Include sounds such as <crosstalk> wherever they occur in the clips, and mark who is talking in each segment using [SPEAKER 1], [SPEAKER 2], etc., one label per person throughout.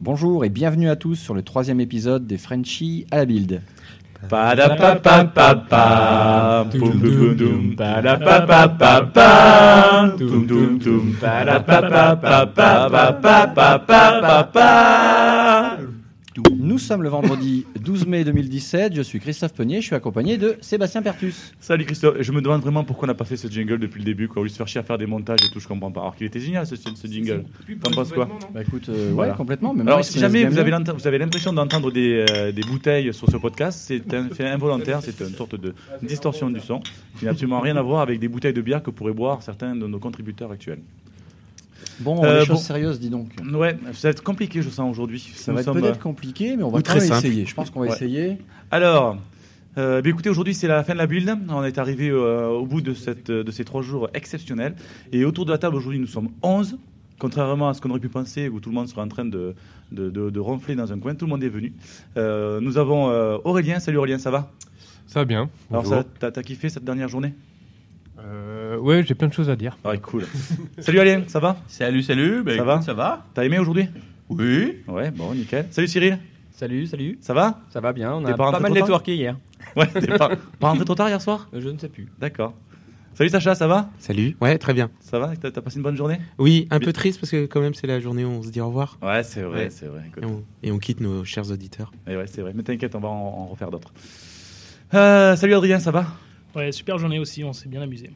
[SPEAKER 1] Bonjour et bienvenue à tous sur le troisième épisode des Frenchies à la Build.
[SPEAKER 2] Padapapapapam, poum poum poum doum, padapapapapam, toum toum toum, padapapapapapapapapapam.
[SPEAKER 1] Nous sommes le vendredi 12 mai 2017, je suis Christophe Penier, je suis accompagné de Sébastien Pertus.
[SPEAKER 2] Salut Christophe, Et je me demande vraiment pourquoi on n'a pas fait ce jingle depuis le début, quoi. Au lieu de se faire chier à faire des montages et tout, je comprends pas. Alors qu'il était génial ce, ce jingle. T'en penses quoi
[SPEAKER 1] Bah écoute, euh,
[SPEAKER 2] Voilà.
[SPEAKER 1] ouais, complètement. mais
[SPEAKER 2] Alors
[SPEAKER 1] Maurice
[SPEAKER 2] si jamais
[SPEAKER 1] Ménez-Gamio-
[SPEAKER 2] vous avez l'ent- vous avez l'impression d'entendre des, euh, des bouteilles sur ce podcast, c'est un fait involontaire, c'est une sorte de distorsion du son qui n'a absolument rien à voir avec des bouteilles de bière que pourraient boire certains de nos contributeurs actuels.
[SPEAKER 1] Bon,
[SPEAKER 2] Euh,
[SPEAKER 1] les choses
[SPEAKER 2] bon.
[SPEAKER 1] sérieuses, dis donc.
[SPEAKER 2] Ouais, ça va être compliqué, je sens aujourd'hui.
[SPEAKER 1] Ça
[SPEAKER 2] Nous
[SPEAKER 1] va être
[SPEAKER 2] sommes- euh,
[SPEAKER 1] peut-être compliqué, mais on va
[SPEAKER 3] Ou
[SPEAKER 1] quand
[SPEAKER 3] très
[SPEAKER 1] même
[SPEAKER 3] simple.
[SPEAKER 1] essayer. Je pense qu'on va
[SPEAKER 2] Ouais.
[SPEAKER 1] essayer.
[SPEAKER 2] Alors, euh, bah, écoutez, aujourd'hui c'est la fin de la build. On est arrivé euh, au bout de, cette, de ces trois jours exceptionnels. Et autour de la table aujourd'hui, nous sommes 11. Contrairement à ce qu'on aurait pu penser, où tout le monde serait en train de, de, de- de ronfler dans un coin, tout le monde est venu. Euh, nous avons euh, Aurélien. Salut Aurélien, ça va
[SPEAKER 4] Ça va bien.
[SPEAKER 2] Alors,
[SPEAKER 4] Bonjour.
[SPEAKER 2] ça- t'as t'as kiffé cette dernière journée
[SPEAKER 4] Euh, ouais, j'ai plein de choses à dire.
[SPEAKER 2] Ah, Ouais, cool. <laughs> Salut Aurélien, ça va
[SPEAKER 3] Salut, salut, bah,
[SPEAKER 2] Ça
[SPEAKER 3] écoute,
[SPEAKER 2] va
[SPEAKER 3] ça va
[SPEAKER 2] T'as aimé aujourd'hui
[SPEAKER 3] Oui.
[SPEAKER 2] Ouais, bon, nickel. Salut Cyril,
[SPEAKER 5] Salut, salut.
[SPEAKER 2] ça va
[SPEAKER 5] Ça va bien, on
[SPEAKER 2] T'es
[SPEAKER 5] a
[SPEAKER 2] pas
[SPEAKER 5] pas
[SPEAKER 2] rentré
[SPEAKER 5] mal
[SPEAKER 2] trop tard
[SPEAKER 5] networké hier.
[SPEAKER 2] Ouais, t'es pas, pas rentré trop tard hier soir
[SPEAKER 5] Euh, Je ne sais plus.
[SPEAKER 2] D'accord. Salut Sacha, ça va
[SPEAKER 3] Salut. Ouais, très bien.
[SPEAKER 2] Ça va T'as t'as passé une bonne journée
[SPEAKER 3] Oui, un
[SPEAKER 2] Bi-
[SPEAKER 3] peu triste parce que quand même c'est la journée où on se dit au revoir
[SPEAKER 2] Ouais, c'est vrai,
[SPEAKER 3] Ouais.
[SPEAKER 2] c'est vrai. écoute.
[SPEAKER 3] et on, et on quitte nos chers auditeurs.
[SPEAKER 2] Et ouais, c'est vrai. Mais t'inquiète, on va en, en refaire d'autres. Euh, salut Adrien, ça va
[SPEAKER 6] Ouais, super journée aussi, on s'est bien amusé.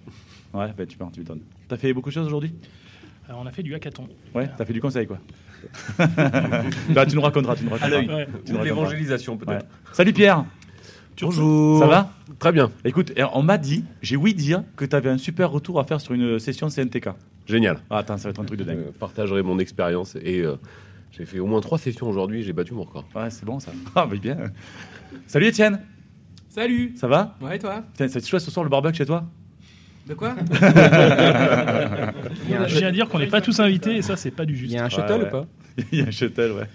[SPEAKER 2] Ouais, bah, tu m'en- tu m'étonnes. T'as fait beaucoup de choses aujourd'hui
[SPEAKER 6] Euh, on a fait du
[SPEAKER 2] <laughs>
[SPEAKER 6] hackathon.
[SPEAKER 2] Ouais, t'as fait du conseil quoi. <laughs> bah, tu nous raconteras, tu nous raconteras.
[SPEAKER 7] l'œil.
[SPEAKER 6] Ouais.
[SPEAKER 2] Tu nous raconteras.
[SPEAKER 7] l'évangélisation
[SPEAKER 2] Ouais. Salut Pierre,
[SPEAKER 7] Bonjour.
[SPEAKER 2] ça va
[SPEAKER 4] Très bien.
[SPEAKER 2] Écoute, eh, on m'a dit, j'ai oui dire que t'avais un super retour à faire sur une session CNTK.
[SPEAKER 7] Génial.
[SPEAKER 2] Ah, attends, ça va être un truc de dingue.
[SPEAKER 7] Je partagerai mon expérience et euh, j'ai fait au moins trois sessions aujourd'hui, j'ai battu mon record.
[SPEAKER 2] Ouais, c'est bon ça. Ah, bah bien. Salut Étienne,
[SPEAKER 8] Salut
[SPEAKER 2] ça va
[SPEAKER 8] Ouais, toi
[SPEAKER 2] Putain, c'est chouette ce soir le barbecue chez toi
[SPEAKER 5] <laughs>
[SPEAKER 8] De quoi
[SPEAKER 6] Je viens à dire qu'on n'est pas tous invités et ça, c'est pas du
[SPEAKER 5] Il
[SPEAKER 6] juste.
[SPEAKER 5] y a un shuttle ou
[SPEAKER 2] ouais.
[SPEAKER 5] pas
[SPEAKER 2] <laughs> Il y a un shuttle, ouais.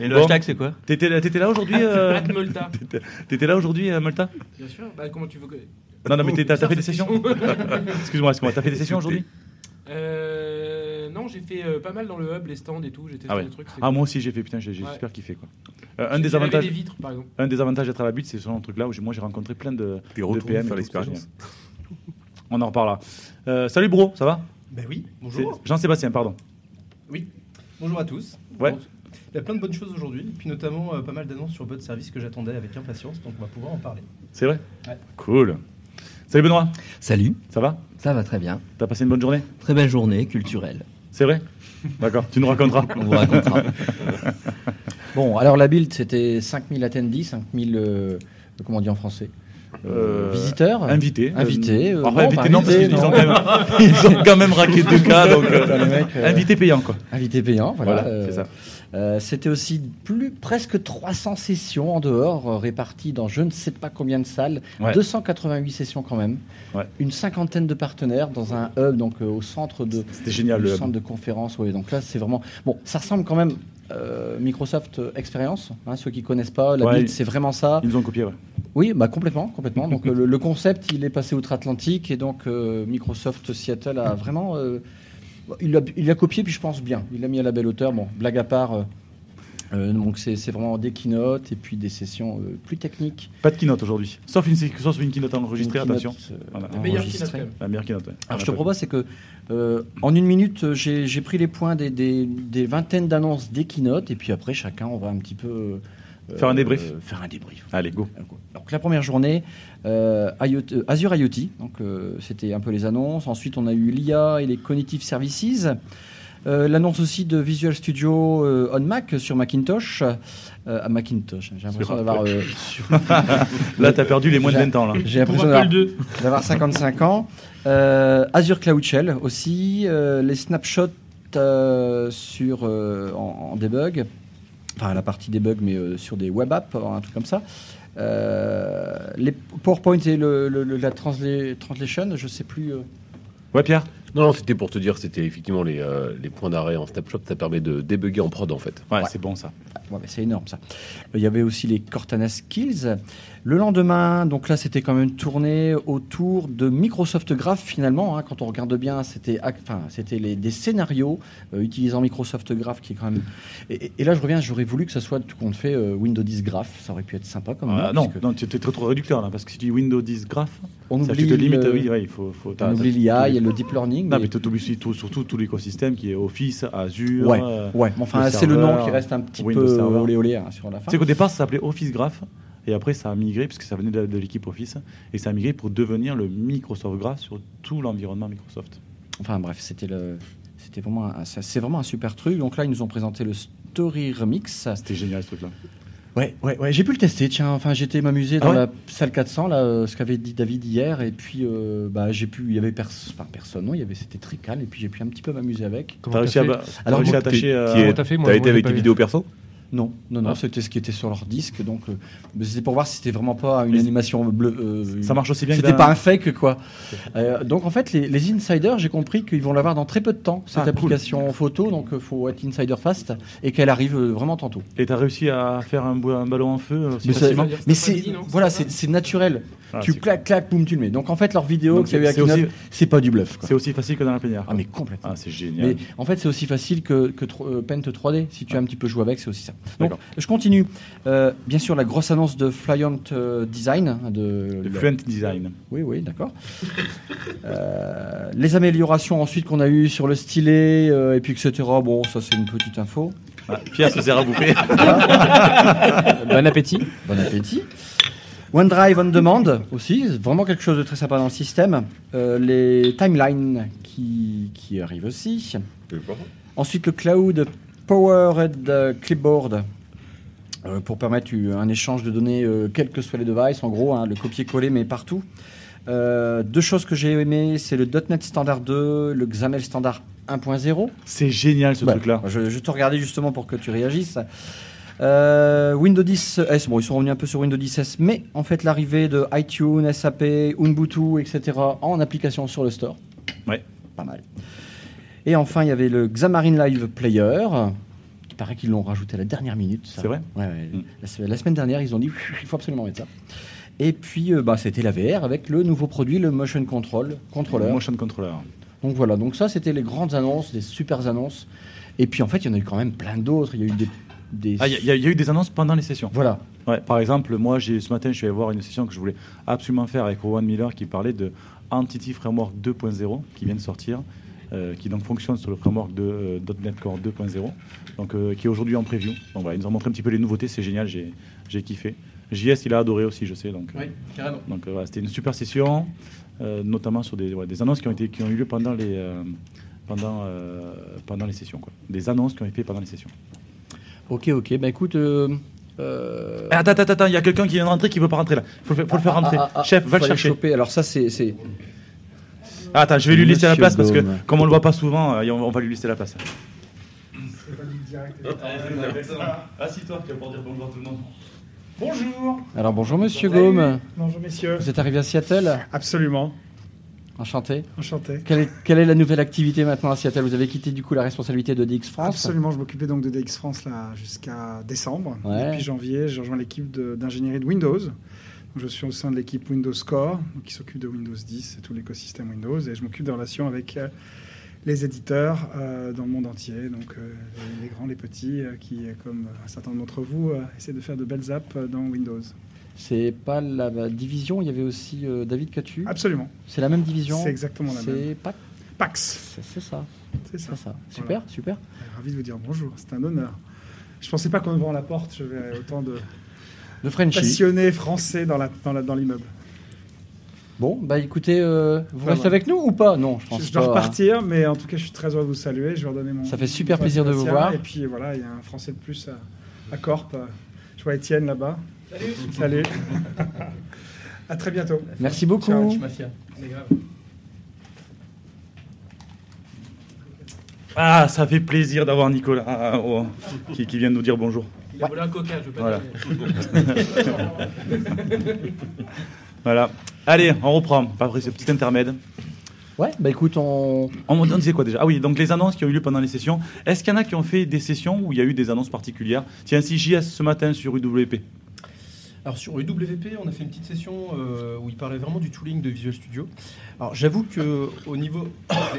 [SPEAKER 3] Et le
[SPEAKER 2] Bon.
[SPEAKER 3] hashtag c'est quoi
[SPEAKER 2] T'étais là, t'étais là
[SPEAKER 5] <laughs>
[SPEAKER 2] aujourd'hui euh,
[SPEAKER 8] Matt Molta.
[SPEAKER 2] <laughs> T'étais là aujourd'hui, euh, Malta
[SPEAKER 8] Bien sûr. Bah, comment tu veux que.
[SPEAKER 2] Non, non, mais t'es- t'as t'as fait des
[SPEAKER 8] Cette
[SPEAKER 2] sessions
[SPEAKER 8] question.
[SPEAKER 2] <laughs> Excuse-moi, excuse-moi, t'as fait des sessions aujourd'hui
[SPEAKER 8] euh, non, j'ai fait euh, pas mal dans le hub, les stands et tout. J'ai testé
[SPEAKER 2] Ah ouais.
[SPEAKER 8] des trucs. c'est
[SPEAKER 2] Ah,
[SPEAKER 8] cool.
[SPEAKER 2] moi aussi j'ai fait, putain, j'ai j'ai
[SPEAKER 8] Ouais.
[SPEAKER 2] super kiffé quoi. Euh, un, des
[SPEAKER 8] J'ai lavé
[SPEAKER 2] avantages,
[SPEAKER 8] des vitres, par exemple.
[SPEAKER 2] un des avantages d'être à la butte, c'est ce genre de truc là où j'ai- moi j'ai rencontré plein de,
[SPEAKER 7] Puis
[SPEAKER 2] de
[SPEAKER 7] retourne
[SPEAKER 2] PM. et
[SPEAKER 7] faire
[SPEAKER 2] tout,
[SPEAKER 7] l'expérience.
[SPEAKER 2] c'est génial. On en reparlera. Euh, salut Bro, ça va
[SPEAKER 9] Ben oui,
[SPEAKER 2] C'est
[SPEAKER 9] bonjour.
[SPEAKER 2] Jean-Sébastien, pardon.
[SPEAKER 9] Bonjour à tous.
[SPEAKER 2] Ouais.
[SPEAKER 9] Bon, Il y a plein de bonnes choses aujourd'hui, puis notamment euh, pas mal d'annonces sur votre service que j'attendais avec impatience, donc on va pouvoir en parler.
[SPEAKER 2] C'est vrai
[SPEAKER 9] Ouais.
[SPEAKER 2] Cool. Salut Benoît,
[SPEAKER 10] Salut,
[SPEAKER 2] ça va
[SPEAKER 10] ça va très bien.
[SPEAKER 2] T'as passé une bonne journée
[SPEAKER 10] Très belle journée culturelle.
[SPEAKER 2] C'est vrai D'accord, tu nous raconteras.
[SPEAKER 10] <laughs> On vous racontera.
[SPEAKER 1] <laughs> Bon, alors la build, c'était 5000 attendees, 5000, euh, comment on dit en français
[SPEAKER 2] Euh,
[SPEAKER 1] Visiteurs
[SPEAKER 2] Invité.
[SPEAKER 1] Invité, euh,
[SPEAKER 2] Alors,
[SPEAKER 1] bon,
[SPEAKER 2] invité,
[SPEAKER 1] bah,
[SPEAKER 2] non, parce
[SPEAKER 1] invité,
[SPEAKER 2] qu'ils ils
[SPEAKER 1] non.
[SPEAKER 2] ont,
[SPEAKER 1] <laughs>
[SPEAKER 2] quand même- ils ont quand même raqué deux cas, donc. euh,
[SPEAKER 1] Putain, le mec, euh,
[SPEAKER 2] Invité payant quoi.
[SPEAKER 1] Invité payant, voilà.
[SPEAKER 2] Voilà, c'est
[SPEAKER 1] Euh,
[SPEAKER 2] ça.
[SPEAKER 1] euh, C'était aussi plus presque 300 sessions en dehors, euh, réparties dans je ne sais pas combien de salles.
[SPEAKER 2] Ouais.
[SPEAKER 1] 288 sessions quand même.
[SPEAKER 2] Ouais.
[SPEAKER 1] Une cinquantaine de partenaires dans un hub, donc euh, au centre de,
[SPEAKER 2] C'était génial
[SPEAKER 1] du
[SPEAKER 2] le.
[SPEAKER 1] centre de conférence. ouais. Donc là, c'est vraiment. Bon, ça ressemble quand même. euh, Microsoft euh, Experience, hein, ceux qui connaissent pas, la
[SPEAKER 2] Ouais.
[SPEAKER 1] build, c'est vraiment ça.
[SPEAKER 2] Ils nous ont copié, ouais.
[SPEAKER 1] Oui, bah complètement, complètement.
[SPEAKER 2] <laughs>
[SPEAKER 1] Donc euh, le, le concept, il est passé outre-Atlantique et donc euh, Microsoft Seattle a vraiment, euh, il l'a il l'a copié puis je pense bien. Il l'a mis à la belle hauteur. Bon, blague à part. euh, euh, donc c'est c'est vraiment des keynotes et puis des sessions euh, plus techniques.
[SPEAKER 2] Pas de keynote aujourd'hui. <laughs> Sauf une, sauf une keynote enregistrée,
[SPEAKER 1] Enregistrées,
[SPEAKER 2] attention.
[SPEAKER 1] euh,
[SPEAKER 2] Voilà.
[SPEAKER 8] La meilleure
[SPEAKER 1] enregistrées.
[SPEAKER 8] keynote, quand même.
[SPEAKER 2] La meilleure keynote. ouais.
[SPEAKER 1] Alors je te propose, c'est que euh, en une minute, euh, j'ai j'ai pris les points des, des- des vingtaines d'annonces des keynotes et puis après chacun, on va un petit peu euh,
[SPEAKER 2] Faire un débrief.
[SPEAKER 1] euh, faire un débrief.
[SPEAKER 2] Allez, go.
[SPEAKER 1] Donc la première journée, euh, IoT, euh, Azure IoT, donc euh, c'était un peu les annonces. Ensuite, on a eu l'IA et les Cognitive Services. Euh, L'annonce aussi de Visual Studio euh, on Mac sur Macintosh. Euh, à Macintosh, j'ai l'impression
[SPEAKER 7] Sur-
[SPEAKER 1] d'avoir
[SPEAKER 2] <laughs>
[SPEAKER 1] euh,
[SPEAKER 2] Là, t'as perdu les moins de 20 ans, là.
[SPEAKER 1] j'ai
[SPEAKER 6] Pour
[SPEAKER 1] l'impression
[SPEAKER 6] Apple
[SPEAKER 1] d'avoir-
[SPEAKER 6] 2,
[SPEAKER 1] <laughs> d'avoir 55 ans. Euh, Azure Cloud Shell aussi, euh, les snapshots euh, sur, euh, en, en debug, enfin la partie debug, mais euh, sur des web apps, un truc comme ça. Euh, les PowerPoint et le, le- le- la transla- translation, je sais plus. euh,
[SPEAKER 2] Ouais, Pierre
[SPEAKER 7] Non, non, c'était pour te dire, c'était effectivement les, euh, les points d'arrêt en Snapshot, ça permet de débugger en prod en fait.
[SPEAKER 2] Ouais,
[SPEAKER 1] Ouais.
[SPEAKER 2] c'est bon ça.
[SPEAKER 1] Ouais, mais c'est énorme ça. Il y avait aussi les Cortana Skills. Le lendemain, donc là, c'était quand même tourné autour de Microsoft Graph finalement. hein. quand on regarde bien, c'était, ac- enfin, c'était les- des scénarios euh, utilisant Microsoft Graph qui est quand même. Et, et- et là, je reviens, j'aurais voulu que ça soit tout compte fait euh, Windows 10 Graph. Ça aurait pu être sympa comme
[SPEAKER 2] Ah,
[SPEAKER 1] nom,
[SPEAKER 2] non,
[SPEAKER 1] parce que
[SPEAKER 2] non, tu es trop, trop réducteur là, parce que si tu dis Windows 10 Graph,
[SPEAKER 1] on
[SPEAKER 2] ça
[SPEAKER 1] oublie,
[SPEAKER 2] tu te limites.
[SPEAKER 1] le-
[SPEAKER 2] Oui, ouais, il faut. faut t'as-
[SPEAKER 1] on
[SPEAKER 2] t'as-
[SPEAKER 1] oublie l'IA, il y a
[SPEAKER 2] Non,
[SPEAKER 1] le deep learning. mais-
[SPEAKER 2] mais tu oublies tout, surtout tout l'écosystème qui est Office, Azure.
[SPEAKER 1] Ouais.
[SPEAKER 2] euh,
[SPEAKER 1] Ouais, mais enfin,
[SPEAKER 2] le
[SPEAKER 1] c'est le nom
[SPEAKER 2] serveur,
[SPEAKER 1] qui reste un petit
[SPEAKER 2] Windows
[SPEAKER 1] peu
[SPEAKER 2] Server.
[SPEAKER 1] olé olé hein, sur la
[SPEAKER 2] Tu
[SPEAKER 1] fin.
[SPEAKER 2] sais qu'au départ, ça s'appelait Office Graph. Et après, ça a migré, puisque ça venait de, de l'équipe Office, et ça a migré pour devenir le Microsoft Graph sur tout l'environnement Microsoft.
[SPEAKER 1] Enfin bref, c'était le, c'était vraiment, un- ça- c'est vraiment un super truc. Donc là, ils nous ont présenté le Story Remix.
[SPEAKER 2] C'était génial ce truc-là.
[SPEAKER 1] Ouais, ouais, ouais. J'ai pu le tester. Tiens, enfin, j'étais m'amuser dans
[SPEAKER 2] Ah ouais
[SPEAKER 1] la salle 400, là, euh, ce qu'avait dit David hier, et puis, euh, bah, j'ai pu, il y avait pers- enfin, personne, non, il y avait, c'était très calme, et puis j'ai pu un petit peu m'amuser avec.
[SPEAKER 4] Comment
[SPEAKER 2] T'as réussi, à,
[SPEAKER 4] fait
[SPEAKER 2] bah, t'as
[SPEAKER 1] Alors,
[SPEAKER 2] réussi
[SPEAKER 1] moi,
[SPEAKER 2] à attacher. euh,
[SPEAKER 7] qui est-
[SPEAKER 4] Comment t'as fait Moi,
[SPEAKER 7] T'as
[SPEAKER 4] moi,
[SPEAKER 7] été
[SPEAKER 4] j'ai
[SPEAKER 7] avec
[SPEAKER 4] pas
[SPEAKER 7] tes
[SPEAKER 4] vu.
[SPEAKER 7] vidéos perso
[SPEAKER 1] Non, non, non,
[SPEAKER 7] Ah.
[SPEAKER 1] c'était ce qui était sur leur disque, donc, euh, mais c'était pour voir si c'était vraiment pas une
[SPEAKER 2] Mais-
[SPEAKER 1] animation bleue. euh,
[SPEAKER 2] Ça marche aussi bien que
[SPEAKER 1] C'était
[SPEAKER 2] d'un-
[SPEAKER 1] pas un fake quoi. Euh, donc en fait les, les insiders, j'ai compris qu'ils vont l'avoir dans très peu de temps cette
[SPEAKER 2] Ah, cool.
[SPEAKER 1] application photo, donc euh, faut être insider fast et qu'elle arrive euh, vraiment tantôt.
[SPEAKER 2] Et t'as réussi à faire un, bou- un ballon en feu euh, aussi
[SPEAKER 1] Mais, ça-
[SPEAKER 2] facilement
[SPEAKER 8] dire
[SPEAKER 1] mais
[SPEAKER 8] cet
[SPEAKER 1] c'est
[SPEAKER 8] après-midi, non, c'est
[SPEAKER 1] voilà
[SPEAKER 8] pas mal.
[SPEAKER 1] c'est c'est naturel.
[SPEAKER 2] Voilà,
[SPEAKER 1] tu
[SPEAKER 2] Ah, c'est-
[SPEAKER 1] claques claques boum tu le mets. Donc en fait leur vidéo
[SPEAKER 2] Donc,
[SPEAKER 1] qu'il y avait à
[SPEAKER 2] c'est- c'est
[SPEAKER 1] Keynote,
[SPEAKER 2] aussi-
[SPEAKER 1] c'est pas du bluff. quoi.
[SPEAKER 2] C'est aussi facile que dans la plénière.
[SPEAKER 1] Ah mais complètement.
[SPEAKER 2] Ah, c'est génial. Ah.
[SPEAKER 1] Mais en fait, c'est aussi facile que, que tro- euh, Paint 3D. Si tu as un petit peu joué avec, c'est aussi ça. Donc,
[SPEAKER 2] D'accord.
[SPEAKER 1] je continue. Euh, bien sûr, la grosse annonce de Fluent euh, Design, hein, de,
[SPEAKER 2] Le
[SPEAKER 1] la-
[SPEAKER 2] Fluent Design.
[SPEAKER 1] Oui, oui, d'accord. Euh, les améliorations ensuite qu'on a eues sur le stylet, euh, et puis etc. Bon, ça c'est une petite info.
[SPEAKER 2] Ah, Pierre se sert à bouffer.
[SPEAKER 5] <laughs>
[SPEAKER 10] <laughs>
[SPEAKER 5] Bon appétit.
[SPEAKER 1] Bon appétit. OneDrive on demand aussi, c'est vraiment quelque chose de très sympa dans le système. Euh, les timelines qui, qui arrivent aussi. Ensuite, le cloud Powered euh, Clipboard euh, pour permettre euh, un échange de données, euh, quels que soient les devices, en gros, hein, le copier-coller, mais partout. Euh, deux choses que j'ai aimées, c'est le .NET Standard 2, le XAML Standard 1.0.
[SPEAKER 2] C'est génial ce
[SPEAKER 1] Ouais,
[SPEAKER 2] truc-là.
[SPEAKER 1] Je, je te regardais justement pour que tu réagisses. Euh, Windows 10 S, bon, ils sont revenus un peu sur Windows 10 S, mais en fait, l'arrivée de iTunes, SAP, Ubuntu, etc., en application sur le store.
[SPEAKER 2] Ouais.
[SPEAKER 1] Pas mal. Et enfin, il y avait le Xamarin Live Player. qui paraît qu'ils l'ont rajouté à la dernière minute. ça.
[SPEAKER 2] C'est vrai
[SPEAKER 1] Ouais, ouais.
[SPEAKER 2] Mm.
[SPEAKER 1] La, se- la semaine dernière, ils ont dit il faut absolument mettre ça. Et puis, euh, bah, c'était la VR avec le nouveau produit, le Motion Control Controller.
[SPEAKER 2] Motion Controller.
[SPEAKER 1] Donc voilà, donc ça c'était les grandes annonces, des super annonces. Et puis en fait, il y en a eu quand même plein d'autres. Il y a eu des. des-
[SPEAKER 2] Ah, il y, a- il y a- il y a eu des annonces pendant les sessions.
[SPEAKER 1] Voilà.
[SPEAKER 2] Ouais, par exemple, moi, j'ai- ce matin, je suis allé voir une session que je voulais absolument faire avec Rowan Miller qui parlait de Entity Framework 2.0 qui vient de sortir, euh, qui donc fonctionne sur le framework de euh, .NET Core 2.0, donc euh, qui est aujourd'hui en preview. Donc voilà, ils nous ont montré un petit peu les nouveautés, c'est génial, j'ai j'ai kiffé. JS, il a adoré aussi, je sais. Donc, euh,
[SPEAKER 9] Oui, carrément.
[SPEAKER 2] donc euh, voilà, c'était une super session, euh, notamment sur des, ouais, des annonces qui ont, été, qui ont eu lieu pendant les, euh, pendant, euh, pendant les sessions. Quoi. Des annonces qui ont été faites pendant les sessions.
[SPEAKER 1] Ok, ok. Bah écoute. euh, euh,
[SPEAKER 2] Ah, Attends, attends, attends, il y a quelqu'un qui vient de rentrer qui veut pas rentrer là. Faut le, fa- faut le faire rentrer.
[SPEAKER 1] ah, ah,
[SPEAKER 2] Chef, va le
[SPEAKER 1] fallait
[SPEAKER 2] chercher.
[SPEAKER 1] choper. Alors ça, c'est. c'est-
[SPEAKER 2] Ah, attends, je vais lui laisser la
[SPEAKER 1] Monsieur
[SPEAKER 2] place parce que
[SPEAKER 1] Gaume.
[SPEAKER 2] comme on le voit pas souvent, euh, on, on va lui laisser la place.
[SPEAKER 6] Ah,
[SPEAKER 2] Assis-toi, tu vas pour dire bonjour à tout le monde.
[SPEAKER 11] Bonjour.
[SPEAKER 1] Alors bonjour Monsieur Gaume.
[SPEAKER 11] Bonjour messieurs.
[SPEAKER 1] Vous êtes arrivé à Seattle.
[SPEAKER 11] Absolument.
[SPEAKER 1] Enchanté.
[SPEAKER 11] Enchanté.
[SPEAKER 1] Quelle est, quelle est la nouvelle activité maintenant à Seattle Vous avez quitté du coup la responsabilité de DX France.
[SPEAKER 11] Ah, Absolument. Je m'occupais donc de DX France là jusqu'à décembre.
[SPEAKER 1] Ouais.
[SPEAKER 11] Et puis janvier, j'ai rejoint l'équipe de- d'ingénierie de, Windows. Donc, Je suis au sein de l'équipe Windows Core, donc, qui s'occupe de Windows 10 et tout l'écosystème Windows. Et je m'occupe des relations avec euh, les éditeurs euh, dans le monde entier, donc euh, les- les grands, les petits, euh, qui, euh, comme euh, certains d'entre vous, euh, essaient de faire de belles apps euh, dans Windows.
[SPEAKER 1] C'est pas la la division. Il y avait aussi euh, David Catu.
[SPEAKER 11] Absolument.
[SPEAKER 1] C'est la même division.
[SPEAKER 11] C'est exactement la même.
[SPEAKER 1] C'est pas.
[SPEAKER 11] Pax,
[SPEAKER 1] C'est c'est ça.
[SPEAKER 11] c'est ça.
[SPEAKER 1] C'est ça. Super, super.
[SPEAKER 11] Ravi de vous dire bonjour, c'est un honneur. Je pensais pas qu'on devant la porte, je verrais autant de
[SPEAKER 1] Le Frenchie.
[SPEAKER 11] passionnés français dans la dans la- dans l'immeuble.
[SPEAKER 1] Bon, bah écoutez, euh, vous
[SPEAKER 11] Ça
[SPEAKER 1] restez
[SPEAKER 11] va.
[SPEAKER 1] avec nous ou pas Non, je
[SPEAKER 11] Je,
[SPEAKER 1] pense
[SPEAKER 11] je dois
[SPEAKER 1] pas. hein.
[SPEAKER 11] repartir, mais en tout cas, je suis très heureux de vous saluer. Je vais redonner mon.
[SPEAKER 1] Ça fait super
[SPEAKER 11] mon
[SPEAKER 1] plaisir de vous
[SPEAKER 11] Sébastien.
[SPEAKER 1] voir.
[SPEAKER 11] Et puis voilà, il y a un Français de plus à, à Corp. Je vois Étienne là-bas. Salut. <laughs> Salut. à très bientôt.
[SPEAKER 9] Bah,
[SPEAKER 1] Merci beaucoup.
[SPEAKER 11] Ciao.
[SPEAKER 9] Mafia. C'est grave.
[SPEAKER 2] Ah, ça fait plaisir d'avoir Nicolas ah, oh, qui, qui vient de nous dire bonjour.
[SPEAKER 8] Il a volé un coca, je veux pas
[SPEAKER 2] Voilà.
[SPEAKER 8] dire.
[SPEAKER 9] <laughs>
[SPEAKER 2] <laughs>
[SPEAKER 1] <laughs>
[SPEAKER 2] Voilà. Allez, on reprend. Après ce petit intermède.
[SPEAKER 1] Ouais, bah écoute, on.
[SPEAKER 2] On, on disait quoi déjà Ah oui, donc les annonces qui ont eu lieu pendant les sessions. Est-ce qu'il y en a qui ont fait des sessions où il y a eu des annonces particulières Tiens, si JS ce matin sur UWP.
[SPEAKER 9] Alors sur UWP, on a fait une petite session euh, où il parlait vraiment du tooling de Visual Studio. Alors j'avoue que au niveau, <coughs> Alors,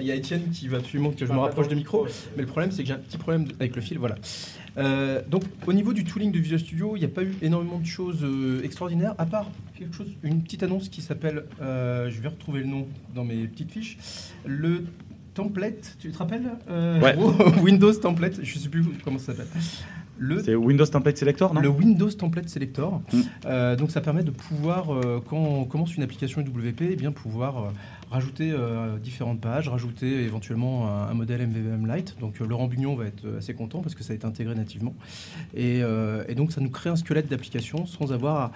[SPEAKER 9] il y a Étienne qui va absolument que je me rapproche du micro, mais le problème c'est que j'ai un petit problème de- avec le fil, voilà. Euh, donc au niveau du tooling de Visual Studio, il n'y a pas eu énormément de choses euh, extraordinaires, à part quelque chose, une petite annonce qui s'appelle, euh, je vais retrouver le nom dans mes petites fiches, le template, tu te rappelles euh,
[SPEAKER 2] Ouais.
[SPEAKER 9] gros, <laughs> Windows template, je sais plus comment ça s'appelle. Le
[SPEAKER 2] C'est Windows Template Selector, non
[SPEAKER 9] le Windows Template Selector.
[SPEAKER 2] Mm.
[SPEAKER 9] Euh, donc ça permet de pouvoir, euh, quand on commence une application UWP, eh bien pouvoir euh, rajouter euh, différentes pages, rajouter éventuellement un, un modèle MVVM Lite. Donc euh, Laurent Bugnon va être euh, assez content parce que ça a été intégré nativement. Et, euh, et donc ça nous crée un squelette d'application sans avoir à,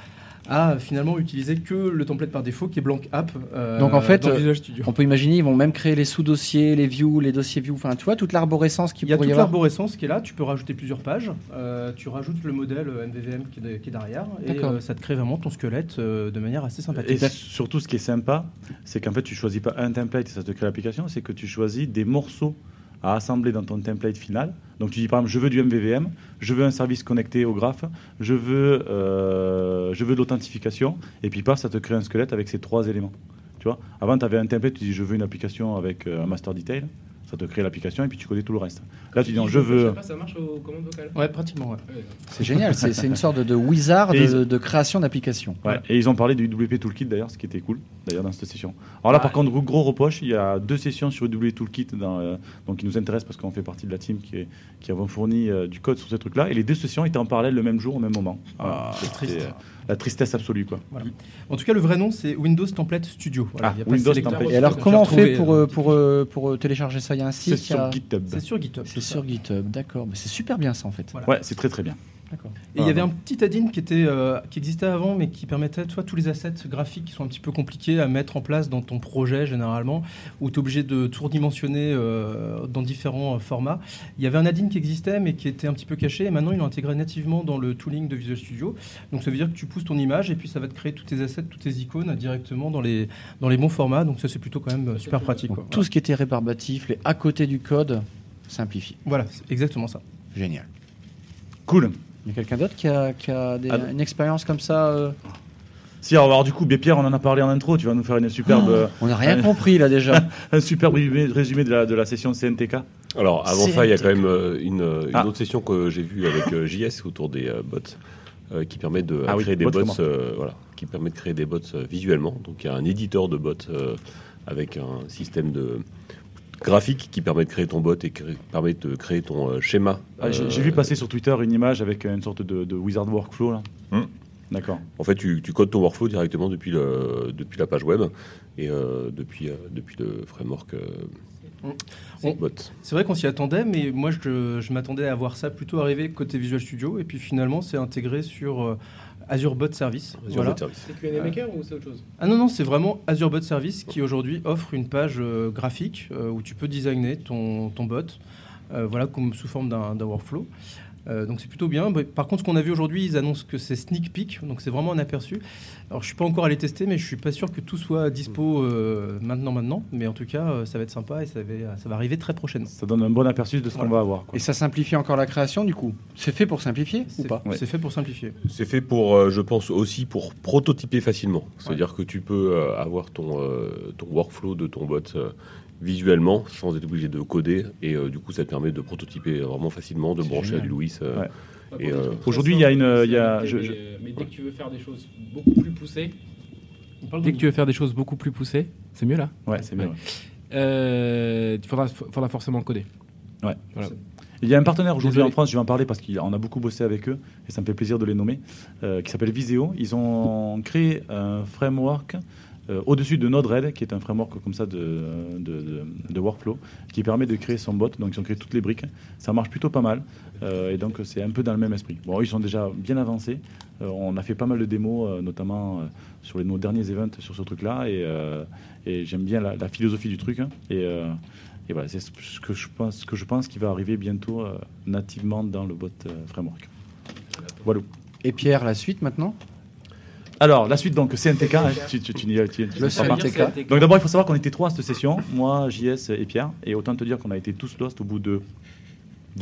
[SPEAKER 9] à finalement utiliser que le template par défaut qui est Blank App. euh,
[SPEAKER 1] Donc en fait,
[SPEAKER 9] dans
[SPEAKER 1] euh,
[SPEAKER 9] Visual Studio.
[SPEAKER 1] on peut imaginer, ils vont même créer les sous-dossiers, les views, les dossiers views, enfin, tu vois, toute l'arborescence qui
[SPEAKER 9] Il y a
[SPEAKER 1] pourrait
[SPEAKER 9] toute
[SPEAKER 1] y avoir.
[SPEAKER 9] l'arborescence qui est là, tu peux rajouter plusieurs pages, euh, tu rajoutes le modèle euh, MVVM qui est, de- qui est derrière, et
[SPEAKER 1] D'accord.
[SPEAKER 9] euh, ça te crée vraiment ton squelette euh, de manière assez
[SPEAKER 2] Et
[SPEAKER 9] sympathique.
[SPEAKER 2] surtout, ce qui est sympa, c'est qu'en fait, tu choisis pas un template et ça te crée l'application, c'est que tu choisis des morceaux à assembler dans ton template final. Donc, tu dis par exemple, je veux du MVVM, je veux un service connecté au graphe, je veux, euh, je veux de l'authentification, et puis paf, ça te crée un squelette avec ces trois éléments. Tu vois Avant, tu avais un template, tu dis je veux une application avec euh, un master detail, ça te crée l'application et puis tu connais tout le reste. Là, tu dis non, je veux.
[SPEAKER 8] Ça marche aux commandes vocales
[SPEAKER 9] Ouais, pratiquement, ouais.
[SPEAKER 1] C'est génial, c'est c'est
[SPEAKER 9] <laughs>
[SPEAKER 1] une sorte de wizard
[SPEAKER 2] Et ils-
[SPEAKER 1] de, de création d'applications.
[SPEAKER 2] Ouais, Et ils ont parlé du WP Toolkit d'ailleurs, ce qui était cool d'ailleurs dans cette session. Alors là, par contre, gros- gros reproche, il y a deux sessions sur WP Toolkit dans, euh, donc qui nous intéressent parce qu'on fait partie de la team qui, est- qui avons fourni euh, du code sur ces trucs-là. Et les deux sessions étaient en parallèle le même jour, au même moment. Ah,
[SPEAKER 9] c'est triste.
[SPEAKER 2] c'était, euh, la tristesse absolue quoi.
[SPEAKER 9] En tout cas, le vrai nom, c'est Windows Template Studio. Voilà,
[SPEAKER 2] Ah,
[SPEAKER 9] il y a
[SPEAKER 2] Windows
[SPEAKER 9] pas de sélecteur.
[SPEAKER 2] Template.
[SPEAKER 1] Et alors,
[SPEAKER 9] J'ai
[SPEAKER 1] comment on
[SPEAKER 9] retrouvé,
[SPEAKER 1] fait pour,
[SPEAKER 9] euh,
[SPEAKER 1] euh, pour, euh, pour, euh, télécharger ça Il y a un
[SPEAKER 2] C'est
[SPEAKER 1] site il y
[SPEAKER 2] sur
[SPEAKER 1] a-
[SPEAKER 2] GitHub.
[SPEAKER 9] C'est sur GitHub.
[SPEAKER 1] C'est
[SPEAKER 9] ça.
[SPEAKER 1] sur GitHub, d'accord. Mais C'est super bien ça en fait.
[SPEAKER 9] Voilà.
[SPEAKER 2] Ouais, c'est très très bien.
[SPEAKER 1] D'accord.
[SPEAKER 9] Et il y avait un petit add-in qui, était, euh, qui existait avant, mais qui permettait, toi, tous les assets graphiques qui sont un petit peu compliqués à mettre en place dans ton projet, généralement, où tu es obligé de tout redimensionner euh, dans différents euh, formats. Il y avait un add-in qui existait, mais qui était un petit peu caché, et maintenant, ils l'ont intégré nativement dans le tooling de Visual Studio. Donc, ça veut dire que tu pousses ton image, et puis ça va te créer tous tes assets, toutes tes icônes euh, directement dans les, dans les bons formats. Donc, ça, c'est plutôt quand même euh, super pratique.
[SPEAKER 1] Donc,
[SPEAKER 9] quoi.
[SPEAKER 1] Tout ce qui était rébarbatif, les à côté du code, simplifié.
[SPEAKER 9] Voilà, c'est exactement ça.
[SPEAKER 1] Génial.
[SPEAKER 2] Cool.
[SPEAKER 1] Il y a quelqu'un d'autre qui a, qui a des-
[SPEAKER 2] Ah.
[SPEAKER 1] une expérience comme ça euh,
[SPEAKER 2] Si alors, alors, du coup, bien, Pierre, on en a parlé en intro. Tu vas nous faire une superbe, euh,
[SPEAKER 1] On n'a rien
[SPEAKER 2] Ah.
[SPEAKER 1] compris là déjà.
[SPEAKER 2] <laughs> un superbe résumé, résumé de, la, de la session CNTK.
[SPEAKER 7] Alors, avant
[SPEAKER 1] C'est
[SPEAKER 7] ça, il y a quand
[SPEAKER 1] un
[SPEAKER 7] même euh, une, euh, une
[SPEAKER 2] Ah.
[SPEAKER 7] autre session que j'ai vue avec euh, JS autour des euh, bots euh, qui permet de
[SPEAKER 2] Ah oui,
[SPEAKER 7] créer des
[SPEAKER 2] bots
[SPEAKER 7] bots,
[SPEAKER 2] comment
[SPEAKER 7] euh, voilà, qui permet de créer des bots euh, visuellement. Donc, il y a un éditeur de bots euh, avec un système de graphique qui permet de créer ton bot et cré- permet de créer ton euh, schéma.
[SPEAKER 2] Ah, J'ai j'ai
[SPEAKER 7] Euh,
[SPEAKER 2] vu passer sur Twitter une image avec une sorte de, de wizard workflow là.
[SPEAKER 7] Hmm.
[SPEAKER 2] D'accord.
[SPEAKER 7] En fait, tu, tu codes ton workflow directement depuis, le, depuis la page web et euh, depuis, euh, depuis le framework euh,
[SPEAKER 9] Mm. On-
[SPEAKER 1] Hmm.
[SPEAKER 7] bot.
[SPEAKER 9] C'est vrai qu'on s'y attendait, mais moi je, je m'attendais à voir ça plutôt arriver côté Visual Studio, et puis finalement c'est intégré sur euh, Azure Bot Service.
[SPEAKER 7] Azure
[SPEAKER 9] voilà.
[SPEAKER 7] Bot Service.
[SPEAKER 8] C'est QA Maker ou c'est autre chose
[SPEAKER 9] Ah non, non, c'est vraiment Azure Bot Service qui aujourd'hui offre une page euh, graphique euh, où tu peux designer ton, ton bot, euh, voilà, comme sous forme d'un d'un workflow. Euh, donc c'est plutôt bien. Bah, Par contre, ce qu'on a vu aujourd'hui, ils annoncent que c'est sneak peek, donc c'est vraiment un aperçu. Alors je suis pas encore allé tester, mais je suis pas sûr que tout soit dispo
[SPEAKER 7] Mm.
[SPEAKER 9] euh, maintenant, maintenant. Mais en tout cas, euh, ça va être sympa et ça va, euh, ça va arriver très prochainement.
[SPEAKER 2] Ça donne un bon aperçu de ce qu'on va avoir. quoi.
[SPEAKER 1] Et ça simplifie encore la création du coup. C'est fait pour simplifier ou
[SPEAKER 9] C'est
[SPEAKER 1] pas
[SPEAKER 2] Ouais.
[SPEAKER 9] c'est fait pour simplifier.
[SPEAKER 7] C'est fait pour, euh, je pense aussi pour prototyper facilement. C'est-à-dire que tu peux euh, avoir ton, euh, ton workflow de ton bot euh, visuellement sans être obligé de coder et euh, du coup ça te permet de prototyper vraiment facilement, de
[SPEAKER 1] C'est
[SPEAKER 7] brancher
[SPEAKER 1] génial.
[SPEAKER 7] à du Louis. euh,
[SPEAKER 2] Ouais.
[SPEAKER 8] Pas pour
[SPEAKER 7] Et,
[SPEAKER 8] des
[SPEAKER 7] euh,
[SPEAKER 8] trucs très
[SPEAKER 2] aujourd'hui, il y a
[SPEAKER 8] simples,
[SPEAKER 2] une, il y a-
[SPEAKER 8] mais,
[SPEAKER 2] je- je-
[SPEAKER 8] euh, mais dès que tu veux faire des choses beaucoup plus poussées, on parle
[SPEAKER 5] Dès
[SPEAKER 8] de-
[SPEAKER 5] que tu veux faire des choses beaucoup plus poussées, c'est mieux là.
[SPEAKER 2] Ouais, c'est bien.
[SPEAKER 5] Ouais. Euh, Il faudra, faudra forcément coder.
[SPEAKER 2] Il y a un partenaire aujourd'hui
[SPEAKER 5] Désolé.
[SPEAKER 2] en France, je vais en parler parce qu'on a beaucoup bossé avec eux et ça me fait plaisir de les nommer, euh, qui s'appelle Viséo. Ils ont créé un framework euh, au-dessus de Node-RED, qui est un framework comme ça de, de, de- de workflow, qui permet de créer son bot. Donc ils ont créé toutes les briques. Ça marche plutôt pas mal euh, et donc c'est un peu dans le même esprit. Bon, ils sont déjà bien avancés. Euh, on a fait pas mal de démos, euh, notamment euh, sur les, nos derniers events sur ce truc-là et, euh, et j'aime bien la, la philosophie du truc. hein. et. euh, et voilà, c'est ce que je pense, ce que je pense qui va arriver bientôt euh, nativement dans le bot euh, framework. Voilà.
[SPEAKER 1] Et Pierre, la suite maintenant
[SPEAKER 2] Alors, la suite, donc, CNTK. hein, tu, tu, tu n'y- tu- tu
[SPEAKER 1] Le
[SPEAKER 2] n'y seras pas.
[SPEAKER 1] CNTK.
[SPEAKER 2] Donc, d'abord, il faut savoir qu'on était trois à cette session. Moi, JS et Pierre. Et autant te dire qu'on a été tous lost au bout de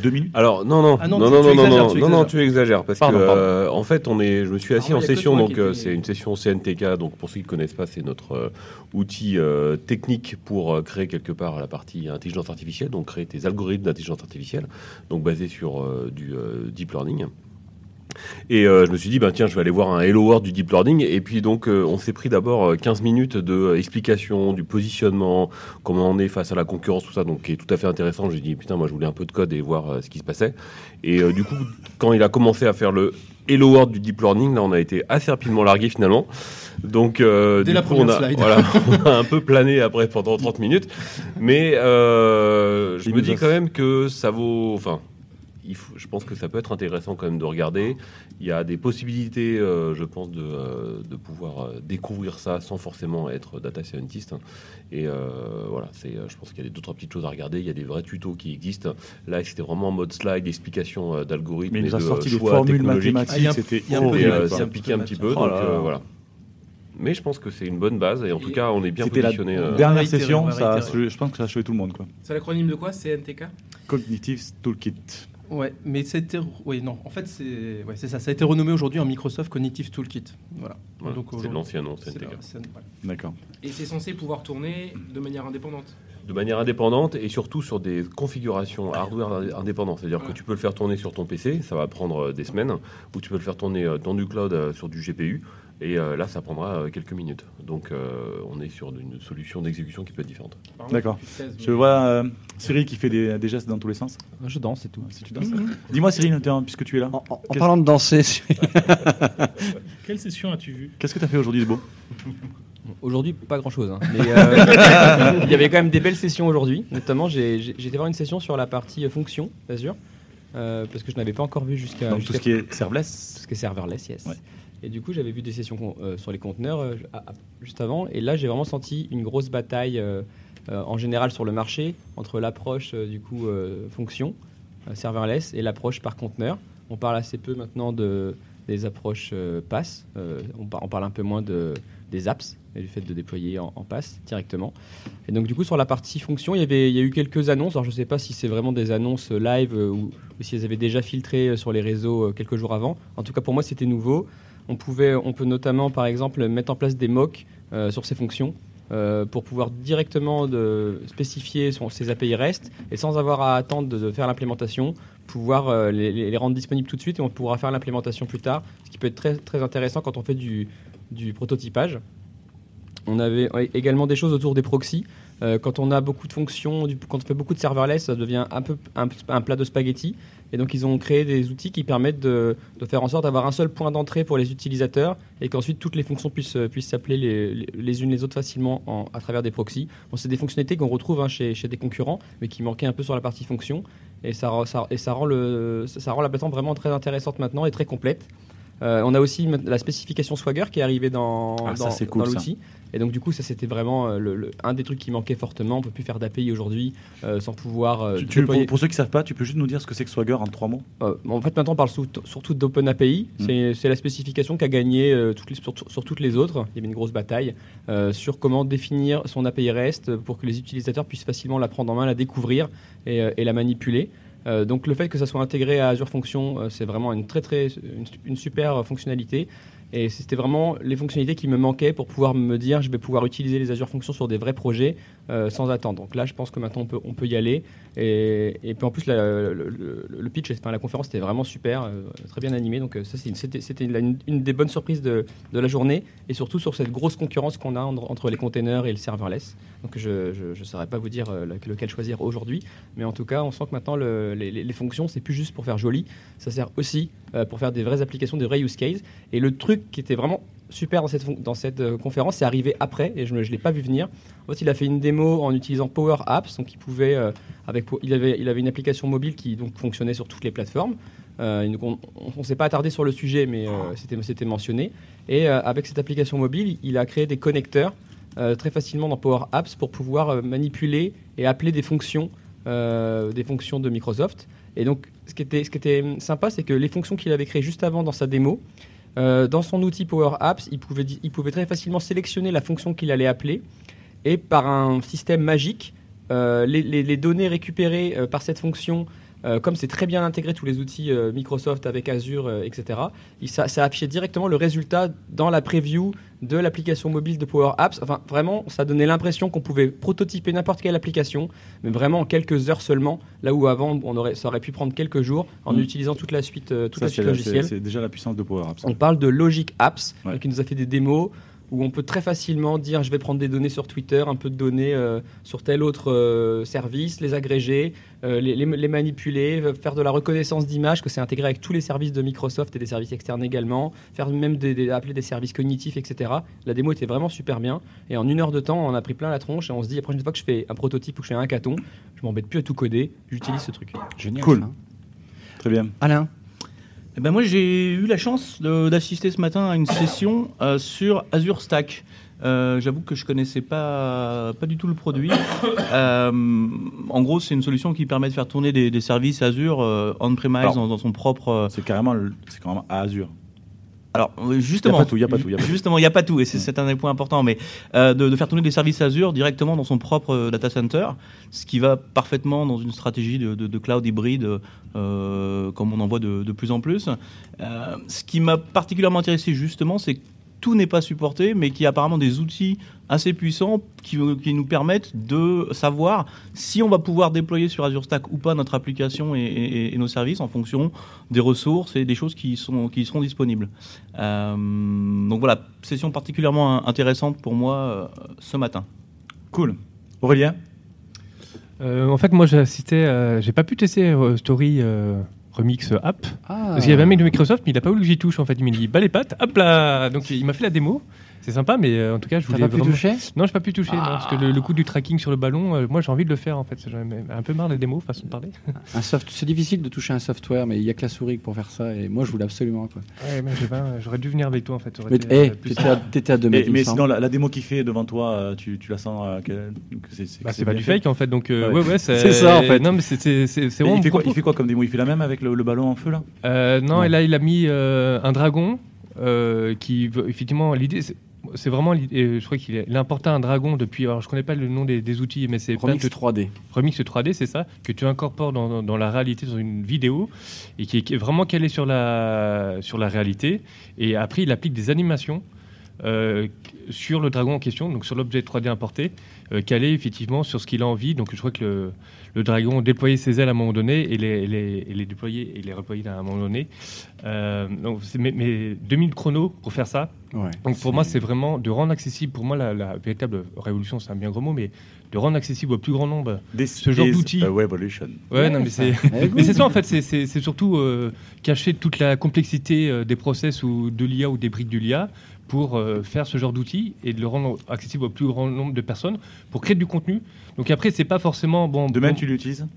[SPEAKER 2] deux minutes.
[SPEAKER 7] Alors non non
[SPEAKER 2] Ah non,
[SPEAKER 7] non non non
[SPEAKER 2] tu- tu
[SPEAKER 7] non
[SPEAKER 2] exagères,
[SPEAKER 7] non
[SPEAKER 2] tu
[SPEAKER 7] non, non,
[SPEAKER 2] exagères.
[SPEAKER 7] tu exagères parce
[SPEAKER 2] Pardon,
[SPEAKER 7] que
[SPEAKER 2] pardon.
[SPEAKER 7] euh, en fait on est je me suis assis
[SPEAKER 2] Ah ouais,
[SPEAKER 7] en
[SPEAKER 2] y a que
[SPEAKER 7] session
[SPEAKER 2] toi
[SPEAKER 7] donc
[SPEAKER 2] qui
[SPEAKER 7] euh,
[SPEAKER 2] étais-
[SPEAKER 7] c'est une session CNTK donc pour ceux qui ne connaissent pas c'est notre euh, outil euh, technique pour euh, créer quelque part la partie intelligence artificielle donc créer des algorithmes d'intelligence artificielle donc basés sur euh, du euh, deep learning. Et euh, je me suis dit, ben tiens, je vais aller voir un Hello World du Deep Learning. Et puis donc, euh, on s'est pris d'abord euh, 15 minutes de euh, explication, du positionnement, comment on est face à la concurrence, tout ça, donc qui est tout à fait intéressant. J'ai dit, putain, moi, je voulais un peu de code et voir euh, ce qui se passait. Et euh, du coup, quand il a commencé à faire le Hello World du Deep Learning, là, on a été assez rapidement largué finalement. Donc, euh,
[SPEAKER 9] Dès
[SPEAKER 7] du
[SPEAKER 9] la
[SPEAKER 7] coup,
[SPEAKER 9] première
[SPEAKER 7] on a,
[SPEAKER 9] slide. <laughs>
[SPEAKER 7] voilà, on a <laughs> un peu plané après pendant 30 minutes. Mais euh, je
[SPEAKER 2] Il
[SPEAKER 7] me
[SPEAKER 2] nous
[SPEAKER 7] dis
[SPEAKER 2] a-
[SPEAKER 7] quand même que ça vaut. Enfin, il faut- je pense que ça peut être intéressant quand même de regarder. Il y a des possibilités, euh, je pense, de, euh, de pouvoir euh, découvrir ça sans forcément être data scientist. Et euh, voilà, c'est, euh, je pense qu'il y a des- deux, trois petites choses à regarder. Il y a des vrais tutos qui existent. Là, c'était vraiment en mode slide, explication euh, d'algorithmes.
[SPEAKER 2] Mais il
[SPEAKER 7] et
[SPEAKER 2] nous a
[SPEAKER 7] de, euh,
[SPEAKER 2] sorti des
[SPEAKER 7] choix
[SPEAKER 2] formules
[SPEAKER 7] technologiques.
[SPEAKER 2] mathématiques, Ah, il y a un- c'était
[SPEAKER 7] Et, euh,
[SPEAKER 2] horrible, quoi.
[SPEAKER 7] ça me piquait un petit peu.
[SPEAKER 2] Oh
[SPEAKER 7] donc
[SPEAKER 2] là
[SPEAKER 7] euh,
[SPEAKER 2] là.
[SPEAKER 7] voilà. Mais je pense que c'est une bonne base et en tout cas, on est bien
[SPEAKER 2] C'était la
[SPEAKER 7] positionné. euh,
[SPEAKER 8] On va
[SPEAKER 2] dernière
[SPEAKER 8] itérer, on
[SPEAKER 2] session.
[SPEAKER 8] va
[SPEAKER 2] Ça,
[SPEAKER 8] itérer.
[SPEAKER 2] je pense que ça a choqué tout le monde. Quoi.
[SPEAKER 8] C'est l'acronyme de quoi CNTK
[SPEAKER 2] Cognitive Toolkit.
[SPEAKER 9] Ouais, mais c'était. Oui, non, en fait, c'est ouais, c'est ça. Ça a été renommé aujourd'hui en Microsoft Cognitive Toolkit. Voilà.
[SPEAKER 7] Voilà, c'est
[SPEAKER 9] aujourd'hui,
[SPEAKER 7] l'ancien nom,
[SPEAKER 9] c'est
[SPEAKER 7] CNTK.
[SPEAKER 9] la- c'est- voilà.
[SPEAKER 2] D'accord.
[SPEAKER 8] Et c'est censé
[SPEAKER 9] <laughs>
[SPEAKER 8] pouvoir tourner de manière indépendante.
[SPEAKER 7] de manière indépendante et surtout sur des configurations hardware indé- indépendantes. C'est-à-dire que tu peux le faire tourner sur ton PC, ça va prendre euh, des semaines, ou tu peux le faire tourner euh, dans du cloud euh, sur du GPU, et euh, là, ça prendra euh, quelques minutes. Donc, euh, on est sur une solution d'exécution qui peut être différente.
[SPEAKER 2] D'accord. Je vois euh, Cyril qui fait des, des gestes dans tous les sens.
[SPEAKER 1] Je danse et tout.
[SPEAKER 2] Si tu danses. Dis-moi Cyril, t'es un- puisque tu es là.
[SPEAKER 1] En parlant de danser,
[SPEAKER 6] <laughs> Quelle session as-tu vue
[SPEAKER 2] Qu'est-ce que t'as fait aujourd'hui de beau
[SPEAKER 12] Aujourd'hui, pas grand-chose. hein. Mais euh, il y avait quand même des belles sessions aujourd'hui. Notamment, j'ai j'ai- j'ai été voir une session sur la partie euh, fonction d'Azure, euh, parce que je n'avais pas encore vu jusqu'à.
[SPEAKER 2] Donc tout
[SPEAKER 12] jusqu'à-
[SPEAKER 2] ce qui est serverless.
[SPEAKER 12] Tout ce qui est serverless, yes. Et du coup, j'avais vu des sessions con- euh, sur les conteneurs euh, à- à- juste avant, et là, j'ai vraiment senti une grosse bataille euh, euh, en général sur le marché entre l'approche euh, du coup euh, fonction euh, serverless et l'approche par conteneur. On parle assez peu maintenant de des approches euh, pass. Euh, on, par- on parle un peu moins de des apps et du fait de déployer en, en pass directement. Et donc du coup sur la partie fonction, il y avait il y a eu quelques annonces. Alors je ne sais pas si c'est vraiment des annonces euh, live euh, ou, ou si elles avaient déjà filtré euh, sur les réseaux euh, quelques jours avant. En tout cas pour moi c'était nouveau. On pouvait on peut notamment par exemple mettre en place des mocks euh, sur ces fonctions euh, pour pouvoir directement de spécifier son, ses API REST et sans avoir à attendre de, de faire l'implémentation, pouvoir euh, les, les- les rendre disponibles tout de suite et on pourra faire l'implémentation plus tard, ce qui peut être très, très intéressant quand on fait du, du prototypage. On avait ouais, également des choses autour des proxys. Euh, quand on a beaucoup de fonctions, du- quand on fait beaucoup de serverless, ça devient un peu un, un plat de spaghettis. Et donc ils ont créé des outils qui permettent de, de faire en sorte d'avoir un seul point d'entrée pour les utilisateurs et qu'ensuite toutes les fonctions puissent euh, puissent s'appeler les, les- les unes les autres facilement en- à travers des proxys. Bon, c'est des fonctionnalités qu'on retrouve hein, chez, chez des concurrents, mais qui manquaient un peu sur la partie fonction. Et ça, re- ça- et ça rend le ça- ça rend la plateforme vraiment très intéressante maintenant et très complète. Euh, on a aussi ma- la spécification Swagger qui est arrivée dans,
[SPEAKER 2] Ah, ça,
[SPEAKER 12] dans-
[SPEAKER 2] c'est cool,
[SPEAKER 12] dans
[SPEAKER 2] ça.
[SPEAKER 12] l'outil. Et donc du coup, ça c'était vraiment euh, le- le- un des trucs qui manquait fortement. On peut plus faire d'API aujourd'hui euh, sans pouvoir. euh,
[SPEAKER 2] Tu- tu- pour,
[SPEAKER 12] déployer-
[SPEAKER 2] pour ceux qui savent pas, tu peux juste nous dire ce que c'est que Swagger en trois mots
[SPEAKER 12] euh, en fait, maintenant, on parle sou- surtout d'OpenAPI.
[SPEAKER 2] Mm.
[SPEAKER 12] C'est- C'est la spécification qu'a gagné euh, toutes les- sur, sur toutes les autres. Il y avait une grosse bataille euh, sur comment définir son API REST pour que les utilisateurs puissent facilement la prendre en main, la découvrir et, euh, et la manipuler. Euh, donc, le fait que ça soit intégré à Azure Function, euh, c'est vraiment une très très une, une super euh, fonctionnalité. Et c'était vraiment les fonctionnalités qui me manquaient pour pouvoir me dire je vais pouvoir utiliser les Azure Functions sur des vrais projets euh, sans attendre. Donc là, je pense que maintenant on peut, on peut y aller. Et, et puis en plus, la- le, le- le pitch, enfin, la conférence était vraiment super, euh, très bien animée. Donc euh, ça, c'est une- c'était c'était la- une, une des bonnes surprises de, de la journée. Et surtout sur cette grosse concurrence qu'on a entre, entre les containers et le serverless. Donc je ne saurais pas vous dire euh, laquelle- lequel choisir aujourd'hui. Mais en tout cas, on sent que maintenant, le- les, les- les fonctions, c'est plus juste pour faire joli. Ça sert aussi euh, pour faire des vraies applications, des vrais use cases. Et le truc qui était vraiment super dans cette, fon- dans cette euh, conférence, c'est arrivé après, et je ne l'ai pas vu venir. En fait, il a fait une démo en utilisant Power Apps, donc il pouvait, euh, avec, po- il avait, il avait une application mobile qui donc fonctionnait sur toutes les plateformes. Euh, et donc, on ne s'est pas attardé sur le sujet, mais euh, c'était- c'était mentionné. Et euh, avec cette application mobile, il a créé des connecteurs euh, très facilement dans Power Apps pour pouvoir euh, manipuler et appeler des fonctions, euh, des fonctions de Microsoft. Et donc, ce qui était, ce qui était hum, sympa, c'est que les fonctions qu'il avait créées juste avant dans sa démo, Euh, dans son outil Power Apps, il pouvait, di- il pouvait très facilement sélectionner la fonction qu'il allait appeler et par un système magique, euh, les, les- les données récupérées euh, par cette fonction, euh, comme c'est très bien intégré tous les outils euh, Microsoft avec Azure, euh, etc., il- ça, ça affichait directement le résultat dans la preview de l'application mobile de Power Apps. Enfin, vraiment, ça donnait l'impression qu'on pouvait prototyper n'importe quelle application, mais vraiment en quelques heures seulement, là où avant, on aurait, ça aurait pu prendre quelques jours en
[SPEAKER 2] Mm.
[SPEAKER 12] utilisant toute la suite, euh, toute
[SPEAKER 2] Ça,
[SPEAKER 12] la suite
[SPEAKER 2] c'est la-
[SPEAKER 12] logicielle.
[SPEAKER 2] c'est- c'est déjà la puissance de Power Apps. hein.
[SPEAKER 12] On parle de Logic Apps, donc qui nous a fait des démos où on peut très facilement dire je vais prendre des données sur Twitter, un peu de données euh, sur tel autre euh, service, les agréger, euh, les, les- les manipuler, euh, faire de la reconnaissance d'images, que c'est intégré avec tous les services de Microsoft et des services externes également, faire même des, des- appeler des services cognitifs, etc. La démo était vraiment super bien, et en une heure de temps, on a pris plein la tronche, et on se dit, la prochaine fois que je fais un prototype ou que je fais un hackathon, je m'embête plus à tout coder, j'utilise ce truc.
[SPEAKER 2] Génial. Cool. Très bien.
[SPEAKER 13] Alain Eh ben moi, j'ai eu la chance de- d'assister ce matin à une session euh, sur Azure Stack. Euh, J'avoue que je connaissais pas, pas du tout le produit. Euh, en gros, c'est une solution qui permet de faire tourner des, des services Azure euh, on-premise
[SPEAKER 2] Alors,
[SPEAKER 13] dans, dans son propre. euh,
[SPEAKER 2] C'est carrément, le- c'est carrément à Azure.
[SPEAKER 13] Alors, euh, justement.
[SPEAKER 2] Y a pas tout, y a pas tout, Mm. y a pas tout.
[SPEAKER 13] Justement, il n'y a pas tout, et c'est c'est un des points importants, mais euh, de, de faire tourner des services Azure directement dans son propre euh, data center, ce qui va parfaitement dans une stratégie de, de- de cloud hybride, euh, comme on en voit de, de plus en plus. Euh, ce qui m'a particulièrement intéressé, justement, c'est que tout n'est pas supporté, mais qu'il y a apparemment des outils assez puissants qui, qui nous permettent de savoir si on va pouvoir déployer sur Azure Stack ou pas notre application et, et- et nos services en fonction des ressources et des choses qui, sont, qui seront disponibles. Euh, donc voilà, session particulièrement in- intéressante pour moi euh, ce matin.
[SPEAKER 2] Cool. Aurélien
[SPEAKER 4] Euh, en fait, moi, j'ai assisté. euh, j'ai pas pu tester euh, Story euh, Remix App. Parce qu'il y avait un mec de Microsoft, mais il a pas voulu que j'y touche. En fait, il m'a dit, bah les pattes, hop là Donc, il m'a fait la démo. C'est sympa, mais euh, en tout cas, je
[SPEAKER 1] T'as
[SPEAKER 4] voulais
[SPEAKER 1] pas pu
[SPEAKER 4] vraiment-
[SPEAKER 1] toucher
[SPEAKER 4] Non, j'ai pas pu toucher. non, parce que le, le coup du tracking sur le ballon, euh, moi, j'ai envie de le faire. En fait, j'en ai un peu marre des démos, façon de parler.
[SPEAKER 1] Un soft, c'est difficile de toucher un software, mais il y a que la souris pour faire ça. Et moi, je voulais absolument. Quoi.
[SPEAKER 4] Ouais, mais j'ai pas- j'aurais dû venir avec toi en fait. ça aurait
[SPEAKER 1] Mais
[SPEAKER 4] été, euh,
[SPEAKER 1] eh,
[SPEAKER 4] plus
[SPEAKER 1] t'étais
[SPEAKER 4] simple.
[SPEAKER 1] à- t'étais à deux mètres,
[SPEAKER 2] Mais,
[SPEAKER 1] il me
[SPEAKER 2] mais
[SPEAKER 1] semble.
[SPEAKER 2] sinon, la, la démo qui fait devant toi, euh, tu, tu la sens euh, que, que c'est que
[SPEAKER 4] Bah, c'est
[SPEAKER 2] bien
[SPEAKER 4] pas du
[SPEAKER 2] fait.
[SPEAKER 4] fake en fait, donc euh, ouais, ouais, c'est
[SPEAKER 2] c'est ça en fait.
[SPEAKER 4] Non, mais c'est- c'est c'est- c'est
[SPEAKER 2] Et
[SPEAKER 4] vraiment
[SPEAKER 2] il fait, quoi,
[SPEAKER 4] beaucoup.
[SPEAKER 2] il fait quoi comme démo Il fait la même avec le, le ballon en feu là
[SPEAKER 4] Euh, non,
[SPEAKER 2] Non.
[SPEAKER 4] et là, il a mis euh, un dragon euh, qui, veut- effectivement, l'idée, c'est- c'est vraiment. l'idée- euh, Je crois qu'il a, il a importé un dragon depuis. Alors, je connais pas le nom des, des outils, mais c'est.
[SPEAKER 1] Remix
[SPEAKER 4] plein de-
[SPEAKER 1] 3D.
[SPEAKER 4] Remix 3D, c'est ça, que tu incorpores dans, dans- dans la réalité, dans une vidéo, et qui est, qui est vraiment calé sur la, sur la réalité. Et après, il applique des animations. euh, sur le dragon en question, donc sur l'objet 3D importé, euh, calé effectivement sur ce qu'il a envie. Donc je crois que le, le dragon déployait ses ailes à un moment donné et les, les, et les déployait et les reployait à un moment donné. Euh, donc c'est mes, mes 2000 chronos pour faire ça.
[SPEAKER 1] Ouais,
[SPEAKER 4] donc pour moi, c'est vraiment de rendre accessible, pour moi la, la véritable révolution, c'est un bien gros mot, mais de rendre accessible au plus grand nombre
[SPEAKER 2] This
[SPEAKER 4] ce genre
[SPEAKER 2] is
[SPEAKER 4] d'outils.
[SPEAKER 2] a euh, revolution.
[SPEAKER 4] Ouais, non, mais c'est <laughs> mais c'est ça en fait, c'est- c'est c'est surtout euh, cacher toute la complexité euh, des process ou de l'IA ou des briques de l'IA pour euh, faire ce genre d'outils et de le rendre accessible au plus grand nombre de personnes pour créer du contenu. Donc après, c'est pas forcément bon.
[SPEAKER 2] Demain,
[SPEAKER 4] bon-
[SPEAKER 2] tu l'utilises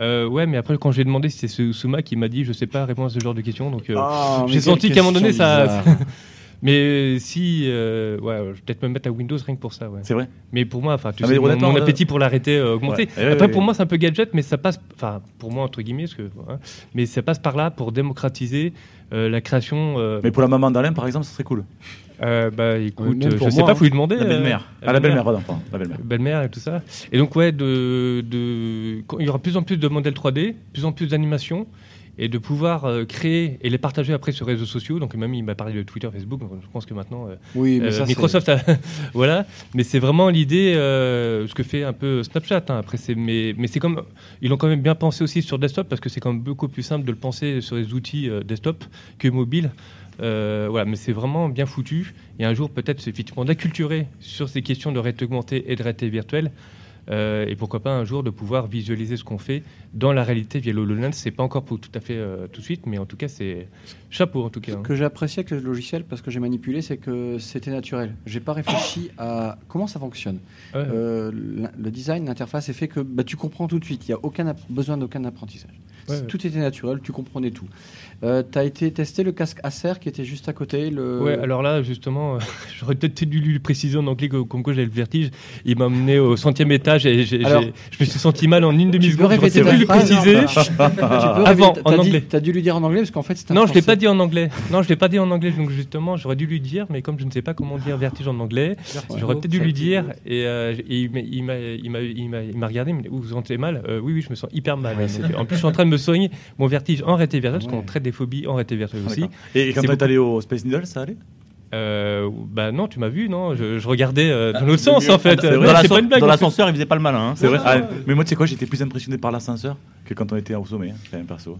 [SPEAKER 4] euh, ouais, mais après, quand j'ai demandé, c'est ce- Souma qui m'a dit Je sais pas répondre à ce genre de questions. Donc, euh,
[SPEAKER 1] Ah, mais
[SPEAKER 4] j'ai senti
[SPEAKER 1] quelle
[SPEAKER 4] qu'à un moment donné,
[SPEAKER 1] question
[SPEAKER 4] ça.
[SPEAKER 1] bizarre.
[SPEAKER 4] <laughs> mais si. euh, ouais, je vais peut-être me mettre à Windows rien que pour ça. Ouais.
[SPEAKER 2] C'est vrai.
[SPEAKER 4] Mais pour moi, enfin, tu
[SPEAKER 2] Ah,
[SPEAKER 4] sais,
[SPEAKER 2] mais
[SPEAKER 4] mon,
[SPEAKER 2] honnêtement,
[SPEAKER 4] mon
[SPEAKER 2] là-
[SPEAKER 4] appétit pour l'arrêter euh, a augmenté.
[SPEAKER 2] Ouais, Eh ouais,
[SPEAKER 4] après,
[SPEAKER 2] ouais,
[SPEAKER 4] pour
[SPEAKER 2] ouais.
[SPEAKER 4] moi, c'est un peu gadget, mais ça passe. Enfin, pour moi, entre guillemets, parce que. hein, mais ça passe par là pour démocratiser euh, la création. euh,
[SPEAKER 2] Mais pour la maman d'Alain, par exemple, ça serait cool.
[SPEAKER 4] euh, bah écoute,
[SPEAKER 2] même
[SPEAKER 4] euh, je
[SPEAKER 2] pour
[SPEAKER 4] sais
[SPEAKER 2] moi,
[SPEAKER 4] pas,
[SPEAKER 2] hein.
[SPEAKER 4] faut lui demander.
[SPEAKER 2] La
[SPEAKER 4] euh,
[SPEAKER 2] belle-mère. Ah, la belle-mère, pardon, pardon, la belle-mère.
[SPEAKER 4] Belle-mère et tout ça. Et donc, ouais, de, de, quand il y aura de plus en plus de modèles 3D, plus en plus d'animations, et de pouvoir euh, créer et les partager après sur les réseaux sociaux. Donc, même, il m'a parlé de Twitter, Facebook, donc je pense que maintenant, euh,
[SPEAKER 1] Oui, mais ça, c'est-
[SPEAKER 4] Microsoft a- <laughs> voilà, mais c'est vraiment l'idée, euh, ce que fait un peu Snapchat. hein. Après, c'est mais, mais c'est comme ils l'ont quand même bien pensé aussi sur desktop parce que c'est quand même beaucoup plus simple de le penser sur les outils euh, desktop que mobile. Euh, voilà, mais c'est vraiment bien foutu. Et un jour, peut-être, c'est effectivement d'acculturer sur ces questions de réalité augmentée et de réalité virtuelle. Euh, et pourquoi pas un jour de pouvoir visualiser ce qu'on fait dans la réalité via l'HoloLens. C'est pas encore pour tout à fait euh, tout de suite, mais en tout cas, c'est chapeau en tout cas.
[SPEAKER 1] Ce
[SPEAKER 4] hein.
[SPEAKER 1] que j'ai apprécié avec le logiciel, parce que j'ai manipulé, c'est que c'était naturel. J'ai pas réfléchi à comment ça fonctionne.
[SPEAKER 4] Ouais.
[SPEAKER 1] Euh, l'in- le design, l'interface est fait que bah, tu comprends tout de suite. Il n'y a aucun app- besoin d'aucun apprentissage. C'est- Tout était naturel, tu comprenais tout. Euh, tu as été testé le casque Acer qui était juste à côté. Le...
[SPEAKER 4] Ouais, alors là, justement, euh, <laughs> j'aurais peut-être dû lui préciser en anglais que- comme quoi j'avais le vertige. Il m'a emmené au centième étage et j'ai- j'ai-
[SPEAKER 1] Alors,
[SPEAKER 4] je me suis senti mal en une
[SPEAKER 1] Tu peux
[SPEAKER 4] demi-seconde.
[SPEAKER 1] répéter
[SPEAKER 4] J'aurais
[SPEAKER 1] ta
[SPEAKER 4] dû lui
[SPEAKER 1] phrase hein,
[SPEAKER 4] préciser
[SPEAKER 1] Tu
[SPEAKER 4] <laughs>
[SPEAKER 1] peux répéter-
[SPEAKER 4] avant,
[SPEAKER 1] t'as
[SPEAKER 4] en
[SPEAKER 1] dit-
[SPEAKER 4] anglais.
[SPEAKER 1] T'as dû lui dire en anglais parce qu'en fait c'est un
[SPEAKER 4] Non, je l'ai
[SPEAKER 1] français.
[SPEAKER 4] pas dit en anglais. Non, je l'ai pas dit en anglais. Donc justement, j'aurais dû lui dire, mais comme je ne sais pas comment dire vertige en anglais,
[SPEAKER 1] Vertigo,
[SPEAKER 4] j'aurais peut-être dû lui dire. Et, euh, et il m'a- il m'a- il m'a- il m'a il m'a regardé, il m'a dit, Vous vous sentez mal Euh, Oui, oui, je me sens hyper mal.
[SPEAKER 2] Ouais,
[SPEAKER 4] Donc,
[SPEAKER 2] c'est-
[SPEAKER 4] en plus, je suis en train de me soigner mon vertige en réalité vertige, parce qu'on
[SPEAKER 2] Ouais.
[SPEAKER 4] traite des phobies en réalité vertige
[SPEAKER 2] Ah,
[SPEAKER 4] aussi.
[SPEAKER 2] d'accord. Et quand
[SPEAKER 4] C'est
[SPEAKER 2] t'es
[SPEAKER 4] beaucoup-
[SPEAKER 2] allé au Space Needle, ça allait
[SPEAKER 4] euh, bah non, tu m'as vu, non je, je regardais euh, dans l'autre
[SPEAKER 2] Ah,
[SPEAKER 4] sens en fait.
[SPEAKER 2] c'est
[SPEAKER 4] Euh,
[SPEAKER 2] vrai.
[SPEAKER 4] non,
[SPEAKER 2] Dans
[SPEAKER 4] c'est
[SPEAKER 2] l'ascen-
[SPEAKER 4] pas une blague,
[SPEAKER 2] dans
[SPEAKER 4] en fait.
[SPEAKER 2] l'ascenseur, il faisait pas le malin. hein. C'est vrai.
[SPEAKER 4] Ah,
[SPEAKER 2] Ah, mais moi, tu sais quoi, j'étais plus impressionné par l'ascenseur que quand on était au sommet, hein, quand même, perso.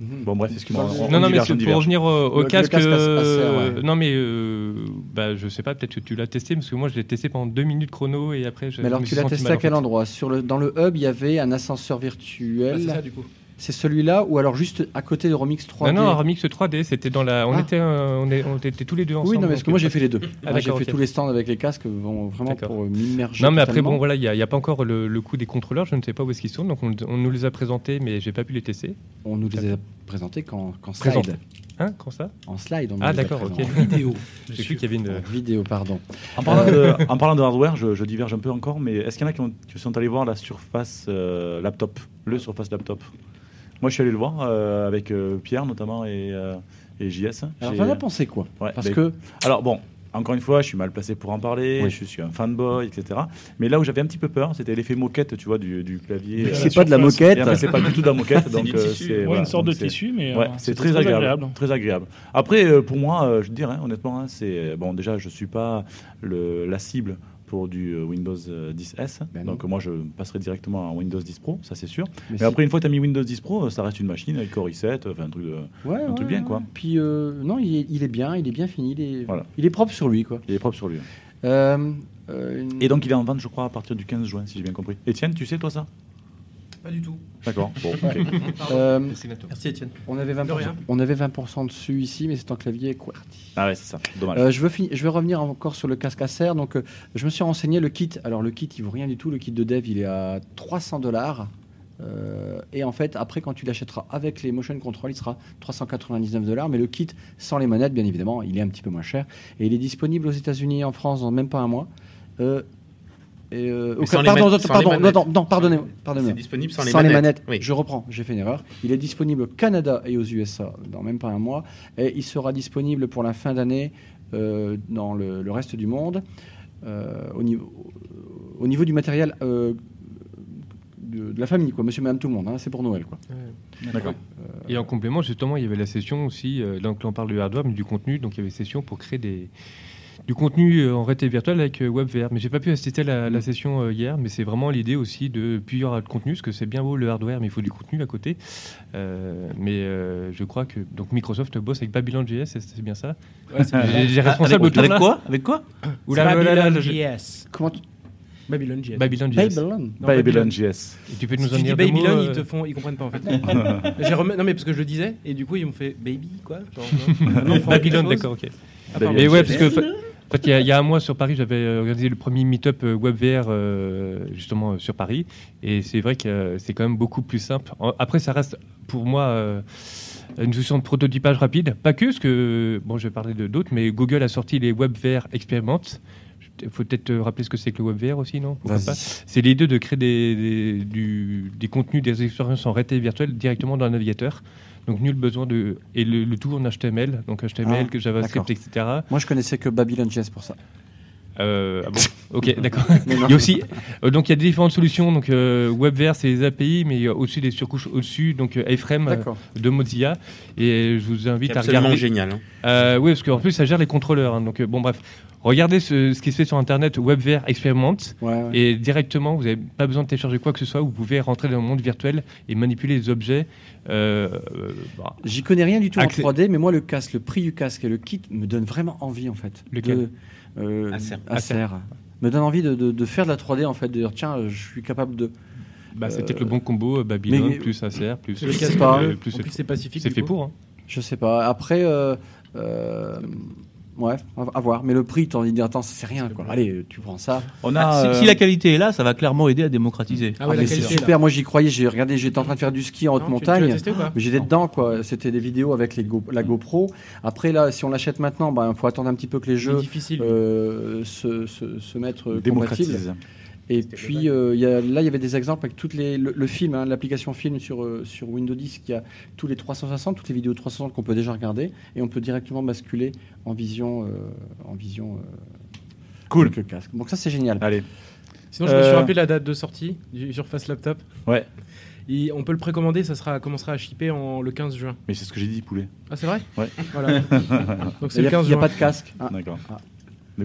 [SPEAKER 2] Bon, bref, excuse-moi. on- on
[SPEAKER 4] Mhm. Non, non, mais
[SPEAKER 2] diverge,
[SPEAKER 4] c'est
[SPEAKER 2] on
[SPEAKER 4] pour
[SPEAKER 2] diverge.
[SPEAKER 4] revenir au, au
[SPEAKER 2] Le- le
[SPEAKER 4] casque.
[SPEAKER 2] à- à
[SPEAKER 4] euh,
[SPEAKER 2] serre, ouais.
[SPEAKER 4] Non, mais euh, bah, je sais pas, peut-être que tu l'as testé, parce que moi je l'ai testé pendant deux minutes chrono et après je.
[SPEAKER 1] Mais alors
[SPEAKER 4] me
[SPEAKER 1] tu
[SPEAKER 4] suis
[SPEAKER 1] l'as
[SPEAKER 4] senti
[SPEAKER 1] testé
[SPEAKER 4] mal,
[SPEAKER 1] à
[SPEAKER 4] en
[SPEAKER 1] quel
[SPEAKER 4] fait.
[SPEAKER 1] endroit Sur le, Dans le hub, il y avait un ascenseur virtuel.
[SPEAKER 4] Ah, c'est ça, du coup.
[SPEAKER 1] C'est celui-là ou alors juste à côté de Remix 3D
[SPEAKER 4] Non, non, Remix 3D, c'était dans la. On,
[SPEAKER 1] Ah.
[SPEAKER 4] était, euh, on, est- on était tous les deux ensemble.
[SPEAKER 1] Oui, non, mais parce
[SPEAKER 4] donc,
[SPEAKER 1] que moi
[SPEAKER 4] euh,
[SPEAKER 1] j'ai fait les deux.
[SPEAKER 4] <laughs> Ah,
[SPEAKER 1] Moi, j'ai fait
[SPEAKER 4] d'accord, ok.
[SPEAKER 1] tous les stands avec les casques bon, vraiment
[SPEAKER 4] D'accord.
[SPEAKER 1] pour euh, m'immerger.
[SPEAKER 4] Non, mais après, bon,
[SPEAKER 1] totalement.
[SPEAKER 4] voilà, il n'y a, il y a pas encore le, le coût des contrôleurs, je ne sais pas où est-ce qu'ils sont, donc on, on nous les a présentés, mais j'ai pas pu les tester.
[SPEAKER 1] On nous les a présentés quand, quand slide.
[SPEAKER 4] Présentés. Hein, quand ça
[SPEAKER 1] En slide. on nous
[SPEAKER 4] Ah,
[SPEAKER 1] les a
[SPEAKER 4] d'accord, ok.
[SPEAKER 1] présentés.
[SPEAKER 4] En vidéo, J'ai cru qu'il y avait une.
[SPEAKER 1] En vidéo, pardon.
[SPEAKER 2] En parlant,
[SPEAKER 1] Euh,
[SPEAKER 2] de, en parlant de hardware, je, je diverge un peu encore, mais est-ce qu'il y en a qui, ont- qui sont allés voir la Surface euh, Laptop Le Surface Laptop Moi, je suis allé le voir euh, avec euh, Pierre notamment et, euh, et JS.
[SPEAKER 1] Alors,
[SPEAKER 2] J'ai-
[SPEAKER 1] t'en as pensé quoi
[SPEAKER 2] Ouais,
[SPEAKER 1] Parce
[SPEAKER 2] ben,
[SPEAKER 1] que-
[SPEAKER 2] Alors, bon, encore une fois, je suis mal placé pour en parler,
[SPEAKER 1] Oui.
[SPEAKER 2] je suis un fanboy, etc. Mais là où j'avais un petit peu peur, c'était l'effet moquette, tu vois, du, du clavier.
[SPEAKER 1] Mais
[SPEAKER 2] euh,
[SPEAKER 1] c'est
[SPEAKER 2] la
[SPEAKER 1] pas de la
[SPEAKER 2] Surface.
[SPEAKER 1] moquette.
[SPEAKER 2] Et après, c'est pas du tout de la moquette.
[SPEAKER 1] <laughs> C'est
[SPEAKER 2] donc,
[SPEAKER 1] du
[SPEAKER 2] euh,
[SPEAKER 1] tissu.
[SPEAKER 2] c'est-
[SPEAKER 1] Ouais, une
[SPEAKER 6] sorte
[SPEAKER 2] donc
[SPEAKER 6] de
[SPEAKER 2] c'est-
[SPEAKER 6] tissu, mais,
[SPEAKER 2] ouais,
[SPEAKER 6] euh,
[SPEAKER 2] c'est
[SPEAKER 6] c'était
[SPEAKER 2] très,
[SPEAKER 6] très
[SPEAKER 2] agréable.
[SPEAKER 6] agréable.
[SPEAKER 2] Très agréable. Après, euh, pour moi, euh, je veux dire, hein, honnêtement, hein, c'est bon. Déjà, je suis pas le, la cible pour du euh, Windows euh, 10S.
[SPEAKER 1] Ben non.
[SPEAKER 2] donc, euh, moi, je passerai directement à Windows 10 Pro, ça c'est sûr.
[SPEAKER 1] Mais
[SPEAKER 2] Mais,
[SPEAKER 1] si-
[SPEAKER 2] après, une fois que tu as mis Windows 10 Pro, euh, ça reste une machine avec Core i7, enfin, un truc, de,
[SPEAKER 1] Ouais,
[SPEAKER 2] un
[SPEAKER 1] ouais,
[SPEAKER 2] truc bien,
[SPEAKER 1] ouais.
[SPEAKER 2] quoi.
[SPEAKER 1] Puis euh, non, il est, il est bien, il est bien fini, il est,
[SPEAKER 2] Voilà.
[SPEAKER 1] il est propre sur lui, quoi.
[SPEAKER 2] Il est propre sur lui.
[SPEAKER 1] Euh, euh, une-
[SPEAKER 2] Et donc, il est en vente, je crois, à partir du 15 juin, si j'ai bien compris. Étienne, tu sais, toi, ça
[SPEAKER 9] Pas du tout.
[SPEAKER 2] D'accord. Bon, ok.
[SPEAKER 1] Ouais. Euh,
[SPEAKER 9] Merci Étienne.
[SPEAKER 1] On avait
[SPEAKER 9] De
[SPEAKER 1] 20%,
[SPEAKER 9] rien.
[SPEAKER 1] on avait 20% dessus ici, mais c'est en clavier QWERTY.
[SPEAKER 2] Ah ouais, c'est ça. Dommage.
[SPEAKER 1] Euh, je, veux fini- je veux revenir encore sur le casque Acer. Donc, euh, je me suis renseigné. Le kit, alors le kit, il vaut rien du tout. Le kit de dev, il est à 300 dollars. Euh, et en fait, après, quand tu l'achèteras avec les motion control, il sera 399 dollars. Mais le kit sans les manettes, bien évidemment, il est un petit peu moins cher. Et il est disponible aux États-Unis et en France dans même pas un mois. Euh, et, euh,
[SPEAKER 3] Mais
[SPEAKER 1] au-
[SPEAKER 3] sans les
[SPEAKER 1] pardon,
[SPEAKER 3] man-
[SPEAKER 1] non,
[SPEAKER 3] sans
[SPEAKER 1] pardon,
[SPEAKER 3] les
[SPEAKER 1] non,
[SPEAKER 3] manettes.
[SPEAKER 1] non, non, pardonnez-moi.
[SPEAKER 3] C'est
[SPEAKER 1] pardonnez-moi.
[SPEAKER 3] disponible sans les
[SPEAKER 1] les
[SPEAKER 3] manettes.
[SPEAKER 1] manettes. Je reprends, j'ai fait une erreur. Il est disponible au Canada et aux USA dans même pas un mois. Et il sera disponible pour la fin d'année euh, dans le, le reste du monde. Euh, au, niveau, au niveau du matériel euh, de, de la famille, quoi. monsieur, madame, tout le monde. hein, C'est pour Noël. Quoi.
[SPEAKER 2] D'accord.
[SPEAKER 4] Euh, Et en complément, justement, il y avait la session aussi, euh, donc là on parle du hardware, mais du contenu, donc il y avait session pour créer des, du contenu euh, en réalité virtuelle avec euh, WebVR. Mais j'ai pas pu assister à la,
[SPEAKER 5] Mm.
[SPEAKER 4] la session euh, hier, mais c'est vraiment l'idée aussi de, puis il y aura le contenu, parce que c'est bien beau le hardware, mais il faut du contenu à côté. Euh, mais euh, je crois que donc Microsoft bosse avec Babylon JS, c'est- c'est bien ça
[SPEAKER 5] Ouais, c'est bien.
[SPEAKER 4] J'ai- J'ai
[SPEAKER 5] Ah,
[SPEAKER 4] responsable
[SPEAKER 5] avec-
[SPEAKER 4] autour,
[SPEAKER 5] avec
[SPEAKER 4] là.
[SPEAKER 5] quoi Avec quoi
[SPEAKER 4] Ouh là, là, là, là, là, je-
[SPEAKER 5] JS.
[SPEAKER 1] Comment
[SPEAKER 5] Babylon JS.
[SPEAKER 4] Babylon JS.
[SPEAKER 1] Babylon.
[SPEAKER 5] Non,
[SPEAKER 2] Babylon JS.
[SPEAKER 4] Et tu peux nous
[SPEAKER 5] Si
[SPEAKER 4] en
[SPEAKER 5] tu dis
[SPEAKER 4] dire deux mots,
[SPEAKER 5] Babylon,
[SPEAKER 4] euh,
[SPEAKER 5] ils te font, ils comprennent pas en fait.
[SPEAKER 4] <laughs>
[SPEAKER 9] J'ai remis- Non mais parce que je le disais et du coup ils m'ont fait baby quoi. genre,
[SPEAKER 4] <laughs>
[SPEAKER 9] un enfant,
[SPEAKER 4] Babylone,
[SPEAKER 9] quelque chose.
[SPEAKER 4] d'accord, ok.
[SPEAKER 9] Ah, pardon.
[SPEAKER 4] Mais ouais, parce que. fa-
[SPEAKER 9] Babylone.
[SPEAKER 4] en fait, il y, a- il y a un mois sur Paris, j'avais euh, organisé le premier meet-up euh, WebVR euh, justement euh, sur Paris. Et c'est vrai que euh, c'est quand même beaucoup plus simple. En- Après, ça reste pour moi euh, une solution de prototypage rapide. Pas que, parce que, bon, je vais parler de d'autres, mais Google a sorti les WebVR Experiment. Il faut peut-être euh, rappeler ce que c'est que le WebVR aussi, non Pourquoi
[SPEAKER 1] Vas-y.
[SPEAKER 4] pas C'est l'idée de créer des, des- du- des contenus, des expériences en réalité virtuelle directement dans le navigateur. Donc nul besoin de... Et le, le tout en HTML, donc HTML,
[SPEAKER 1] Ah,
[SPEAKER 4] que JavaScript,
[SPEAKER 1] d'accord.
[SPEAKER 4] etc.
[SPEAKER 1] Moi, je connaissais que Babylon JS pour ça.
[SPEAKER 4] Euh, ah
[SPEAKER 1] <laughs>
[SPEAKER 4] bon, ok, d'accord.
[SPEAKER 1] Mais non.
[SPEAKER 4] Il y a aussi, euh, donc il y a différentes solutions. Donc euh, WebVR, c'est les API, mais il y a aussi des surcouches au-dessus, donc euh, iframe euh,
[SPEAKER 3] D'accord.
[SPEAKER 4] de Mozilla. Et je vous invite
[SPEAKER 3] C'est
[SPEAKER 4] à
[SPEAKER 3] absolument
[SPEAKER 4] regarder.
[SPEAKER 3] génial, hein.
[SPEAKER 4] Euh, oui, parce qu'en plus ça gère les contrôleurs. hein. donc euh, bon, bref, regardez ce, ce qui se fait sur Internet. WebVR expérimente
[SPEAKER 1] Ouais, ouais.
[SPEAKER 4] et directement, vous n'avez pas besoin de télécharger quoi que ce soit. Vous pouvez rentrer dans le monde virtuel et manipuler les objets. euh, euh, bah,
[SPEAKER 1] J'y connais rien du tout
[SPEAKER 4] Accès-
[SPEAKER 1] en 3D, mais moi, le casque, le prix du casque et le kit me donnent vraiment envie, en fait.
[SPEAKER 4] Lequel
[SPEAKER 1] de, euh,
[SPEAKER 4] Acer.
[SPEAKER 1] Acer.
[SPEAKER 4] Acer.
[SPEAKER 1] Me donne envie de, de- de faire de la 3D, en fait, de dire, tiens, euh, je suis capable de.
[SPEAKER 4] Bah, c'est
[SPEAKER 1] Euh,
[SPEAKER 4] peut-être le bon combo euh, Babylone
[SPEAKER 1] mais-
[SPEAKER 4] plus Acer plus.
[SPEAKER 1] Je sais pas.
[SPEAKER 4] euh, plus- C'est fait pour. hein.
[SPEAKER 1] Je sais pas. Après, euh, euh, Ouais, à à voir. Mais le prix, t'en dis, attends, c'est rien. Quoi. Allez, tu prends ça.
[SPEAKER 13] On a, Ah, euh, si, si la qualité est là, ça va clairement aider à démocratiser.
[SPEAKER 1] Ah mais c'est super, moi j'y croyais, j'ai regardé, j'étais en train de faire du ski en haute
[SPEAKER 13] tu- tu
[SPEAKER 1] montagne,
[SPEAKER 13] l'as testé ou pas
[SPEAKER 1] mais j'étais dedans quoi, c'était des vidéos avec les Go- la GoPro. Après là, si on l'achète maintenant, il faut attendre un petit peu que les jeux euh, se, se, se mettent euh,
[SPEAKER 2] Démocratise.
[SPEAKER 1] compatibles. Et puis euh, il y a- là, il y avait des exemples avec toutes les, le, le film, hein, l'application film sur, euh, sur Windows 10 qui a tous les 360, toutes les vidéos 360 qu'on peut déjà regarder, et on peut directement basculer en vision, euh, en vision. euh,
[SPEAKER 2] cool.
[SPEAKER 1] Avec le casque. Donc ça c'est génial.
[SPEAKER 2] Allez.
[SPEAKER 6] Sinon, je me suis
[SPEAKER 2] Euh,
[SPEAKER 6] rappelé la date de sortie du Surface Laptop.
[SPEAKER 2] Ouais.
[SPEAKER 6] Il- on peut le précommander, ça sera, commencera à shipper en, le 15 juin.
[SPEAKER 2] Mais c'est ce que j'ai dit, poulet.
[SPEAKER 6] Ah, c'est vrai
[SPEAKER 2] Ouais.
[SPEAKER 6] <laughs> Voilà. Donc c'est
[SPEAKER 1] Il y
[SPEAKER 6] le
[SPEAKER 1] a-
[SPEAKER 6] 15
[SPEAKER 1] Il n'y
[SPEAKER 6] juin.
[SPEAKER 1] a pas de casque. Ah.
[SPEAKER 2] D'accord.
[SPEAKER 1] Ah.
[SPEAKER 2] De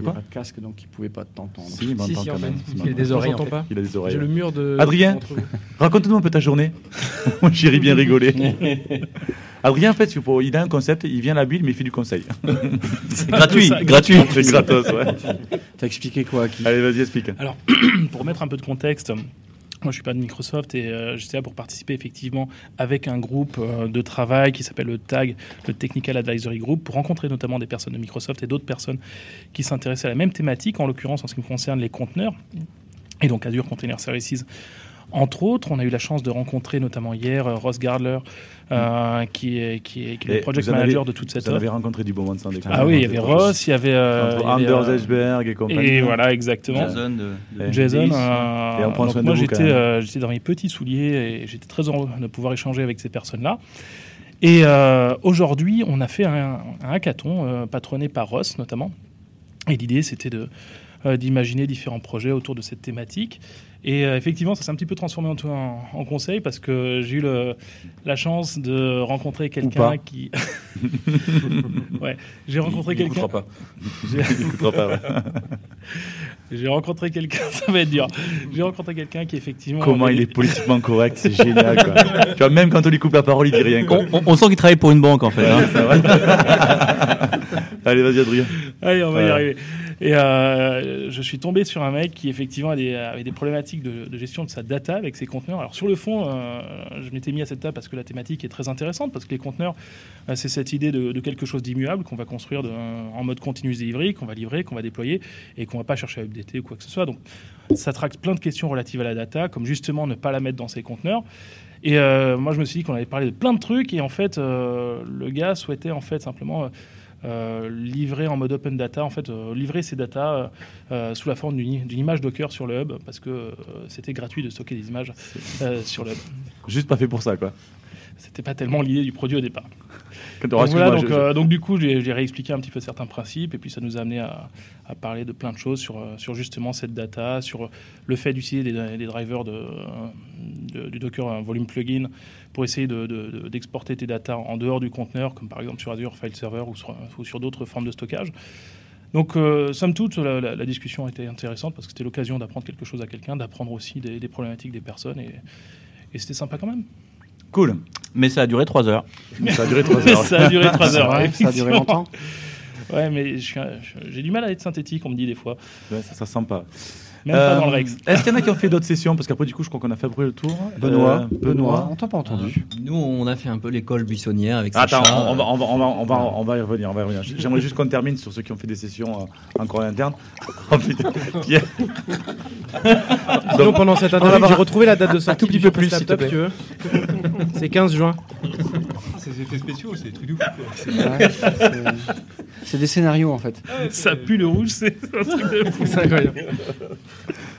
[SPEAKER 1] Il y
[SPEAKER 2] quoi
[SPEAKER 1] a pas de casque, donc il ne pouvait pas t'entendre.
[SPEAKER 2] Si, il m'entend
[SPEAKER 6] si, en
[SPEAKER 2] quand
[SPEAKER 6] fait.
[SPEAKER 2] même.
[SPEAKER 6] Il a des oreilles, en fait.
[SPEAKER 2] Il a des oreilles.
[SPEAKER 6] J'ai le mur de-
[SPEAKER 2] Adrien,
[SPEAKER 6] entre vous.
[SPEAKER 2] <laughs> raconte-nous un peu ta journée. <laughs> Moi, j'irai
[SPEAKER 6] <laughs>
[SPEAKER 2] bien rigoler. Adrien, en fait, il faut- il a un concept, il vient à la bulle, mais il fait du conseil.
[SPEAKER 6] <laughs> C'est Gratuit, ça. gratuit.
[SPEAKER 2] C'est gratos, ouais.
[SPEAKER 1] T'as expliqué quoi à qui
[SPEAKER 2] Allez, vas-y, explique.
[SPEAKER 6] Alors, <clears throat>
[SPEAKER 2] pour
[SPEAKER 6] pour mettre un peu de contexte, moi je suis pas de Microsoft et euh, j'étais là pour participer effectivement avec un groupe euh, de travail qui s'appelle le TAG, le Technical Advisory Group, pour rencontrer notamment des personnes de Microsoft et d'autres personnes qui s'intéressaient à la même thématique, en l'occurrence en ce qui me concerne les conteneurs et donc Azure Container Services. Entre autres, on a eu la chance de rencontrer notamment hier euh, Ross Gardler, euh, qui, est, qui, est, qui est le
[SPEAKER 2] Mm. Et
[SPEAKER 6] project
[SPEAKER 2] vous en avez-
[SPEAKER 6] manager de toute cette
[SPEAKER 2] Vous en avez
[SPEAKER 6] œuvre.
[SPEAKER 2] rencontré du bon monde sans déconner.
[SPEAKER 6] Ah oui, il y avait Ross, il y avait. euh,
[SPEAKER 2] hein. Entre
[SPEAKER 6] il y avait,
[SPEAKER 2] Anders
[SPEAKER 6] euh,
[SPEAKER 2] Eichberg et compagnie.
[SPEAKER 6] Et voilà, exactement.
[SPEAKER 13] Jason de- de-
[SPEAKER 6] Jason,
[SPEAKER 13] Davis.
[SPEAKER 6] euh,
[SPEAKER 2] Et on prend
[SPEAKER 6] donc
[SPEAKER 2] soin de
[SPEAKER 6] moi
[SPEAKER 2] vous,
[SPEAKER 6] j'étais
[SPEAKER 2] quand même.
[SPEAKER 6] euh, j'étais dans mes petits souliers et j'étais très heureux de pouvoir échanger avec ces personnes-là. Et euh, aujourd'hui, on a fait un, un hackathon euh, patronné par Ross notamment. Et l'idée, c'était de euh, d'imaginer différents projets autour de cette thématique. Et euh, effectivement, ça s'est un petit peu transformé en, tout- en- en conseil parce que j'ai eu le- la chance de rencontrer
[SPEAKER 2] pas.
[SPEAKER 6] quelqu'un
[SPEAKER 2] <laughs>
[SPEAKER 6] qui. ouais, j'ai rencontré
[SPEAKER 2] Il- il
[SPEAKER 6] quelqu'un.
[SPEAKER 2] écoutera pas.
[SPEAKER 6] <laughs> J'ai-
[SPEAKER 2] <laughs> Il écoutera pas, ouais.
[SPEAKER 6] <laughs> J'ai rencontré quelqu'un, <laughs> ça va être dur. J'ai rencontré quelqu'un qui effectivement.
[SPEAKER 2] Comment
[SPEAKER 6] avait-
[SPEAKER 2] il est politiquement correct, c'est génial. Quoi.
[SPEAKER 6] <laughs>
[SPEAKER 2] tu vois, même quand on lui coupe la parole, il dit rien. quoi.
[SPEAKER 13] On, on- on sent qu'il travaille pour une banque en fait. hein.
[SPEAKER 2] Ouais, c'est vrai. Allez, vas-y, Adrien.
[SPEAKER 6] <laughs> Allez, on va y
[SPEAKER 2] Voilà.
[SPEAKER 6] arriver. Et euh, je suis tombé sur un mec qui, effectivement, a des- avait des problématiques de, de gestion de sa data avec ses conteneurs. Alors, sur le fond, euh, je m'étais mis à cette table parce que la thématique est très intéressante, parce que les conteneurs, euh, c'est cette idée de, de quelque chose d'immuable qu'on va construire de- en mode continu delivery, qu'on va livrer, qu'on va déployer et qu'on va pas chercher à updater ou quoi que ce soit. Donc, ça traque plein de questions relatives à la data, comme justement ne pas la mettre dans ses conteneurs. Et euh, moi, je me suis dit qu'on avait parlé de plein de trucs, et en fait, euh, le gars souhaitait en fait simplement euh, euh, livrer en mode open data, en fait, euh, livrer ces data euh, euh, sous la forme d'une i- d'une image Docker sur le hub, parce que euh, c'était gratuit de stocker des images euh, sur le hub.
[SPEAKER 2] Juste pas fait pour ça, quoi.
[SPEAKER 6] C'était pas tellement l'idée du produit au départ.
[SPEAKER 2] Quand-
[SPEAKER 6] Donc, voilà,
[SPEAKER 2] excuse-moi,
[SPEAKER 6] donc,
[SPEAKER 2] je-
[SPEAKER 6] euh, donc du coup, j'ai j'ai réexpliqué un petit peu certains principes et puis ça nous a amené à, à parler de plein de choses sur, euh, sur justement cette data, sur le fait d'utiliser des, des drivers de, euh, de- du Docker euh, Volume Plugin pour essayer de- de- de- d'exporter tes data en dehors du conteneur, comme par exemple sur Azure File Server ou sur, ou sur d'autres formes de stockage. Donc, euh, somme toute, la, la- la discussion a été intéressante parce que c'était l'occasion d'apprendre quelque chose à quelqu'un, d'apprendre aussi des, des problématiques des personnes et, et c'était sympa quand même.
[SPEAKER 2] Cool.
[SPEAKER 13] Mais ça a duré 3 heures.
[SPEAKER 6] Ça a duré <laughs> trois
[SPEAKER 13] <laughs>
[SPEAKER 6] heures. Ça a duré trois heures, ouais, effectivement. Ouais, mais je suis un- je- j'ai du mal à être synthétique, on me dit des fois.
[SPEAKER 2] Ouais, ça, ça sent pas. Euh,
[SPEAKER 6] Même pas dans le Rex.
[SPEAKER 2] Est-ce qu'il y en a qui ont fait d'autres sessions Parce qu'après, du coup, je crois qu'on a fait brûler le tour.
[SPEAKER 10] Benoît,
[SPEAKER 2] Euh, Benoît.
[SPEAKER 1] t'a pas entendu.
[SPEAKER 10] Euh, Nous, on a fait un peu l'école buissonnière avec
[SPEAKER 2] Attends,
[SPEAKER 10] Sacha.
[SPEAKER 2] on va, on, va, on, va, on, va, on va y revenir. On va y revenir. J'aimerais juste qu'on termine sur ceux qui ont fait des sessions euh, encore à l'interne. <laughs> Oh, putain. Pierre.
[SPEAKER 6] <laughs> Sinon, pendant cette
[SPEAKER 2] On va
[SPEAKER 6] interview,
[SPEAKER 2] voir.
[SPEAKER 6] j'ai retrouvé la date de sortie.
[SPEAKER 2] Un tout petit
[SPEAKER 6] du
[SPEAKER 2] peu
[SPEAKER 6] Surface
[SPEAKER 2] plus, s'il te
[SPEAKER 6] Laptop,
[SPEAKER 2] plaît.
[SPEAKER 6] tu veux. C'est 15 juin.
[SPEAKER 9] C'est des effets spéciaux, c'est des trucs de fou, quoi.
[SPEAKER 1] Ouais, c'est- Ah, C'est des scénarios en fait.
[SPEAKER 6] Ah, Ça pue le rouge, <laughs> c'est un truc de
[SPEAKER 2] <laughs>
[SPEAKER 6] fou.
[SPEAKER 1] C'est incroyable.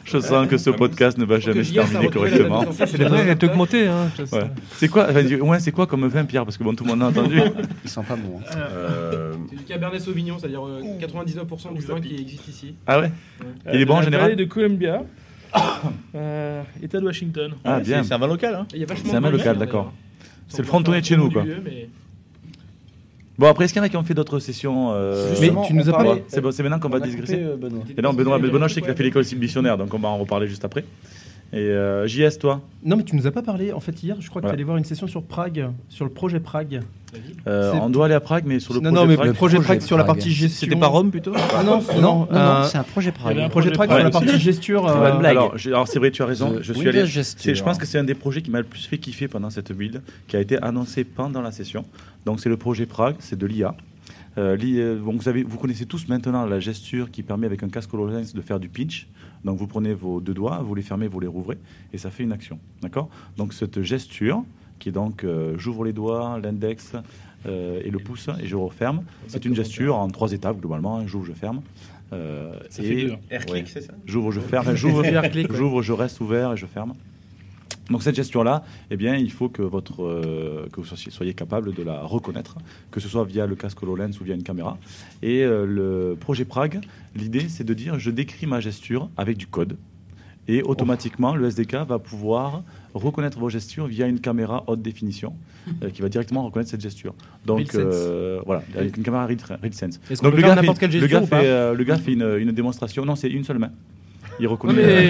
[SPEAKER 2] Je sens que ce podcast ne va jamais se terminer correctement.
[SPEAKER 4] C'est vrai, elle est augmentée. Hein, je sais.
[SPEAKER 2] Ouais. C'est quoi, enfin, du- ouais, c'est quoi comme vin, Pierre Parce que bon, tout le monde a entendu. Ah,
[SPEAKER 1] Ils sont pas bons. hein.
[SPEAKER 13] Euh,
[SPEAKER 8] C'est du Cabernet Sauvignon, c'est-à-dire euh, 99% du vin qui existe ici.
[SPEAKER 2] Ah ouais
[SPEAKER 8] Euh,
[SPEAKER 2] Il est bon en général
[SPEAKER 6] de
[SPEAKER 2] <coughs>
[SPEAKER 6] Columbia, euh, État de Washington.
[SPEAKER 2] Ah bien.
[SPEAKER 13] C'est un vin local. Hein.
[SPEAKER 8] Il y a vachement
[SPEAKER 2] C'est un
[SPEAKER 8] de
[SPEAKER 2] vin
[SPEAKER 8] vin
[SPEAKER 2] local,
[SPEAKER 8] d'ailleurs.
[SPEAKER 2] d'accord. C'est le
[SPEAKER 8] Sans
[SPEAKER 2] frontonnet de chez
[SPEAKER 8] faire
[SPEAKER 2] nous,
[SPEAKER 8] du
[SPEAKER 2] quoi.
[SPEAKER 8] lieu, mais-
[SPEAKER 2] Bon, après, est-ce qu'il y en a qui ont fait d'autres sessions euh,
[SPEAKER 1] Mais tu nous as
[SPEAKER 2] on
[SPEAKER 1] parlé-
[SPEAKER 2] parle- C'est bon, c'est maintenant qu'on
[SPEAKER 1] on
[SPEAKER 2] va
[SPEAKER 1] a
[SPEAKER 2] digresser.
[SPEAKER 1] coupé, euh, Benoît.
[SPEAKER 2] Et non, Benoît, Benoît, je sais qu'il a fait l'école missionnaire, donc on va en reparler juste après. Et euh, JS, toi
[SPEAKER 9] Non, mais tu nous as pas parlé. En fait, hier, je crois que
[SPEAKER 2] Ouais.
[SPEAKER 9] tu allais voir une session sur Prague, sur le projet Prague.
[SPEAKER 2] Euh,
[SPEAKER 9] C'est-
[SPEAKER 2] On doit aller à Prague, mais sur le
[SPEAKER 9] non,
[SPEAKER 2] projet
[SPEAKER 9] non, mais
[SPEAKER 2] Prague-
[SPEAKER 9] le projet Prague sur la partie gestion.
[SPEAKER 13] C'était pas Rome, plutôt
[SPEAKER 9] Ah non, non, non,
[SPEAKER 1] non,
[SPEAKER 9] euh,
[SPEAKER 1] c'est un projet Prague.
[SPEAKER 9] il y avait un projet Prague sur la
[SPEAKER 2] aussi.
[SPEAKER 9] partie gestion.
[SPEAKER 2] Très
[SPEAKER 9] euh,
[SPEAKER 2] bonne blague. Alors, j'ai- alors, c'est vrai, tu as raison.
[SPEAKER 1] The
[SPEAKER 2] Je suis
[SPEAKER 1] Windows
[SPEAKER 2] allé.
[SPEAKER 1] Gesture.
[SPEAKER 2] c'est- Je pense que c'est un des projets qui m'a le plus fait kiffer pendant cette build, qui a été annoncé pendant la session. Donc c'est le projet Prague, c'est de l'IA. Euh, li- euh, bon, vous, savez- vous connaissez tous maintenant la gesture qui permet avec un casque HoloLens de faire du pinch. Donc vous prenez vos deux doigts, vous les fermez, vous les rouvrez et ça fait une action. D'accord Donc cette gesture qui est donc euh, j'ouvre les doigts, l'index euh, et le pouce et je referme, c'est une gesture en trois étapes globalement. hein. J'ouvre, je ferme. Euh,
[SPEAKER 14] Ça fait
[SPEAKER 2] et-
[SPEAKER 14] deux, hein. Air click, c'est <laughs> ça
[SPEAKER 2] J'ouvre, je ferme. J'ouvre,
[SPEAKER 14] Air click, ouais.
[SPEAKER 2] j'ouvre, je reste ouvert et je ferme. Donc cette gestion-là, eh bien, il faut que, votre, euh, que vous soyez, soyez capable de la reconnaître, que ce soit via le casque HoloLens ou via une caméra. Et euh, le projet Prague, l'idée, c'est de dire je décris ma gesture avec du code. Et automatiquement, le SDK va pouvoir reconnaître vos gestures via une caméra haute définition euh, qui va directement reconnaître cette gesture. Donc
[SPEAKER 14] RealSense.
[SPEAKER 2] euh, voilà, avec une caméra Real- RealSense.
[SPEAKER 14] Est-ce qu'on
[SPEAKER 2] Donc
[SPEAKER 14] peut
[SPEAKER 2] le
[SPEAKER 14] faire
[SPEAKER 2] gars,
[SPEAKER 14] n'importe
[SPEAKER 2] fait,
[SPEAKER 14] quelle
[SPEAKER 2] le
[SPEAKER 14] gestion
[SPEAKER 2] gars
[SPEAKER 14] ou pas
[SPEAKER 2] fait, euh, le gars fait une, une démonstration. Non, c'est une seule main. Il reconnaît.
[SPEAKER 14] Non, mais,
[SPEAKER 2] <laughs>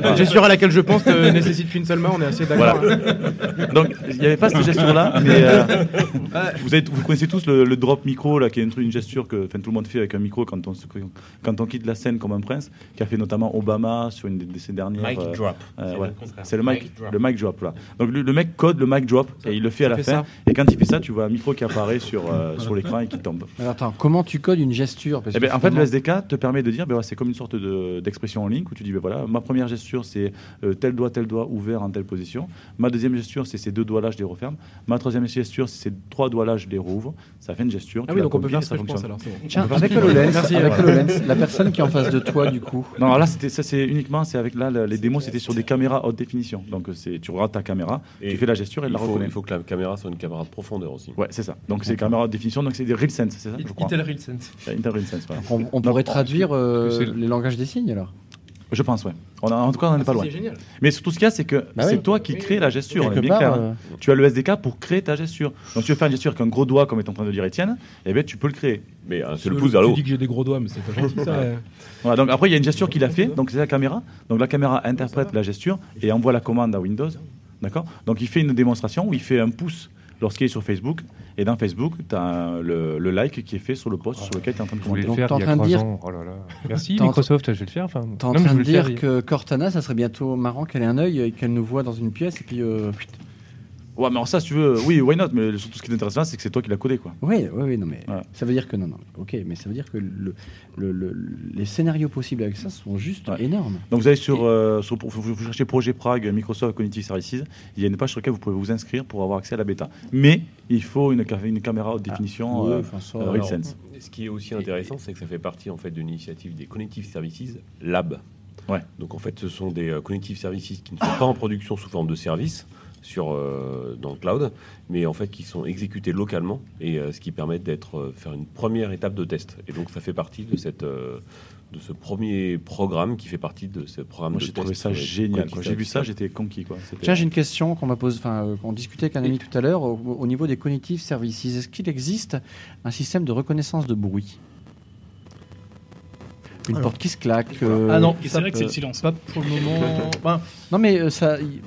[SPEAKER 14] <laughs> la gesture à laquelle je pense ne nécessite qu'une seule main, on est assez d'accord,
[SPEAKER 2] Voilà.
[SPEAKER 14] hein.
[SPEAKER 2] Donc, il n'y avait pas cette gesture-là, mais euh,
[SPEAKER 14] Ouais.
[SPEAKER 2] vous, êtes- vous connaissez tous le, le drop micro, là, qui est un truc- une gesture que enfin, tout le monde fait avec un micro quand on, se- quand on quitte la scène comme un prince, qui a fait notamment Obama sur une de ses dernières.
[SPEAKER 14] Mic drop. C'est
[SPEAKER 2] euh,
[SPEAKER 14] le
[SPEAKER 2] ouais.
[SPEAKER 14] contraire.
[SPEAKER 2] C'est le mic,
[SPEAKER 14] Mic drop.
[SPEAKER 2] le mic drop. Voilà. Donc, le, le mec code le mic drop et il le fait à
[SPEAKER 1] Ça
[SPEAKER 2] la
[SPEAKER 1] fait
[SPEAKER 2] fin.
[SPEAKER 1] ça.
[SPEAKER 2] Et quand il fait ça, tu vois un micro qui apparaît sur, euh, sur l'écran et qui tombe.
[SPEAKER 1] Alors, attends, comment tu codes une gesture Parce
[SPEAKER 2] Eh
[SPEAKER 1] que
[SPEAKER 2] ben, en fait, le
[SPEAKER 1] finalement-
[SPEAKER 2] SDK te permet de dire, ben, ouais, c'est comme une sorte de- d'expression en ligne où tu dis, ben, voilà, ma première gesture, c'est euh, tel doigt, tel doigt ouvert en telle position. Ma deuxième gesture, c'est ces deux doigts-là, je les referme. Ma troisième gesture, c'est ces trois doigts-là, je les rouvre. Ça fait une gesture.
[SPEAKER 14] Ah
[SPEAKER 2] tu
[SPEAKER 14] oui,
[SPEAKER 2] la
[SPEAKER 14] donc on peut
[SPEAKER 2] compiles,
[SPEAKER 14] faire ce
[SPEAKER 2] ça
[SPEAKER 14] que je pense,
[SPEAKER 2] fonctionne.
[SPEAKER 14] alors, c'est bon.
[SPEAKER 2] On
[SPEAKER 14] Tiens,
[SPEAKER 2] peut faire ce
[SPEAKER 14] avec
[SPEAKER 2] que tu
[SPEAKER 1] le
[SPEAKER 2] veux.
[SPEAKER 1] lens, Merci, avec voilà. le lens, la personne qui est en face de toi, du coup.
[SPEAKER 2] Non, alors là, c'était ça, c'est uniquement, c'est avec là, le- les démos, c'était sur des caméras haute définition. Donc, euh, c'est tu regardes ta caméra, tu fais la gesture et
[SPEAKER 7] il
[SPEAKER 2] elle la
[SPEAKER 7] faut-
[SPEAKER 2] reconnaît.
[SPEAKER 7] Il faut que la caméra soit une caméra de profondeur aussi.
[SPEAKER 2] Ouais, c'est ça. Donc, c'est des caméras haute définition, donc c'est des RealSense, c'est ça, je crois.
[SPEAKER 7] Intel RealSense.
[SPEAKER 2] Euh, Intel RealSense, voilà.
[SPEAKER 1] On, on
[SPEAKER 2] Donc,
[SPEAKER 1] pourrait traduire euh,
[SPEAKER 2] c'est-
[SPEAKER 1] les langages des signes alors
[SPEAKER 2] Je pense, ouais. On a- en tout cas, on n'en est
[SPEAKER 1] Ah,
[SPEAKER 2] pas
[SPEAKER 1] ça,
[SPEAKER 2] loin.
[SPEAKER 1] c'est génial.
[SPEAKER 2] Mais surtout, ce qu'il y a, c'est que
[SPEAKER 1] Bah
[SPEAKER 2] c'est
[SPEAKER 1] oui.
[SPEAKER 2] toi qui crée la gesture. on
[SPEAKER 1] Quelque
[SPEAKER 2] est bien
[SPEAKER 1] part,
[SPEAKER 2] clair, hein.
[SPEAKER 1] euh,
[SPEAKER 2] Tu as le SDK pour créer ta gesture. Donc, tu veux faire une gesture avec un gros doigt, comme est en train de dire Étienne, eh bien, tu peux le créer.
[SPEAKER 7] Mais un
[SPEAKER 5] Tu- Tu dis que j'ai des gros doigts, mais c'est pas gentil ça. ouais.
[SPEAKER 2] Voilà, donc après, il y a une gesture qu'il a fait, donc c'est la caméra. Donc la caméra interprète la gesture et envoie la commande à Windows. D'accord Donc il fait une démonstration où il fait un pouce lorsqu'il est sur Facebook. Et dans Facebook, tu as un- le, le like qui est fait sur le post sur lequel tu es en train de commenter.
[SPEAKER 4] voulais
[SPEAKER 1] Donc,
[SPEAKER 4] le
[SPEAKER 1] t'es en
[SPEAKER 4] faire il y a
[SPEAKER 1] train
[SPEAKER 4] trois
[SPEAKER 1] de dire.
[SPEAKER 4] ans. Oh là
[SPEAKER 1] <laughs>
[SPEAKER 4] là. Merci
[SPEAKER 1] T'es en-
[SPEAKER 4] Microsoft, je vais le faire. Enfin,
[SPEAKER 1] T'es en
[SPEAKER 4] non, mais
[SPEAKER 1] train
[SPEAKER 4] je
[SPEAKER 1] de
[SPEAKER 4] vais le faire,
[SPEAKER 1] dire
[SPEAKER 4] il-
[SPEAKER 1] que Cortana, ça serait bientôt marrant qu'elle ait un œil et qu'elle nous voit dans une pièce et puis. euh, pfft.
[SPEAKER 2] Ouais, mais alors ça, si tu veux, oui, why not Mais surtout, ce qui est intéressant, c'est que c'est toi qui l'as codé, quoi.
[SPEAKER 1] Oui, oui, oui, non, mais ça veut dire que non, non, ok, mais ça veut dire que le- le- le- les scénarios possibles avec ça sont juste énormes.
[SPEAKER 2] Donc vous allez sur, euh, sur- vous, vous cherchez Projet Prague, Microsoft Cognitive Services. Il y a une page sur laquelle vous pouvez vous inscrire pour avoir accès à la bêta. Mais il faut une, ca- une caméra haute
[SPEAKER 1] Ah.
[SPEAKER 2] définition euh, euh,
[SPEAKER 7] Ah. Alors,
[SPEAKER 2] RealSense.
[SPEAKER 7] Ce qui est aussi intéressant, c'est que ça fait partie en fait d'une initiative des Connective Services Lab.
[SPEAKER 2] Ouais.
[SPEAKER 7] Donc en fait, ce sont des euh, Connective Services qui ne sont pas en production sous forme de service sur euh, dans le cloud, mais en fait qui sont exécutés localement et euh, ce qui permet d'être euh, faire une première étape de test. Et donc ça fait partie de cette euh, de ce premier programme qui fait partie de ce programme
[SPEAKER 2] Moi
[SPEAKER 7] de
[SPEAKER 2] j'ai trouvé
[SPEAKER 7] test,
[SPEAKER 2] ça
[SPEAKER 7] euh,
[SPEAKER 2] génial.
[SPEAKER 7] Connective
[SPEAKER 2] quoi. J'ai vu
[SPEAKER 7] Services
[SPEAKER 2] ça,
[SPEAKER 7] Lab.
[SPEAKER 2] j'étais conquis. quoi. C'était-
[SPEAKER 1] Tiens, j'ai une question qu'on m'a posée, enfin, euh, qu'on discutait avec un ami tout à l'heure, au, au niveau des cognitive services. Est-ce qu'il existe un système de reconnaissance de bruit Une
[SPEAKER 9] Alors.
[SPEAKER 1] porte qui se claque euh,
[SPEAKER 9] Ah non,
[SPEAKER 1] ça
[SPEAKER 9] ça
[SPEAKER 1] peut-
[SPEAKER 9] peut- Pas pour
[SPEAKER 8] <laughs>
[SPEAKER 9] le moment. Ben,
[SPEAKER 1] Non, mais euh, ça. y-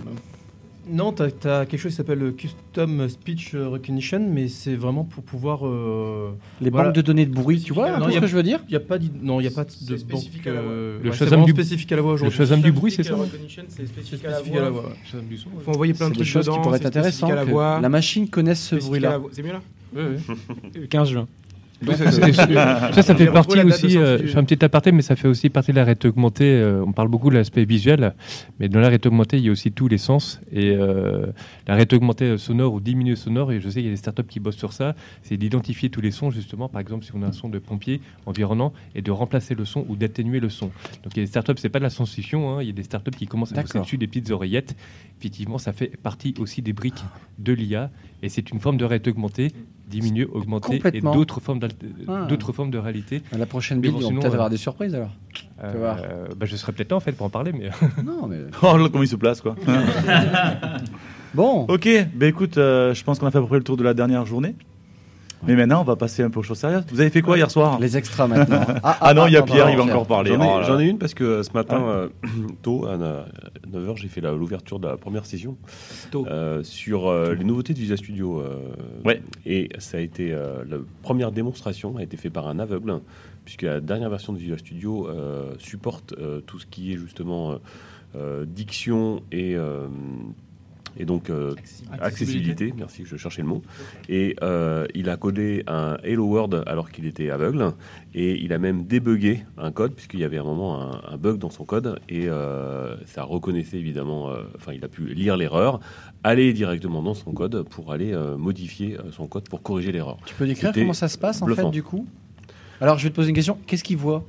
[SPEAKER 9] Non, tu as, quelque chose qui s'appelle le Custom Speech Recognition, mais c'est vraiment pour pouvoir. euh,
[SPEAKER 1] Les banques de données de bruit, tu vois, un
[SPEAKER 9] Non,
[SPEAKER 1] peu
[SPEAKER 9] y
[SPEAKER 1] ce
[SPEAKER 9] a-
[SPEAKER 1] que je veux dire
[SPEAKER 9] Il n'y a pas d'id- non, il y a pas de banque.
[SPEAKER 8] spécifique à la voix.
[SPEAKER 9] euh,
[SPEAKER 1] Le
[SPEAKER 9] ouais, c'est
[SPEAKER 1] Shazam
[SPEAKER 9] vraiment
[SPEAKER 1] du-
[SPEAKER 9] spécifique à la voix
[SPEAKER 1] le
[SPEAKER 9] aujourd'hui.
[SPEAKER 1] Shazam du
[SPEAKER 8] bruit, c'est ça Recognition, c'est spécifique à la
[SPEAKER 9] spécifique à la
[SPEAKER 8] voix.
[SPEAKER 9] voix, ouais.
[SPEAKER 8] Shazam du son, ouais.
[SPEAKER 1] Faut envoyer
[SPEAKER 9] plein de
[SPEAKER 1] des
[SPEAKER 9] trucs
[SPEAKER 1] choses
[SPEAKER 9] dedans,
[SPEAKER 1] qui pourraient
[SPEAKER 9] c'est
[SPEAKER 1] être
[SPEAKER 9] spécifique
[SPEAKER 1] intéressantes.
[SPEAKER 9] à la
[SPEAKER 1] que
[SPEAKER 9] voix.
[SPEAKER 1] la machine connaisse ce
[SPEAKER 9] Spécifique à
[SPEAKER 1] bruit-là.
[SPEAKER 9] la voix.
[SPEAKER 8] C'est mieux là
[SPEAKER 6] <laughs>
[SPEAKER 9] Oui,
[SPEAKER 8] oui.
[SPEAKER 12] 15 juin.
[SPEAKER 4] Oui, ça, c'est- ça, ça fait partie aussi, euh, je fais un petit aparté, mais ça fait aussi partie de la réalité augmentée. euh, on parle beaucoup de l'aspect visuel, mais dans la réalité augmentée, il y a aussi tous les sens. Et euh, la réalité augmentée sonore ou diminuée sonore, et je sais qu'il y a des startups qui bossent sur ça, c'est d'identifier tous les sons, justement. Par exemple, si on a un son de pompier environnant, et de remplacer le son ou d'atténuer le son. Donc il y a des startups, c'est pas de la sensation, hein, il y a des startups qui commencent à bosser
[SPEAKER 1] D'accord.
[SPEAKER 4] dessus, des petites oreillettes. Effectivement, ça fait partie aussi des briques de l'IA, et c'est une forme de réalité augmentée, diminuée, augmentée, et
[SPEAKER 1] Complètement.
[SPEAKER 4] d'autres formes d'alté-
[SPEAKER 1] Ah.
[SPEAKER 4] d'autres formes de réalité.
[SPEAKER 1] À la prochaine
[SPEAKER 4] Mais
[SPEAKER 1] build,
[SPEAKER 4] bon,
[SPEAKER 1] on va
[SPEAKER 4] sinon,
[SPEAKER 1] peut-être
[SPEAKER 4] euh,
[SPEAKER 1] avoir des surprises alors.
[SPEAKER 4] euh,
[SPEAKER 1] Tu vas voir.
[SPEAKER 4] bah, je serais peut-être là en fait pour en parler, mais. <laughs>
[SPEAKER 1] Non, mais.
[SPEAKER 2] Oh là, comment il se place, quoi.
[SPEAKER 1] <laughs> bon.
[SPEAKER 2] Ok, bah écoute, euh, je pense qu'on a fait à peu près le tour de la dernière journée. Mais maintenant, on va passer un peu aux choses sérieuses. Vous avez fait quoi hier soir
[SPEAKER 1] Les extras
[SPEAKER 2] <laughs>
[SPEAKER 1] maintenant.
[SPEAKER 2] Ah, non, il y a Pierre, il va encore parler.
[SPEAKER 7] J'en ai,
[SPEAKER 2] Oh là
[SPEAKER 7] j'en ai
[SPEAKER 2] là.
[SPEAKER 7] une parce que ce matin,
[SPEAKER 2] Ah.
[SPEAKER 7] euh, <clears throat> tôt, à 9h, j'ai fait la- l'ouverture de la première session euh, sur euh, les nouveautés de Visa Studio. euh, Et ça a été euh, la première démonstration a été faite par un aveugle, hein, puisque la dernière version de Visual Studio euh, supporte euh, tout ce qui est justement euh, euh, diction et. euh, et donc euh, accessibilité. merci, je cherchais le mot. Et euh, il a codé un Hello World alors qu'il était aveugle, et il a même débugué un code, puisqu'il y avait un moment un, un bug dans son code, et euh, ça reconnaissait évidemment, euh, enfin il a pu lire l'erreur, aller directement dans son code pour aller euh, modifier euh, son code pour corriger l'erreur.
[SPEAKER 1] Tu peux décrire
[SPEAKER 7] C'était
[SPEAKER 1] comment ça se passe en
[SPEAKER 7] bluffant.
[SPEAKER 1] fait du coup Alors je vais te poser une question. Qu'est-ce qu'il voit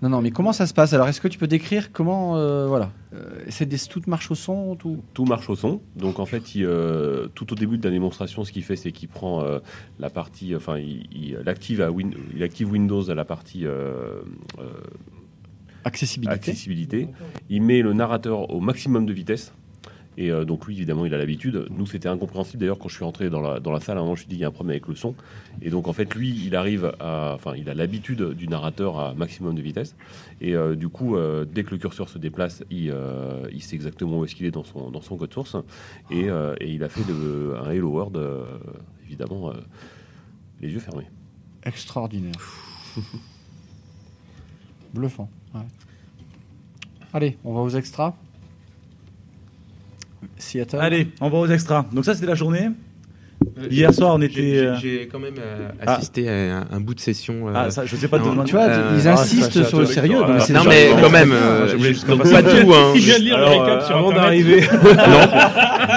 [SPEAKER 1] Non, non, mais comment ça se passe Alors est-ce que tu peux décrire comment euh, voilà Euh, C'est des tout marche au son tout.
[SPEAKER 7] tout marche au son. Donc en fait, il, euh, tout au début de la démonstration, ce qu'il fait, c'est qu'il prend euh, la partie, enfin, il, il active à Win- il active Windows à la partie euh, euh,
[SPEAKER 1] Accessibilité.
[SPEAKER 7] accessibilité. Il met le narrateur au maximum de vitesse. Et euh, donc lui, évidemment, il a l'habitude. Nous, c'était incompréhensible. D'ailleurs, quand je suis rentré dans la, dans la salle, à un moment, je me suis dit, il y a un problème avec le son. Et donc, en fait, lui, il arrive à... Enfin, il a l'habitude du narrateur à maximum de vitesse. Et euh, du coup, euh, dès que le curseur se déplace, il, euh, il sait exactement où est-ce qu'il est dans son, dans son code source. Et, euh, et il a fait de- un Hello World, euh, évidemment, euh, les yeux fermés.
[SPEAKER 1] Extraordinaire. Bluffant. ouais. Allez, on va aux extras. Seattle.
[SPEAKER 2] Allez, on va aux extras. Donc ça, c'était la journée. Hier soir, on
[SPEAKER 3] Euh,
[SPEAKER 2] était.
[SPEAKER 3] J'ai-
[SPEAKER 2] euh,
[SPEAKER 3] J'ai j'ai quand même euh,
[SPEAKER 2] Ah.
[SPEAKER 3] assisté à un, un bout de session. euh,
[SPEAKER 2] Ah, ça, je sais pas Euh, te
[SPEAKER 3] en-
[SPEAKER 2] demander.
[SPEAKER 1] Tu vois,
[SPEAKER 13] Euh,
[SPEAKER 1] ils insistent
[SPEAKER 3] ça, ça,
[SPEAKER 1] sur le
[SPEAKER 3] ça,
[SPEAKER 1] sérieux,
[SPEAKER 3] ça,
[SPEAKER 1] donc
[SPEAKER 13] hein.
[SPEAKER 3] ça,
[SPEAKER 1] c'est
[SPEAKER 3] Non,
[SPEAKER 1] genre-
[SPEAKER 3] mais quand même,
[SPEAKER 1] Ah,
[SPEAKER 3] euh,
[SPEAKER 1] je voulais
[SPEAKER 3] je-
[SPEAKER 1] juste
[SPEAKER 3] donc
[SPEAKER 1] passer
[SPEAKER 3] pas
[SPEAKER 1] le
[SPEAKER 3] tout. Hein,
[SPEAKER 2] Il vient de lire le
[SPEAKER 3] Alors,
[SPEAKER 2] récap
[SPEAKER 3] euh,
[SPEAKER 2] sur
[SPEAKER 3] avant
[SPEAKER 2] Internet.
[SPEAKER 3] d'arriver.
[SPEAKER 8] <laughs>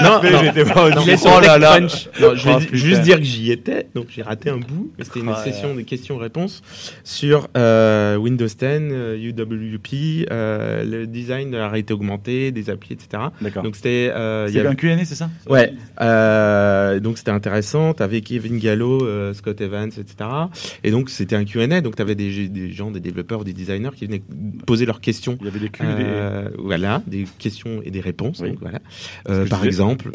[SPEAKER 3] non,
[SPEAKER 13] <laughs>
[SPEAKER 2] Mais j'étais pas au
[SPEAKER 3] non,
[SPEAKER 2] niveau.
[SPEAKER 3] laissons
[SPEAKER 2] Oh là
[SPEAKER 3] Tech
[SPEAKER 2] là.
[SPEAKER 3] Crunch. Non, je vais
[SPEAKER 2] Oh,
[SPEAKER 3] di-
[SPEAKER 2] putain.
[SPEAKER 3] juste dire que j'y étais, donc j'ai raté un bout. C'était une
[SPEAKER 2] Ah, là,
[SPEAKER 3] session des questions-réponses sur euh, Windows 10, euh, UWP, euh, le design de la réalité augmentée, des applis, etc.
[SPEAKER 2] D'accord.
[SPEAKER 3] Donc c'était. euh, il y
[SPEAKER 2] C'était
[SPEAKER 3] avait-
[SPEAKER 2] un Q&A, c'est ça
[SPEAKER 3] Ouais. Euh, donc c'était intéressant. T'avais Kevin Gallo, euh, Scott Evans, etc. Et donc c'était un Q&A. Donc t'avais des, des gens, des développeurs, des designers qui venaient poser leurs questions.
[SPEAKER 2] Il y avait des Q&A.
[SPEAKER 3] Euh, voilà, des questions et des réponses.
[SPEAKER 2] Oui.
[SPEAKER 3] donc voilà.
[SPEAKER 2] C'est ce
[SPEAKER 3] Euh,
[SPEAKER 2] que je
[SPEAKER 3] par
[SPEAKER 2] disais. <laughs>
[SPEAKER 3] exemple.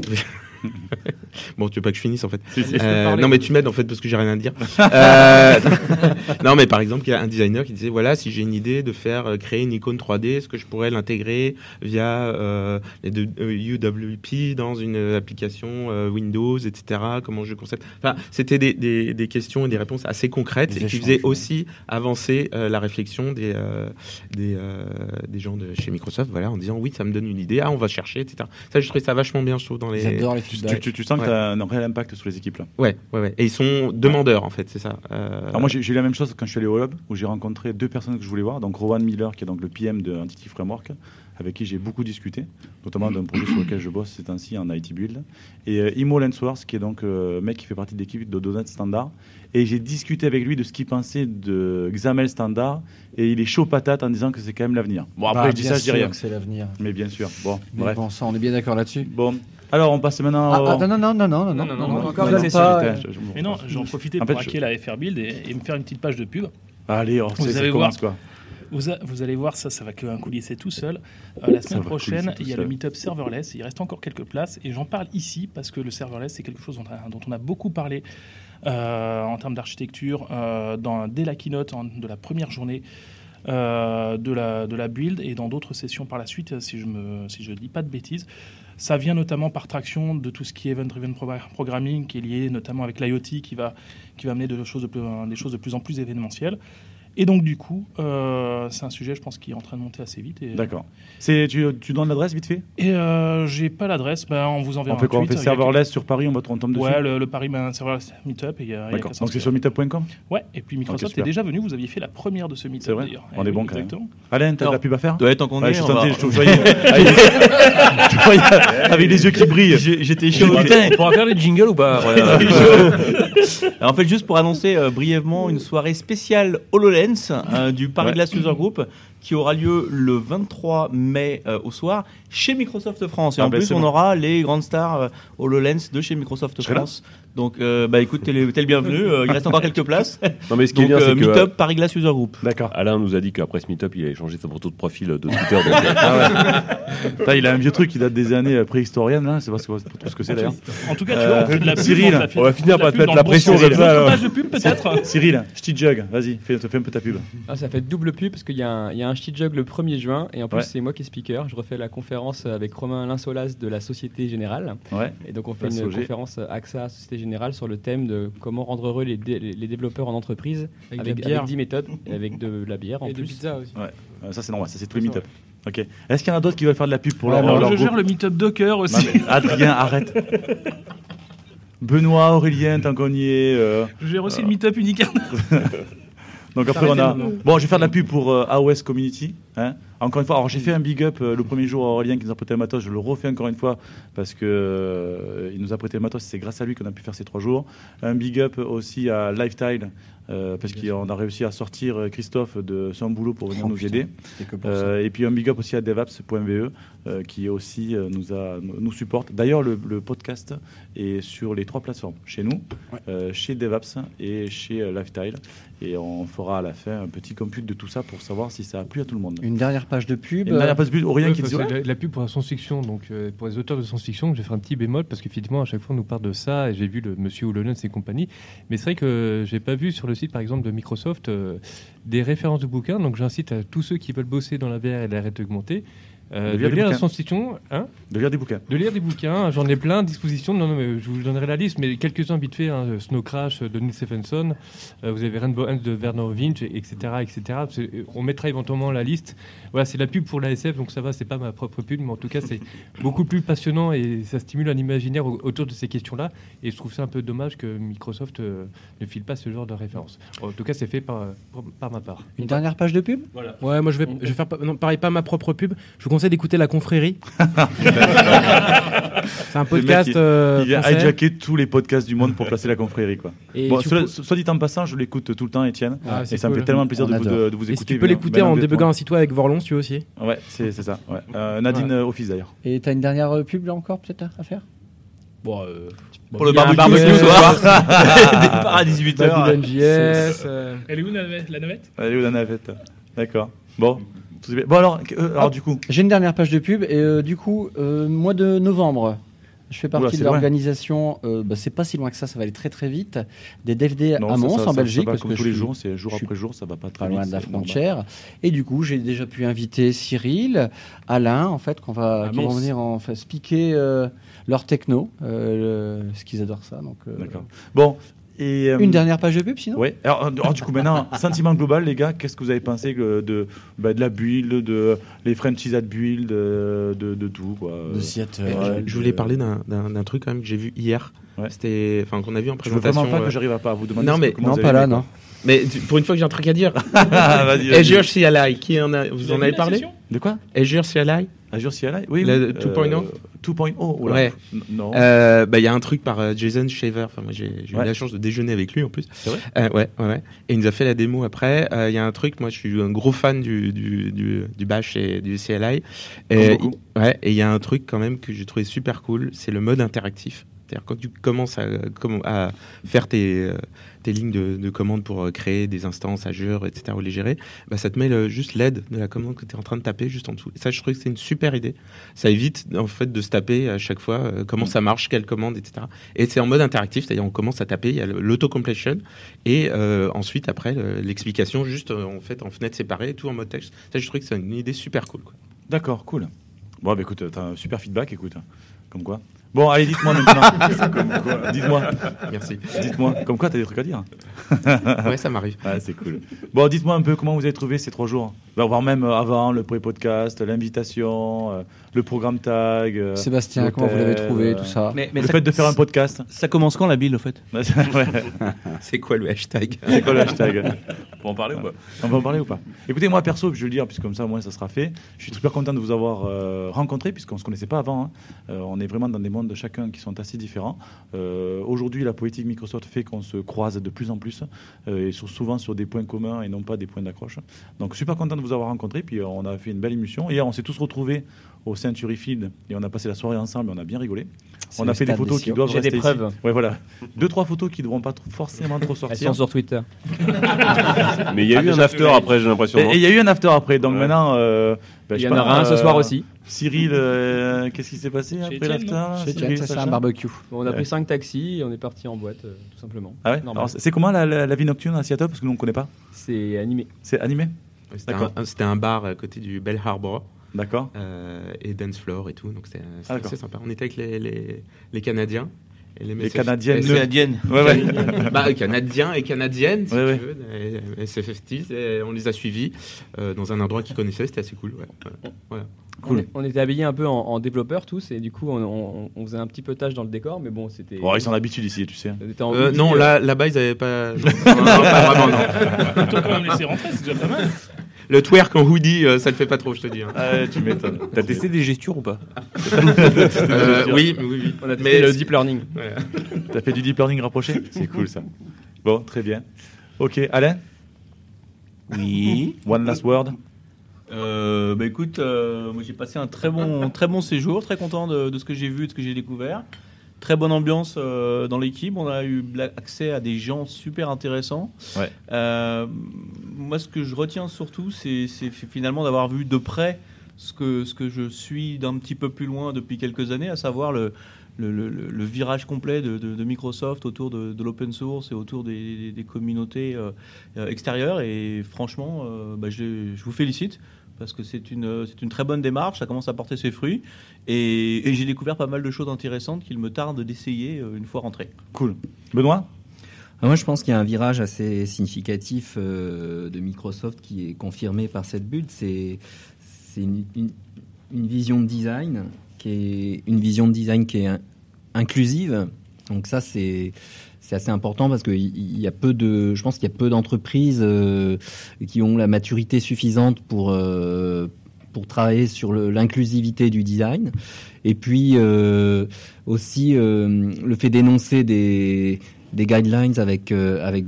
[SPEAKER 3] bon, tu veux pas que je finisse en fait.
[SPEAKER 2] Si, si.
[SPEAKER 3] Euh,
[SPEAKER 2] Laisse-le parler.
[SPEAKER 3] non, mais tu m'aides en fait parce que j'ai rien à
[SPEAKER 2] <laughs>
[SPEAKER 3] dire. Euh, <laughs> non, mais par exemple, il y a un designer qui disait voilà, si j'ai une idée de faire euh, créer une icône 3D, est-ce que je pourrais l'intégrer via euh, les deux- euh, UWP dans une euh, application euh, Windows, etc. Comment je concepte Enfin, c'était des, des- des questions et des réponses assez concrètes
[SPEAKER 2] Des
[SPEAKER 3] et qui
[SPEAKER 2] échanges,
[SPEAKER 3] faisaient
[SPEAKER 2] ouais.
[SPEAKER 3] aussi avancer euh, la réflexion des euh, des, euh, des gens de chez Microsoft, voilà, en disant oui, ça me donne une idée, ah, on va chercher, etc. Ça, je trouvais ça vachement bien, je trouve, dans les.
[SPEAKER 2] Tu, tu- tu- tu sens que
[SPEAKER 3] Ouais.
[SPEAKER 2] tu as un réel impact sur les équipes là.
[SPEAKER 3] Ouais, ouais, ouais. Et ils sont demandeurs, en fait, c'est ça. Euh,
[SPEAKER 2] Alors moi j'ai j'ai eu la même chose quand je suis allé au Hub où j'ai rencontré deux personnes que je voulais voir, donc Rowan Miller qui est donc le PM de Entity Framework avec qui j'ai beaucoup discuté, notamment d'un projet sur lequel je bosse ces temps-ci en IT Build, et euh, Imo Lensworth qui est donc euh, mec qui fait partie de l'équipe de Donut Standard, et j'ai discuté avec lui de ce qu'il pensait de XAML Standard, et il est chaud patate en disant que c'est quand même l'avenir. Bon après
[SPEAKER 1] Bah,
[SPEAKER 2] je dis
[SPEAKER 1] bien
[SPEAKER 2] ça, je dis
[SPEAKER 1] sûr
[SPEAKER 2] rien.
[SPEAKER 1] que C'est l'avenir.
[SPEAKER 2] Mais bien sûr, bon,
[SPEAKER 1] Mais
[SPEAKER 2] bref.
[SPEAKER 1] bon, ça, on est bien d'accord là-dessus.
[SPEAKER 2] Bon, alors on passe maintenant
[SPEAKER 1] Ah,
[SPEAKER 2] au...
[SPEAKER 1] ah, non, non, non, non, non, non, non, non,
[SPEAKER 2] encore
[SPEAKER 1] non, pas,
[SPEAKER 2] une session.
[SPEAKER 1] euh,
[SPEAKER 2] Putain, je- je-
[SPEAKER 6] Mais non, j'en profitais
[SPEAKER 2] En
[SPEAKER 6] pour
[SPEAKER 2] fait, je-
[SPEAKER 6] hacker la FR Build et, et me faire une petite page de pub.
[SPEAKER 2] Allez, on sait, ça commence, quoi.
[SPEAKER 6] Vous, a- vous allez voir, ça, ça va que un coulisser tout seul. Euh, la
[SPEAKER 2] Ça
[SPEAKER 6] semaine
[SPEAKER 2] va
[SPEAKER 6] prochaine,
[SPEAKER 2] coulisser tout
[SPEAKER 6] il y a
[SPEAKER 2] seul.
[SPEAKER 6] le meet-up serverless. Il reste encore quelques places et j'en parle ici parce que le serverless, c'est quelque chose dont, on a- dont on a beaucoup parlé euh, en termes d'architecture euh, dans- dès la keynote en- de la première journée. euh, de, la, de la build et dans d'autres sessions par la suite, euh, si je ne si je dis pas de bêtises. Ça vient notamment par traction de tout ce qui est event-driven progra- programming, qui est lié notamment avec l'IoT, qui va, qui va amener de choses de plus- des choses de plus en plus événementielles. Et donc, du coup, euh, c'est un sujet, je pense, qui est en train de monter assez vite. et-
[SPEAKER 2] D'accord. C'est- Tu, tu donnes l'adresse vite fait
[SPEAKER 6] Et euh, j'ai pas l'adresse, ben, on vous enverra
[SPEAKER 2] On fait
[SPEAKER 6] un
[SPEAKER 2] quoi On
[SPEAKER 6] tweet.
[SPEAKER 2] fait
[SPEAKER 6] Il y a
[SPEAKER 2] serverless sur Paris, on va on tombe
[SPEAKER 6] quelques-
[SPEAKER 2] dessus
[SPEAKER 6] Ouais, le, le Paris ben, serverless meetup. Et il y a- il y a
[SPEAKER 2] D'accord.
[SPEAKER 6] qu'à
[SPEAKER 2] Donc c'est
[SPEAKER 6] s'inscrire.
[SPEAKER 2] sur meetup.com
[SPEAKER 6] Ouais, et puis
[SPEAKER 2] Ok,
[SPEAKER 6] Microsoft
[SPEAKER 2] super.
[SPEAKER 6] est déjà venu, vous aviez fait la première de ce meetup
[SPEAKER 2] C'est vrai
[SPEAKER 6] d'ailleurs.
[SPEAKER 2] On
[SPEAKER 6] Eh
[SPEAKER 2] est
[SPEAKER 6] oui,
[SPEAKER 2] bon quand même.
[SPEAKER 6] exactement.
[SPEAKER 2] Alain, t'as de la
[SPEAKER 6] Alors,
[SPEAKER 2] pub à faire
[SPEAKER 13] ouais, tant qu'on
[SPEAKER 2] Ouais,
[SPEAKER 13] est,
[SPEAKER 2] je
[SPEAKER 13] on
[SPEAKER 2] te
[SPEAKER 13] va- <laughs>
[SPEAKER 2] sentais, je te <laughs> voyais. Ah, il- je te voyais avec les yeux qui brillent.
[SPEAKER 13] J'étais chaud.
[SPEAKER 2] On
[SPEAKER 13] Putain.
[SPEAKER 2] pourra faire
[SPEAKER 13] les jingles ou pas
[SPEAKER 2] <laughs> Voilà.
[SPEAKER 13] <laughs> En fait, juste pour annoncer euh, brièvement une soirée spéciale HoloLens euh, du Paris
[SPEAKER 2] Ouais.
[SPEAKER 13] Glass User Group qui aura lieu le 23 mai euh, au soir chez Microsoft France. Et
[SPEAKER 2] Ah
[SPEAKER 13] en
[SPEAKER 2] bah,
[SPEAKER 13] plus,
[SPEAKER 2] c'est
[SPEAKER 13] on
[SPEAKER 2] bon.
[SPEAKER 13] aura les grandes stars euh, HoloLens de chez Microsoft
[SPEAKER 2] serai là.
[SPEAKER 13] France. Donc, euh, bah écoute, t'es le, t'es le bienvenu. euh, il reste encore quelques
[SPEAKER 2] <laughs>
[SPEAKER 13] places.
[SPEAKER 7] Non, mais ce qui
[SPEAKER 13] Donc,
[SPEAKER 7] est bien,
[SPEAKER 13] euh,
[SPEAKER 7] c'est que.
[SPEAKER 13] Meetup Paris Glass User Group.
[SPEAKER 2] D'accord.
[SPEAKER 7] Alain nous a dit qu'après ce meet-up, il allait changer son photo de profil de Twitter. donc, <laughs> euh,
[SPEAKER 2] Putain, il a un vieux truc qui date des années euh, préhistoriennes, là. C'est pas ce que, pas trop ce que c'est d'ailleurs.
[SPEAKER 6] En tout cas, tu vois, on fait de la pub,
[SPEAKER 2] Cyril,
[SPEAKER 6] on te la fait-
[SPEAKER 2] on va finir
[SPEAKER 6] de la
[SPEAKER 2] par te
[SPEAKER 6] pub
[SPEAKER 2] mettre
[SPEAKER 6] dans
[SPEAKER 2] la
[SPEAKER 6] le bon
[SPEAKER 2] pression
[SPEAKER 6] sens.
[SPEAKER 2] comme ça. euh.
[SPEAKER 6] Une
[SPEAKER 2] alors.
[SPEAKER 6] page de pub, peut-être
[SPEAKER 2] Cyril, je te jug, vas-y, fais, fais un peu ta pub.
[SPEAKER 12] Ah, ça fait double pub parce qu'il y, a un- il y a un shit jog le 1er juin et en plus
[SPEAKER 2] Ouais.
[SPEAKER 12] c'est moi qui est speaker. Je refais la conférence avec Romain Linsolas de la Société Générale.
[SPEAKER 2] Ouais.
[SPEAKER 12] Et donc on fait une
[SPEAKER 2] Lassogé.
[SPEAKER 12] conférence AXA Société Générale sur le thème de comment rendre heureux les, dé- les développeurs en entreprise
[SPEAKER 2] Avec de la
[SPEAKER 12] avec,
[SPEAKER 2] bière.
[SPEAKER 12] 10 méthodes et avec de la bière en
[SPEAKER 2] Et de
[SPEAKER 12] plus.
[SPEAKER 2] pizza aussi. Ouais. Euh, ça c'est normal, ça c'est tous les meet Ok. Est-ce qu'il y en a d'autres qui veulent faire de la pub pour
[SPEAKER 6] Ouais,
[SPEAKER 2] leur,
[SPEAKER 6] alors,
[SPEAKER 2] leur
[SPEAKER 6] je
[SPEAKER 2] groupe
[SPEAKER 6] gère le meet-up Docker aussi.
[SPEAKER 2] Non, mais Adrien, arrête. Benoît, Aurélien, tant qu'on y est. euh,
[SPEAKER 6] Je gère aussi le meet-up Unicarn.
[SPEAKER 2] <laughs> Donc après on a bon, je vais faire de la pub pour euh, AOS Community. hein. Encore une fois, alors j'ai fait un big up euh, le premier jour à Aurélien qui nous a prêté le matos. Je le refais encore une fois parce que euh, il nous a prêté le matos. C'est grâce à lui qu'on a pu faire ces trois jours. Un big up aussi à Lifetile. euh, parce qu'on a réussi à sortir euh, Christophe de son boulot pour venir
[SPEAKER 15] Oh,
[SPEAKER 2] nous
[SPEAKER 15] putain,
[SPEAKER 2] aider.
[SPEAKER 15] c'était que pour ça.
[SPEAKER 2] Euh, et puis un big up aussi à devaps.be euh, qui aussi euh, nous, a, nous supporte. D'ailleurs, le, le podcast est sur les trois plateformes chez nous, euh, chez Devaps et chez euh, Lifetile. Et on fera à la fin un petit compute de tout ça pour savoir si ça a plu à tout le monde.
[SPEAKER 1] Une dernière page de pub.
[SPEAKER 2] Une dernière page de pub. ben, Aurélien
[SPEAKER 4] Ouais,
[SPEAKER 2] qui
[SPEAKER 4] parce
[SPEAKER 2] disait,
[SPEAKER 4] que
[SPEAKER 2] ouais.
[SPEAKER 4] la, la pub pour la science-fiction, donc euh, pour les auteurs de science-fiction, je vais faire un petit bémol parce qu'effectivement, à chaque fois, on nous parle de ça. Et j'ai vu le monsieur Oulonens et compagnie. Mais c'est vrai que j'ai pas vu sur le site, par exemple, de Microsoft, euh, des références de bouquins. Donc j'incite à tous ceux qui veulent bosser dans la VR et la réalité augmentée. euh,
[SPEAKER 2] De
[SPEAKER 4] de
[SPEAKER 2] lire des
[SPEAKER 4] lire la
[SPEAKER 2] bouquins.
[SPEAKER 4] science-fiction, hein
[SPEAKER 2] De lire des bouquins.
[SPEAKER 4] De lire des bouquins, j'en ai plein à disposition. Non, non, mais je vous donnerai la liste, mais quelques-uns vite fait. hein, Snow Crash euh, de Neil Stephenson, euh, vous avez Rainbow Hunt de Werner Winch, et- etc. etc. C'est- On mettra éventuellement la liste. Voilà, c'est la pub pour la SF, donc ça va, c'est pas ma propre pub, mais en tout cas, c'est <laughs> beaucoup plus passionnant et ça stimule un imaginaire au- autour de ces questions-là. Et je trouve ça un peu dommage que Microsoft euh, ne file pas ce genre de référence. En tout cas, c'est fait par, pour- par ma part.
[SPEAKER 1] Une dernière page de pub
[SPEAKER 4] Voilà.
[SPEAKER 14] Ouais, moi je vais, je vais faire pa- non, pareil, pas ma propre pub. Je vous conseille d'écouter La
[SPEAKER 2] <laughs>
[SPEAKER 14] Confrérie. <laughs> C'est un
[SPEAKER 2] Le mec,
[SPEAKER 14] podcast.
[SPEAKER 2] il-
[SPEAKER 14] euh,
[SPEAKER 2] il vient
[SPEAKER 14] français.
[SPEAKER 2] hijacker tous les podcasts du monde pour placer la confrérie. Quoi.
[SPEAKER 14] Et
[SPEAKER 2] Bon,
[SPEAKER 14] tu
[SPEAKER 2] cela-
[SPEAKER 14] peux-
[SPEAKER 2] soit dit en passant, je l'écoute tout le temps, Étienne.
[SPEAKER 14] Ah,
[SPEAKER 2] et
[SPEAKER 14] c'est
[SPEAKER 2] ça me
[SPEAKER 14] cool.
[SPEAKER 2] fait tellement plaisir
[SPEAKER 14] On
[SPEAKER 2] de vous, de,
[SPEAKER 14] adore.
[SPEAKER 2] Euh, de vous
[SPEAKER 14] Et si
[SPEAKER 2] écouter.
[SPEAKER 14] tu peux
[SPEAKER 2] bien-
[SPEAKER 14] l'écouter
[SPEAKER 2] bien
[SPEAKER 14] en
[SPEAKER 2] honnêtement.
[SPEAKER 14] débugant un site web avec Vorlon, si tu veux aussi.
[SPEAKER 2] Ouais, c'est c'est ça. ouais. Euh, Nadine
[SPEAKER 14] Voilà.
[SPEAKER 2] euh, Office d'ailleurs.
[SPEAKER 1] Et t'as une dernière euh, pub là encore peut-être à- à faire
[SPEAKER 2] <laughs>
[SPEAKER 14] Bon, euh,
[SPEAKER 2] Pour le barbecue,
[SPEAKER 14] ce
[SPEAKER 2] ce soir. <laughs> Départ à 18 heures.
[SPEAKER 14] JS.
[SPEAKER 2] C'est-
[SPEAKER 14] euh,
[SPEAKER 6] Elle est où la navette, la navette
[SPEAKER 2] Elle est où la navette D'accord. Bon. Tout est bien. Bon alors, euh, alors
[SPEAKER 1] Hop,
[SPEAKER 2] du coup.
[SPEAKER 1] Ah, J'ai une dernière page de pub. Et euh, du coup, euh, mois de novembre, je fais
[SPEAKER 2] Oula,
[SPEAKER 1] partie
[SPEAKER 2] c'est
[SPEAKER 1] de
[SPEAKER 2] loin.
[SPEAKER 1] l'organisation, euh, bah, c'est pas si loin que ça, ça va aller très très vite, des DFD
[SPEAKER 2] Non,
[SPEAKER 1] à
[SPEAKER 2] ça-
[SPEAKER 1] Mons
[SPEAKER 2] ça- ça-
[SPEAKER 1] Ah, en
[SPEAKER 2] ça
[SPEAKER 1] Belgique.
[SPEAKER 2] va
[SPEAKER 1] parce
[SPEAKER 2] comme
[SPEAKER 1] que
[SPEAKER 2] tous les
[SPEAKER 1] je suis-
[SPEAKER 2] jours, c'est jour
[SPEAKER 1] je suis
[SPEAKER 2] après jour, ça va pas très
[SPEAKER 1] pas
[SPEAKER 2] vite,
[SPEAKER 1] loin de la
[SPEAKER 2] c'est normal.
[SPEAKER 1] frontière. Et du coup, j'ai déjà pu inviter Cyril, Alain, en fait, qu'on va,
[SPEAKER 2] À
[SPEAKER 1] qui vont
[SPEAKER 2] Mons.
[SPEAKER 1] venir en fait, piquer euh, leur techno, euh, le- parce qu'ils adorent ça. Donc, euh,
[SPEAKER 2] D'accord. Bon. Et, euh,
[SPEAKER 1] Une dernière page de pub, sinon
[SPEAKER 2] Ouais. Alors, euh, alors, du coup,
[SPEAKER 1] <laughs>
[SPEAKER 2] maintenant, sentiment global, les gars, qu'est-ce que vous avez pensé euh, de, bah, de la build, de les Frenchies at build, euh, de, de tout quoi.
[SPEAKER 3] Euh,
[SPEAKER 2] Ouais,
[SPEAKER 3] je- je voulais parler d'un- d'un d'un truc quand même que j'ai vu hier. C'était, enfin, qu'on a vu en
[SPEAKER 2] Je veux
[SPEAKER 3] présentation.
[SPEAKER 2] vraiment pas que
[SPEAKER 3] euh,
[SPEAKER 2] j'arrive à pas vous demander
[SPEAKER 3] Non
[SPEAKER 2] ce-
[SPEAKER 3] mais
[SPEAKER 2] comment vous avez aimé, quoi. Ah,
[SPEAKER 3] Mais tu- pour une fois que j'ai un truc à
[SPEAKER 2] <laughs>
[SPEAKER 3] dire.
[SPEAKER 2] Vas-y, vas-y.
[SPEAKER 3] Et George Cialai, qui en a, vous
[SPEAKER 2] avez
[SPEAKER 3] en
[SPEAKER 2] vu
[SPEAKER 3] avez
[SPEAKER 2] la
[SPEAKER 3] parlé
[SPEAKER 2] session De quoi
[SPEAKER 3] Et George Cialai.
[SPEAKER 2] Azure CLI Oui,
[SPEAKER 3] La
[SPEAKER 2] oui.
[SPEAKER 3] 2.0
[SPEAKER 2] Euh, 2.0, oh là.
[SPEAKER 3] Ouais.
[SPEAKER 2] N- Non.
[SPEAKER 3] Euh, bah, il y a un truc par euh, Jason Shaver. Enfin, moi, j'ai j'ai eu
[SPEAKER 2] Ouais.
[SPEAKER 3] la chance de déjeuner avec lui en plus.
[SPEAKER 2] C'est vrai
[SPEAKER 3] Euh, ouais, ouais, ouais. Et il nous a fait la démo après. Euh, Il y a un truc, moi, je suis un gros fan du, du, du, du Bash et du CLI.
[SPEAKER 2] Comme
[SPEAKER 3] Et,
[SPEAKER 2] beaucoup.
[SPEAKER 3] il- ouais, et il y a un truc quand même que j'ai trouvé super cool, c'est le mode interactif. C'est-à-dire quand tu commences à, comm- à faire tes, euh, tes lignes de, de commande pour euh, créer des instances Azure, etc., ou les gérer, bah, ça te met le- juste l'aide de la commande que tu es en train de taper juste en dessous. Et ça, je trouve que c'est une super idée. Ça évite en fait de se taper à chaque fois euh, comment ça marche, quelle commande, etc. Et c'est en mode interactif, c'est-à-dire on commence à taper, il y a le- l'autocompletion, et euh, ensuite après le- l'explication juste euh, en fait en fenêtre séparée, tout en mode texte. Ça, je trouve que c'est une idée super cool. quoi.
[SPEAKER 2] D'accord, cool. Bon, bah écoute, euh, t'as un super feedback, écoute. hein. Comme quoi. Bon, allez, dites-moi <laughs> maintenant. Comme quoi, dites-moi.
[SPEAKER 3] Merci.
[SPEAKER 2] Dites-moi. Comme quoi, t'as des trucs à dire. hein.
[SPEAKER 1] <laughs>
[SPEAKER 3] Ouais, ça m'arrive.
[SPEAKER 2] Ah, c'est cool. Bon, dites-moi un peu comment vous avez trouvé ces trois jours. Bah, voire même euh, avant, le pré-podcast, l'invitation, euh, le programme tag. euh,
[SPEAKER 1] Sébastien, comment vous l'avez
[SPEAKER 2] l'hôtel,
[SPEAKER 1] trouvé,
[SPEAKER 2] euh,
[SPEAKER 1] tout ça Mais- mais
[SPEAKER 2] le
[SPEAKER 1] ça-
[SPEAKER 2] fait de faire un podcast.
[SPEAKER 13] Ça commence quand la build, au fait <laughs>
[SPEAKER 3] C'est quoi le hashtag
[SPEAKER 2] C'est quoi le hashtag
[SPEAKER 3] <laughs>
[SPEAKER 13] Faut en parler ou pas
[SPEAKER 2] On va en parler ou pas Écoutez, moi perso, je vais le dire, puisque comme ça, au moins, ça sera fait. Je suis super content de vous avoir euh, rencontré, puisqu'on ne se connaissait pas avant. hein. Euh, on est vraiment dans des mondes de chacun qui sont assez différents. Euh, Aujourd'hui, la politique Microsoft fait qu'on se croise de plus en plus, euh, et sur- souvent sur des points communs et non pas des points d'accroche. Donc, super content de vous avoir rencontré. Puis, euh, on a fait une belle émission. Hier, on s'est tous retrouvés au Century Field et on a passé la soirée ensemble et on a bien rigolé.
[SPEAKER 13] C'est
[SPEAKER 2] On
[SPEAKER 13] le
[SPEAKER 2] a fait des
[SPEAKER 13] stade
[SPEAKER 2] photos
[SPEAKER 13] des
[SPEAKER 2] qui
[SPEAKER 13] sciences.
[SPEAKER 2] doivent
[SPEAKER 13] J'ai des
[SPEAKER 2] rester
[SPEAKER 13] preuves.
[SPEAKER 2] ici. Ouais, voilà. Deux, trois photos qui ne devront pas trop- forcément trop sortir.
[SPEAKER 13] Elles sont sur Twitter.
[SPEAKER 7] <laughs> Mais
[SPEAKER 13] Ah,
[SPEAKER 7] il y a eu un after après, j'ai l'impression.
[SPEAKER 2] Et
[SPEAKER 7] non
[SPEAKER 2] et il y a eu un after après, donc maintenant. euh, bah,
[SPEAKER 13] Il
[SPEAKER 2] je
[SPEAKER 13] y
[SPEAKER 2] sais
[SPEAKER 13] en
[SPEAKER 2] pas,
[SPEAKER 13] aura un ce soir aussi.
[SPEAKER 2] Cyril, euh, qu'est-ce qui s'est passé après l'after là, Cyril, Sacha
[SPEAKER 13] Bon, on a
[SPEAKER 2] Ouais.
[SPEAKER 13] pris 5 taxis et on est parti en boîte, euh, tout simplement.
[SPEAKER 2] Ah ouais
[SPEAKER 13] Normal.
[SPEAKER 2] Alors, c'est comment la, la- la vie nocturne à Seattle Parce que nous on connaît pas.
[SPEAKER 13] C'est animé.
[SPEAKER 2] C'est animé
[SPEAKER 3] C'était
[SPEAKER 2] D'accord.
[SPEAKER 3] un, c'était un bar à côté du Bell Harbor. euh,
[SPEAKER 2] D'accord.
[SPEAKER 3] et dance floor et tout, donc c'est
[SPEAKER 2] Ah, d'accord.
[SPEAKER 3] assez sympa. On était avec les, les- les Canadiens Et les,
[SPEAKER 2] Les
[SPEAKER 3] MSF
[SPEAKER 2] Canadiennes.
[SPEAKER 3] Les Canadiennes.
[SPEAKER 2] Ouais, ouais.
[SPEAKER 3] <laughs> bah, euh, Canadiens et Canadiennes, si
[SPEAKER 2] Ouais, ouais.
[SPEAKER 3] tu veux, des SFFT, et on les a suivis euh, dans un endroit qu'ils connaissaient, c'était assez cool. ouais. Voilà. Voilà.
[SPEAKER 12] On, est- on était habillés un peu en, en développeurs tous, et du coup, on, on- on faisait un petit peu tâche dans le décor, mais bon, c'était.
[SPEAKER 2] Oh, ils sont habitués ici, tu sais.
[SPEAKER 12] On était en
[SPEAKER 3] Euh,
[SPEAKER 12] hoodie,
[SPEAKER 3] non,
[SPEAKER 12] euh,
[SPEAKER 3] là- là-bas, ils avaient
[SPEAKER 12] <laughs>
[SPEAKER 3] pas. non, non, pas vraiment, non.
[SPEAKER 2] <laughs>
[SPEAKER 12] Ils t'ont quand même laissé rentrer, c'est déjà pas mal.
[SPEAKER 3] Le twerk en hoodie, euh, ça le fait pas trop, je te dis. hein.
[SPEAKER 2] Ah ouais, tu m'étonnes. T'as testé des gestures ou pas
[SPEAKER 3] <laughs> Euh, Oui, mais oui, oui. Mais c'est- Ouais.
[SPEAKER 2] <laughs> T'as fait du deep learning rapproché C'est cool ça. Bon, très bien. Ok, Alain
[SPEAKER 13] Oui.
[SPEAKER 2] One last word.
[SPEAKER 13] Euh, bah écoute, euh, moi j'ai passé un très bon, très bon séjour, très content de, de ce que j'ai vu, de ce que j'ai découvert. Très bonne ambiance euh, dans l'équipe, on a eu la- accès à des gens super intéressants.
[SPEAKER 2] Ouais.
[SPEAKER 13] Euh, moi ce que je retiens surtout, c'est c'est finalement d'avoir vu de près ce que, ce que je suis d'un petit peu plus loin depuis quelques années, à savoir le, le, le- le- le virage complet de, de- de Microsoft autour de, de l'open source et autour des, des- des communautés euh, euh, extérieures. Et franchement, euh, bah, je, je vous félicite parce que c'est une, euh, c'est une très bonne démarche, ça commence à porter ses fruits. Et, et j'ai découvert pas mal de choses intéressantes qu'il me tarde d'essayer euh, une fois rentré.
[SPEAKER 2] Cool. Benoît
[SPEAKER 10] Ah, Moi, je pense qu'il y a un virage assez significatif euh, de Microsoft qui est confirmé par cette bulle. C'est c'est une, une- une vision de design qui est une vision de design qui est in- inclusive. Donc ça, c'est c'est assez important parce que il- il y a peu de, je pense qu'il y a peu d'entreprises euh, qui ont la maturité suffisante pour euh, pour travailler sur le- l'inclusivité du design. Et puis euh, aussi euh, le fait d'énoncer des, des guidelines avec, euh, avec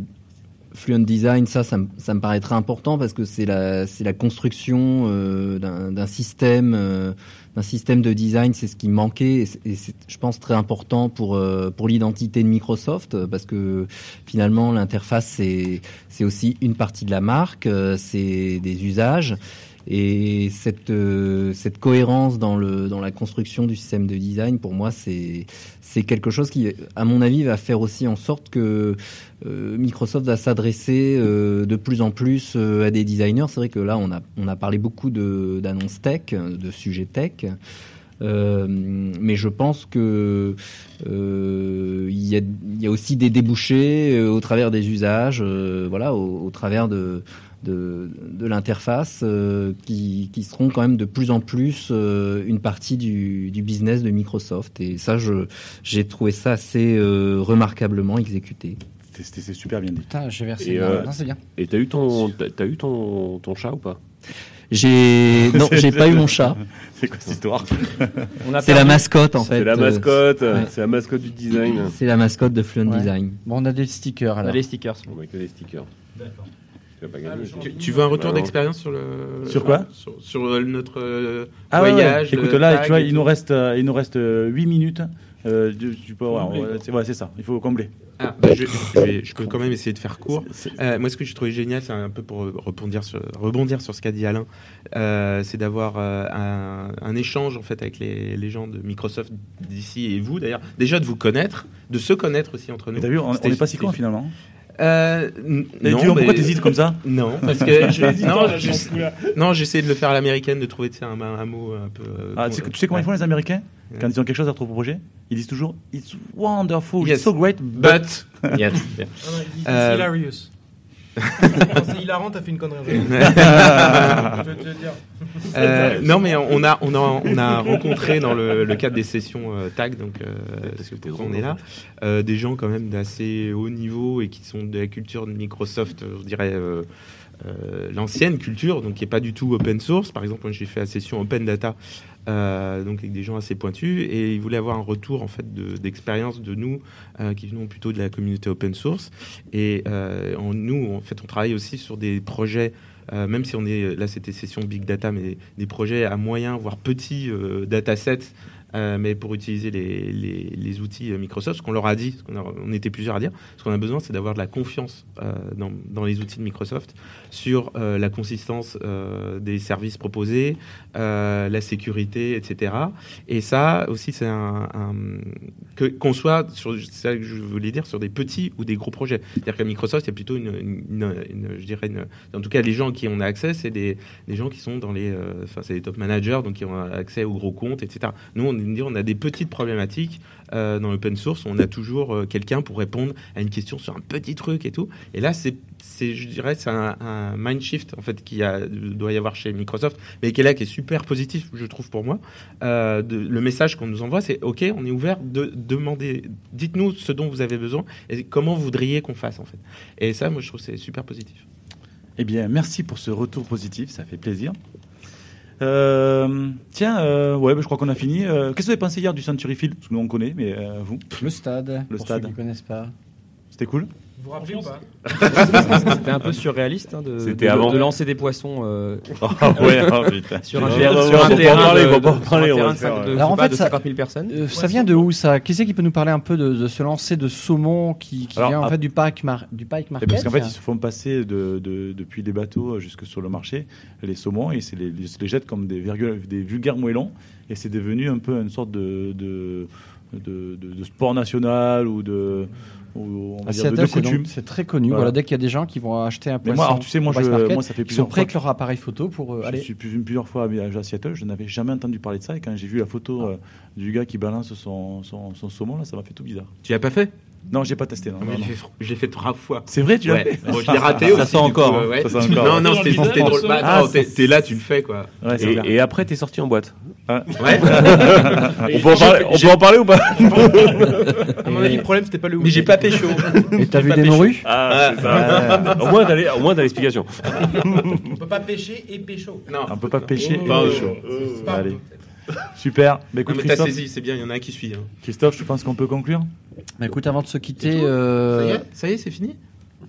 [SPEAKER 10] Fluent Design, ça, ça, me- ça me paraît très important parce que c'est la, c'est la construction euh, d'un d'un système, euh, d'un système de design, c'est ce qui manquait et c'est- et c'est, je pense, très important pour, euh, pour l'identité de Microsoft euh, parce que finalement, l'interface, c'est c'est aussi une partie de la marque, euh, c'est des usages. Et cette, euh, cette cohérence dans, le, dans la construction du système de design, pour moi, c'est c'est quelque chose qui, à mon avis, va faire aussi en sorte que euh, Microsoft va s'adresser euh, de plus en plus euh, à des designers. C'est vrai que là, on a, on a parlé beaucoup de- d'annonces tech, de sujets tech. Euh, mais je pense que euh, il y, a, il y a aussi des débouchés euh, au travers des usages, euh, voilà, au, au travers de de, de l'interface euh, qui, qui seront quand même de plus en plus euh, une partie du, du business de Microsoft. Et ça, je j'ai trouvé ça assez euh, remarquablement exécuté.
[SPEAKER 2] C'était super bien dit.
[SPEAKER 1] Putain, j'ai versé.
[SPEAKER 7] Et
[SPEAKER 1] ma-
[SPEAKER 7] euh,
[SPEAKER 1] non, c'est bien.
[SPEAKER 7] et t'as eu ton, t'as t'as eu ton, ton chat ou pas <laughs>
[SPEAKER 10] J'ai non, j'ai pas eu mon chat.
[SPEAKER 2] C'est quoi cette histoire
[SPEAKER 10] C'est la mascotte en fait.
[SPEAKER 7] C'est la
[SPEAKER 10] euh,
[SPEAKER 7] mascotte,
[SPEAKER 10] ouais.
[SPEAKER 7] c'est la mascotte du design.
[SPEAKER 10] C'est la mascotte de Fluent
[SPEAKER 1] Ouais.
[SPEAKER 10] Design.
[SPEAKER 1] Bon, on a des stickers alors.
[SPEAKER 12] stickers.
[SPEAKER 7] On va que des stickers.
[SPEAKER 9] D'accord.
[SPEAKER 7] Tu vas pas gagner.
[SPEAKER 3] Tu, tu veux un retour
[SPEAKER 7] Bah non.
[SPEAKER 3] d'expérience sur le.
[SPEAKER 2] Sur quoi
[SPEAKER 3] Sur, sur, euh, notre euh,
[SPEAKER 2] Ah ouais,
[SPEAKER 3] voyage.
[SPEAKER 2] ouais. écoute,
[SPEAKER 3] le
[SPEAKER 2] là,
[SPEAKER 3] tag
[SPEAKER 2] tu vois,
[SPEAKER 3] et
[SPEAKER 2] il
[SPEAKER 3] tout.
[SPEAKER 2] nous reste, euh, il nous reste 8 minutes. Euh, tu, tu peux, ouais,
[SPEAKER 3] Combler,
[SPEAKER 2] on-
[SPEAKER 3] quoi.
[SPEAKER 2] c'est ouais, c'est ça, il faut combler.
[SPEAKER 3] Ah, bah, je, je vais- je peux quand même essayer de faire court. Euh, moi, ce que j'ai trouvé génial, c'est un peu pour rebondir sur, rebondir sur ce qu'a dit Alain, euh, c'est d'avoir euh, un, un échange en fait avec les, les gens de Microsoft d'ici et vous d'ailleurs. Déjà de vous connaître, de se connaître aussi entre nous.
[SPEAKER 2] T'as vu, on on
[SPEAKER 3] C'était-
[SPEAKER 2] n'est pas si con finalement. hein.
[SPEAKER 3] Euh, n-
[SPEAKER 2] Et
[SPEAKER 3] non,
[SPEAKER 2] dis-moi, pourquoi
[SPEAKER 3] mais-
[SPEAKER 2] t'hésites comme ça <laughs>
[SPEAKER 3] Non, parce que
[SPEAKER 2] J'ai hésité,
[SPEAKER 3] je, non,
[SPEAKER 2] là,
[SPEAKER 3] je-
[SPEAKER 2] dans ce coup-là.
[SPEAKER 3] non, j'essaie de le faire à l'américaine, de trouver tu sais, un, un mot un peu. euh,
[SPEAKER 2] Ah, tu, sais, tu sais combien ils font les Américains
[SPEAKER 3] Ouais.
[SPEAKER 2] Quand ils ont quelque chose à trop proposer, ils disent toujours It's wonderful,
[SPEAKER 3] Yes.
[SPEAKER 2] it's so great,
[SPEAKER 3] But-
[SPEAKER 2] <laughs> but.
[SPEAKER 3] Yes.
[SPEAKER 8] Ah non, il dit,
[SPEAKER 2] Euh,
[SPEAKER 8] C'est
[SPEAKER 2] <laughs>
[SPEAKER 8] hilarious.
[SPEAKER 3] <laughs>
[SPEAKER 8] Quand c'est hilarant, t'as fait une connerie. aujourd'hui. Je vais te le dire.
[SPEAKER 3] Euh, non, mais on a, on a, on a rencontré dans le, le cadre des sessions euh, TAG, donc euh, c'est pourquoi on est là, euh, des gens quand même d'assez haut niveau et qui sont de la culture de Microsoft, euh, je dirais. euh, euh, l'ancienne culture, donc qui n'est pas du tout open source. Par exemple, moi, j'ai fait la session Open Data, euh, donc avec des gens assez pointus, et ils voulaient avoir un retour en fait de- d'expérience de, nous euh, qui venons plutôt de la communauté open source. Et euh, en, nous, en fait, on travaille aussi sur des projets. euh, même si on est là, c'était session big data, mais des projets à moyen, voire petits euh, datasets, euh, mais pour utiliser les, les- les outils euh, Microsoft, ce qu'on leur a dit, ce qu'on a- on était plusieurs à dire, ce qu'on a besoin, c'est d'avoir de la confiance euh, dans, dans les outils de Microsoft sur euh, la consistance euh, des services proposés, euh, la sécurité, etc. Et ça aussi, c'est un, un- que- qu'on soit sur, c'est ça que je voulais dire, sur des petits ou des gros projets. C'est-à-dire qu'à Microsoft, il y a plutôt une, une- une- une- je dirais, une- en tout cas, les gens à qui on a accès, c'est des, des gens qui sont dans les, euh, enfin, c'est les top managers, donc qui ont accès aux gros comptes, etc. Nous, on, de me dire on a des petites problématiques euh, dans l'open source, on a toujours euh, quelqu'un pour répondre à une question sur un petit truc et tout. Et là, c'est, c'est je dirais, c'est un, un mind shift en fait qui a, doit y avoir chez Microsoft, mais qui est là, qui est super positif, je trouve pour moi. Euh, de- le message qu'on nous envoie, c'est OK, on est ouvert, de, demandez, dites-nous ce dont vous avez besoin et comment vous voudriez qu'on fasse en fait. Et ça, moi, je trouve que c'est super positif.
[SPEAKER 2] Eh bien, merci pour ce retour positif, ça fait plaisir. Euh, tiens, euh, ouais, bah, je crois qu'on a fini. Euh, Qu'est-ce que vous avez pensé hier du Century Field Parce que nous on connaît, mais euh, vous
[SPEAKER 1] Le stade.
[SPEAKER 2] Le
[SPEAKER 1] pour
[SPEAKER 2] stade.
[SPEAKER 1] ceux qui ne connaissent pas.
[SPEAKER 2] C'était cool
[SPEAKER 8] Vous vous rappelez ou pas
[SPEAKER 12] C'était un peu surréaliste hein, de, de,
[SPEAKER 2] C'était avant.
[SPEAKER 12] de lancer des poissons euh,
[SPEAKER 2] <laughs> Ah ouais, oh putain.
[SPEAKER 12] <laughs> sur un,
[SPEAKER 2] Non,
[SPEAKER 12] terrain-
[SPEAKER 2] non,
[SPEAKER 12] sur
[SPEAKER 2] non,
[SPEAKER 12] un
[SPEAKER 2] faut pas en
[SPEAKER 12] terrain
[SPEAKER 2] parler,
[SPEAKER 12] de-
[SPEAKER 2] faut pas
[SPEAKER 12] sur
[SPEAKER 2] en
[SPEAKER 12] un
[SPEAKER 2] parler, on va
[SPEAKER 12] terrain
[SPEAKER 2] se faire,
[SPEAKER 12] de-
[SPEAKER 2] euh,
[SPEAKER 12] de
[SPEAKER 2] Alors, en
[SPEAKER 12] football
[SPEAKER 2] fait,
[SPEAKER 12] de
[SPEAKER 2] ça-
[SPEAKER 12] 50 000 personnes.
[SPEAKER 1] Euh, ça vient de où ça Qui c'est qui peut nous parler un peu de, de ce lancer de saumon qui, qui
[SPEAKER 2] Alors,
[SPEAKER 1] vient en
[SPEAKER 2] à-
[SPEAKER 1] fait du parc mar- du parc
[SPEAKER 2] Et
[SPEAKER 1] market
[SPEAKER 2] Eh ben, parce qu'en fait, ils se font passer de- de- depuis des bateaux euh, jusque sur le marché, les saumons, et c'est les, ils se les jettent comme des, virgu- des vulgaires moellons. Et c'est devenu un peu une sorte de, de, de- de- de sport national ou de, ou, on va
[SPEAKER 1] À
[SPEAKER 2] dire de- de
[SPEAKER 1] Seattle, Ah, c'est
[SPEAKER 2] coutume.
[SPEAKER 1] donc- c'est très connu. Voilà. dès qu'il y a des gens qui vont acheter un
[SPEAKER 2] Mais
[SPEAKER 1] poisson,
[SPEAKER 2] moi, alors, tu sais, moi,
[SPEAKER 1] au Price
[SPEAKER 2] je-
[SPEAKER 1] Market,
[SPEAKER 2] moi, ça fait
[SPEAKER 1] ils sont
[SPEAKER 2] plusieurs
[SPEAKER 1] prêts
[SPEAKER 2] fois
[SPEAKER 1] avec leur appareil photo pour euh,
[SPEAKER 2] Je
[SPEAKER 1] aller.
[SPEAKER 2] suis plus- plusieurs fois à à Seattle, je n'avais jamais entendu parler de ça. Et quand j'ai vu la photo
[SPEAKER 1] Ah.
[SPEAKER 2] euh, du gars qui balance son, son, son saumon, là, ça m'a fait tout bizarre.
[SPEAKER 3] Tu l'as pas fait
[SPEAKER 2] Non, j'ai pas testé. non,
[SPEAKER 3] Ah, mais
[SPEAKER 2] non,
[SPEAKER 3] j'ai
[SPEAKER 2] non.
[SPEAKER 3] fait fr- J'ai fait trois fois.
[SPEAKER 2] C'est vrai, tu l'as
[SPEAKER 3] Ouais.
[SPEAKER 2] fait
[SPEAKER 3] Bon, je l'ai raté aussi, du coup, euh, ouais.
[SPEAKER 2] Ça sent encore.
[SPEAKER 3] Non, non, c'était c'était drôle. Bah,
[SPEAKER 2] Ah,
[SPEAKER 3] attends, t'es t'es là, tu le fais, quoi.
[SPEAKER 2] Ouais, c'est
[SPEAKER 7] et,
[SPEAKER 2] clair.
[SPEAKER 7] et après, t'es sorti en boîte.
[SPEAKER 3] Ouais.
[SPEAKER 7] on peut en parler, on peut en parler ou pas
[SPEAKER 8] À mon avis, le problème, c'était pas le
[SPEAKER 3] Mais j'ai pas pécho.
[SPEAKER 1] Et t'as vu
[SPEAKER 7] pas
[SPEAKER 1] des
[SPEAKER 7] pécho.
[SPEAKER 1] morues
[SPEAKER 7] Ah, c'est
[SPEAKER 1] Ah.
[SPEAKER 7] ça. Au moins, t'as les- au moins, t'as l'explication.
[SPEAKER 8] On peut pas pêcher et pécho.
[SPEAKER 3] Non.
[SPEAKER 2] On peut pas pêcher et
[SPEAKER 3] Bah, euh,
[SPEAKER 2] pécho.
[SPEAKER 3] euh,
[SPEAKER 2] Allez. <laughs> Super. Bah, écoute,
[SPEAKER 3] Non, mais t'as
[SPEAKER 2] Christophe,
[SPEAKER 3] saisi, c'est bien, il y en a un qui suit. hein.
[SPEAKER 2] Christophe, je pense qu'on peut conclure.
[SPEAKER 1] Bah, écoute, avant de se quitter, euh,
[SPEAKER 3] Ça y est, ça y est, c'est fini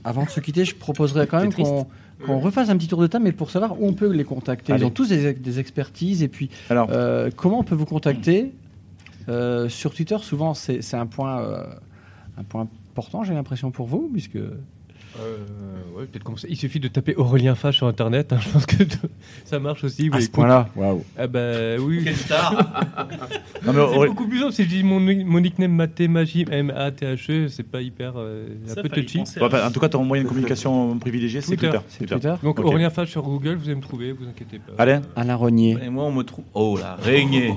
[SPEAKER 1] avant de se quitter, je proposerais quand même
[SPEAKER 3] T'es triste.
[SPEAKER 1] qu'on qu'on refasse un petit tour de table, mais pour savoir où on peut les contacter.
[SPEAKER 2] Allez.
[SPEAKER 1] Ils ont tous des, des expertises et puis
[SPEAKER 2] Alors,
[SPEAKER 1] euh, comment on peut vous contacter Euh, sur Twitter Souvent, c'est c'est un point euh, un point important, j'ai l'impression pour vous, puisque euh,
[SPEAKER 4] Ouais, peut-être comme ça. Il suffit de taper Aurélien Fa sur internet. hein, je pense que tout- ça marche aussi.
[SPEAKER 1] à ce point-là.
[SPEAKER 4] Ah bah oui.
[SPEAKER 3] Quelle
[SPEAKER 4] <laughs>
[SPEAKER 3] star
[SPEAKER 2] Non, mais
[SPEAKER 4] c'est
[SPEAKER 2] Auré-
[SPEAKER 4] beaucoup plus simple si je dis mon, mon nickname Mathé Magie M A T H E, c'est pas hyper euh,
[SPEAKER 6] Ça,
[SPEAKER 4] un peu
[SPEAKER 6] fallait y
[SPEAKER 4] touchy.
[SPEAKER 6] penser.
[SPEAKER 2] Ouais, bah, en tout cas, ton moyen de communication privilégié, c'est Twitter.
[SPEAKER 1] C'est Twitter.
[SPEAKER 4] Donc
[SPEAKER 2] Ok.
[SPEAKER 4] Aurélien Fa sur Google, vous allez me trouver, vous inquiétez pas.
[SPEAKER 2] Alain
[SPEAKER 1] Alain Rognier.
[SPEAKER 13] Et moi, on me trouve. Oh la régnée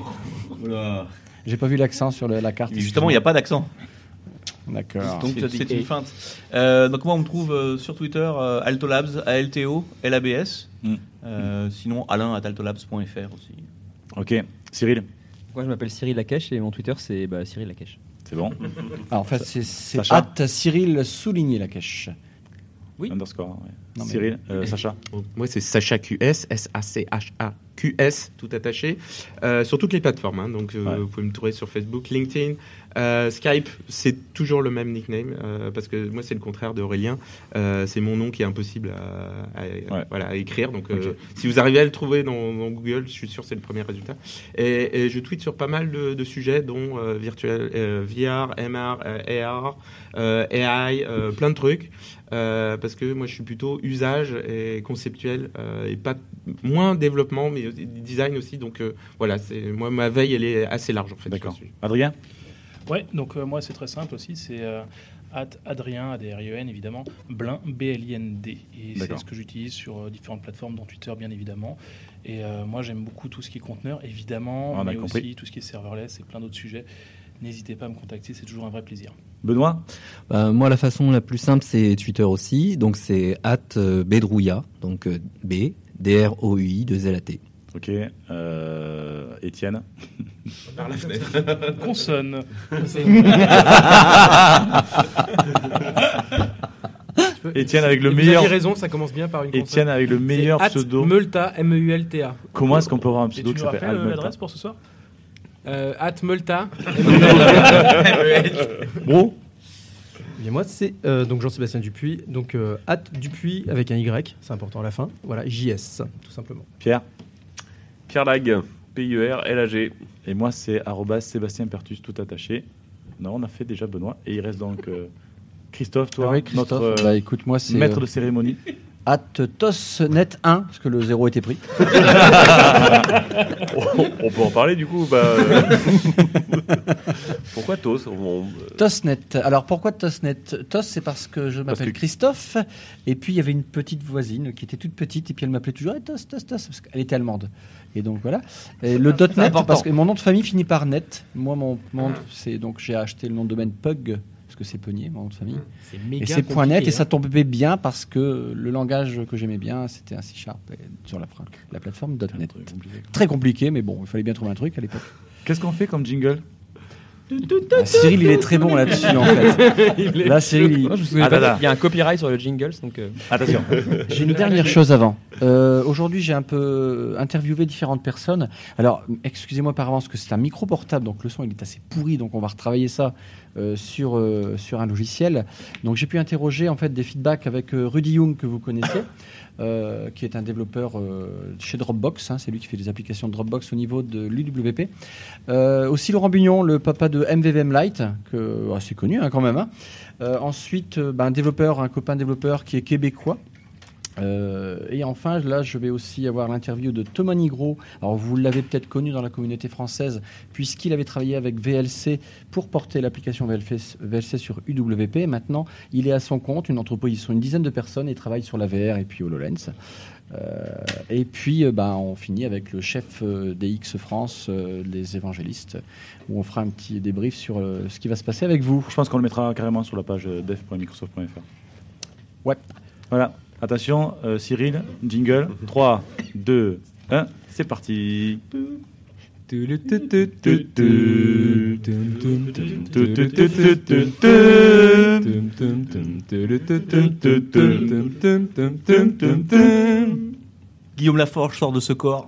[SPEAKER 13] Oh là.
[SPEAKER 1] J'ai pas vu l'accent sur le- la carte.
[SPEAKER 13] Mais Justement, il n'y a pas d'accent.
[SPEAKER 1] D'accord.
[SPEAKER 13] Donc
[SPEAKER 12] C'est-
[SPEAKER 13] c'est
[SPEAKER 12] c'est
[SPEAKER 13] une
[SPEAKER 12] et-
[SPEAKER 13] feinte. Euh, donc moi on me trouve euh, sur Twitter euh, Alto Labs, ALTO, LABS.
[SPEAKER 2] Mm.
[SPEAKER 13] Euh, Sinon Alain at altolabs.fr aussi.
[SPEAKER 2] Ok. Cyril,
[SPEAKER 12] Moi, je m'appelle Cyril Lacache et mon Twitter, c'est bah, Cyril Lacache.
[SPEAKER 2] c'est bon.
[SPEAKER 1] Ah, en fait, c'est- c'est
[SPEAKER 2] Sacha
[SPEAKER 1] hâte Cyril souligner la cache.
[SPEAKER 12] Oui.
[SPEAKER 2] Underscore. ouais.
[SPEAKER 1] Non, mais-
[SPEAKER 2] Cyril, euh, Sacha.
[SPEAKER 3] Donc, Moi, c'est Sacha QS, S-A-C-H-A-Q-S, tout attaché, euh, sur toutes les plateformes. hein. donc, euh,
[SPEAKER 2] Ouais.
[SPEAKER 3] vous pouvez me trouver sur Facebook, LinkedIn, euh, Skype, c'est toujours le même nickname, euh, parce que moi, c'est le contraire d'Aurélien. Euh, c'est mon nom qui est impossible à, à- voilà, à écrire. Donc, euh,
[SPEAKER 2] Ok.
[SPEAKER 3] si vous arrivez à le trouver dans, dans Google, je suis sûr que c'est le premier résultat. Et, et je tweete sur pas mal de, de sujets, dont euh, virtuel, euh, VR, MR, euh, AR, euh, AI, euh, plein de trucs. Euh, parce que moi je suis plutôt usage et conceptuel euh, et pas moins développement mais euh, design aussi donc euh, voilà c'est moi ma veille elle est assez large en fait
[SPEAKER 2] D'accord.
[SPEAKER 3] sur le sujet.
[SPEAKER 2] Adrien
[SPEAKER 6] Ouais, donc euh, moi c'est très simple aussi, c'est euh, at Adrien, A-D-R-I-E-N E évidemment, Blin, B-L-I-N-D. Et c'est
[SPEAKER 2] D'accord.
[SPEAKER 6] ce que j'utilise sur euh, différentes plateformes, dont Twitter bien évidemment. Et euh, moi j'aime beaucoup tout ce qui est conteneur, évidemment,
[SPEAKER 2] Ah, On a
[SPEAKER 6] mais
[SPEAKER 2] compris.
[SPEAKER 6] aussi tout ce qui est serverless et plein d'autres sujets. N'hésitez pas à me contacter, c'est toujours un vrai plaisir.
[SPEAKER 2] Benoît
[SPEAKER 10] Bah, moi, la façon la plus simple, c'est Twitter aussi. Donc, c'est at euh, bedrouilla, donc euh, B, D-R-O-U-I, 2 L-A-T.
[SPEAKER 2] Ok. Euh, Étienne
[SPEAKER 3] par la fenêtre
[SPEAKER 8] <laughs>
[SPEAKER 6] Consonne
[SPEAKER 2] <laughs> Étienne avec le
[SPEAKER 8] Et
[SPEAKER 2] meilleur.
[SPEAKER 8] Vous avez raison, ça commence bien par une consonne.
[SPEAKER 2] Étienne avec le meilleur
[SPEAKER 8] at
[SPEAKER 2] pseudo.
[SPEAKER 8] Meulta,
[SPEAKER 6] E
[SPEAKER 8] M-E-U-L-T-A.
[SPEAKER 2] Comment est-ce qu'on peut avoir un
[SPEAKER 6] Et
[SPEAKER 2] pseudo
[SPEAKER 6] tu
[SPEAKER 2] qui
[SPEAKER 6] nous
[SPEAKER 2] s'appelle
[SPEAKER 6] rappelles euh,
[SPEAKER 2] Almeida
[SPEAKER 6] l'adresse pour ce soir
[SPEAKER 8] Euh, at
[SPEAKER 6] <laughs>
[SPEAKER 8] Meulta.
[SPEAKER 2] <laughs> Bro
[SPEAKER 15] Et moi, c'est euh, donc Jean-Sébastien Dupuis, donc euh, at Dupuis avec un Y, c'est important à la fin. Voilà, JS, tout simplement.
[SPEAKER 2] Pierre
[SPEAKER 7] Pierre Lag, P-I-E-R-L-A-G.
[SPEAKER 2] Et moi, c'est arobase Sébastien Pertus, tout attaché. Non, on a fait déjà Benoît. Et il reste donc euh, Christophe, toi,
[SPEAKER 1] Ah oui, Christophe.
[SPEAKER 2] notre euh,
[SPEAKER 1] Bah, écoute, moi, c'est,
[SPEAKER 2] maître
[SPEAKER 1] euh,
[SPEAKER 2] de cérémonie.
[SPEAKER 1] at tosnet1, parce que le zéro était
[SPEAKER 7] <laughs>
[SPEAKER 1] pris.
[SPEAKER 7] on, on peut en parler du coup bah, euh,
[SPEAKER 1] <laughs>
[SPEAKER 7] Pourquoi TOS euh On-
[SPEAKER 1] Tosnet. Alors pourquoi Tosnet Tos, c'est parce que je m'appelle
[SPEAKER 7] que-
[SPEAKER 1] Christophe. Et puis il y avait une petite voisine qui était toute petite. Et puis elle m'appelait toujours Eh, Tos, Tos, Tos, parce qu'elle était allemande. Et donc voilà. Et le
[SPEAKER 9] C'est
[SPEAKER 1] .net,
[SPEAKER 9] important.
[SPEAKER 1] parce que mon nom de famille finit par net. Moi, mon mon nom, c'est donc j'ai acheté le nom de domaine Pug. Parce que c'est Peunier, mon nom de
[SPEAKER 12] Mmh.
[SPEAKER 1] famille.
[SPEAKER 9] C'est méga
[SPEAKER 1] et c'est point net,
[SPEAKER 9] compliqué,
[SPEAKER 1] et ça
[SPEAKER 9] hein.
[SPEAKER 1] tombait bien parce que le langage que j'aimais bien, c'était un C-Sharp sur la, fra- la plateforme .net. Très compliqué, mais bon, il fallait bien trouver un truc à l'époque.
[SPEAKER 2] Qu'est-ce qu'on fait comme jingle
[SPEAKER 1] Ah, Cyril, il est très bon là-dessus,
[SPEAKER 2] <laughs>
[SPEAKER 12] <laughs>
[SPEAKER 1] en fait. Là, Cyril,
[SPEAKER 12] Oh,
[SPEAKER 1] il- Ah, là, là.
[SPEAKER 12] Il y a un copyright sur le jingles, donc. euh,
[SPEAKER 1] J'ai une dernière chose avant. Euh, Aujourd'hui, j'ai un peu interviewé différentes personnes. Alors, excusez-moi par avance que c'est un micro portable, donc le son il est assez pourri, donc on va retravailler ça euh, sur euh, sur un logiciel. Donc j'ai pu interroger en fait des feedbacks avec euh, Rudy Young que vous connaissez, <coughs> euh, qui est un développeur euh, chez Dropbox. hein, c'est lui qui fait des applications de Dropbox au niveau de l'UWP. Euh, aussi Laurent Bugnon, le papa de MVVM Lite, que assez connu hein, quand même. hein. Euh, ensuite, euh, ben, un développeur, un copain développeur qui est québécois. Euh, et enfin, là, je vais aussi avoir l'interview de Thomas Nigro. Alors, vous l'avez peut-être connu dans la communauté française, puisqu'il avait travaillé avec VLC pour porter l'application VLC, VLC sur UWP. Maintenant, il est à son compte, une entreprise, ils sont une dizaine de personnes, et travaille sur la VR et puis HoloLens. Euh, et puis, euh, ben, on finit avec le chef euh, des X France, euh, les évangélistes, où on fera un petit débrief sur euh, ce qui va se passer avec vous.
[SPEAKER 2] Je pense qu'on le mettra carrément sur la page euh, dev.microsoft.fr.
[SPEAKER 1] Ouais.
[SPEAKER 2] Voilà. Attention, euh, Cyril, jingle. 3, 2, 1, c'est parti.
[SPEAKER 13] Guillaume Laforge sort de ce corps.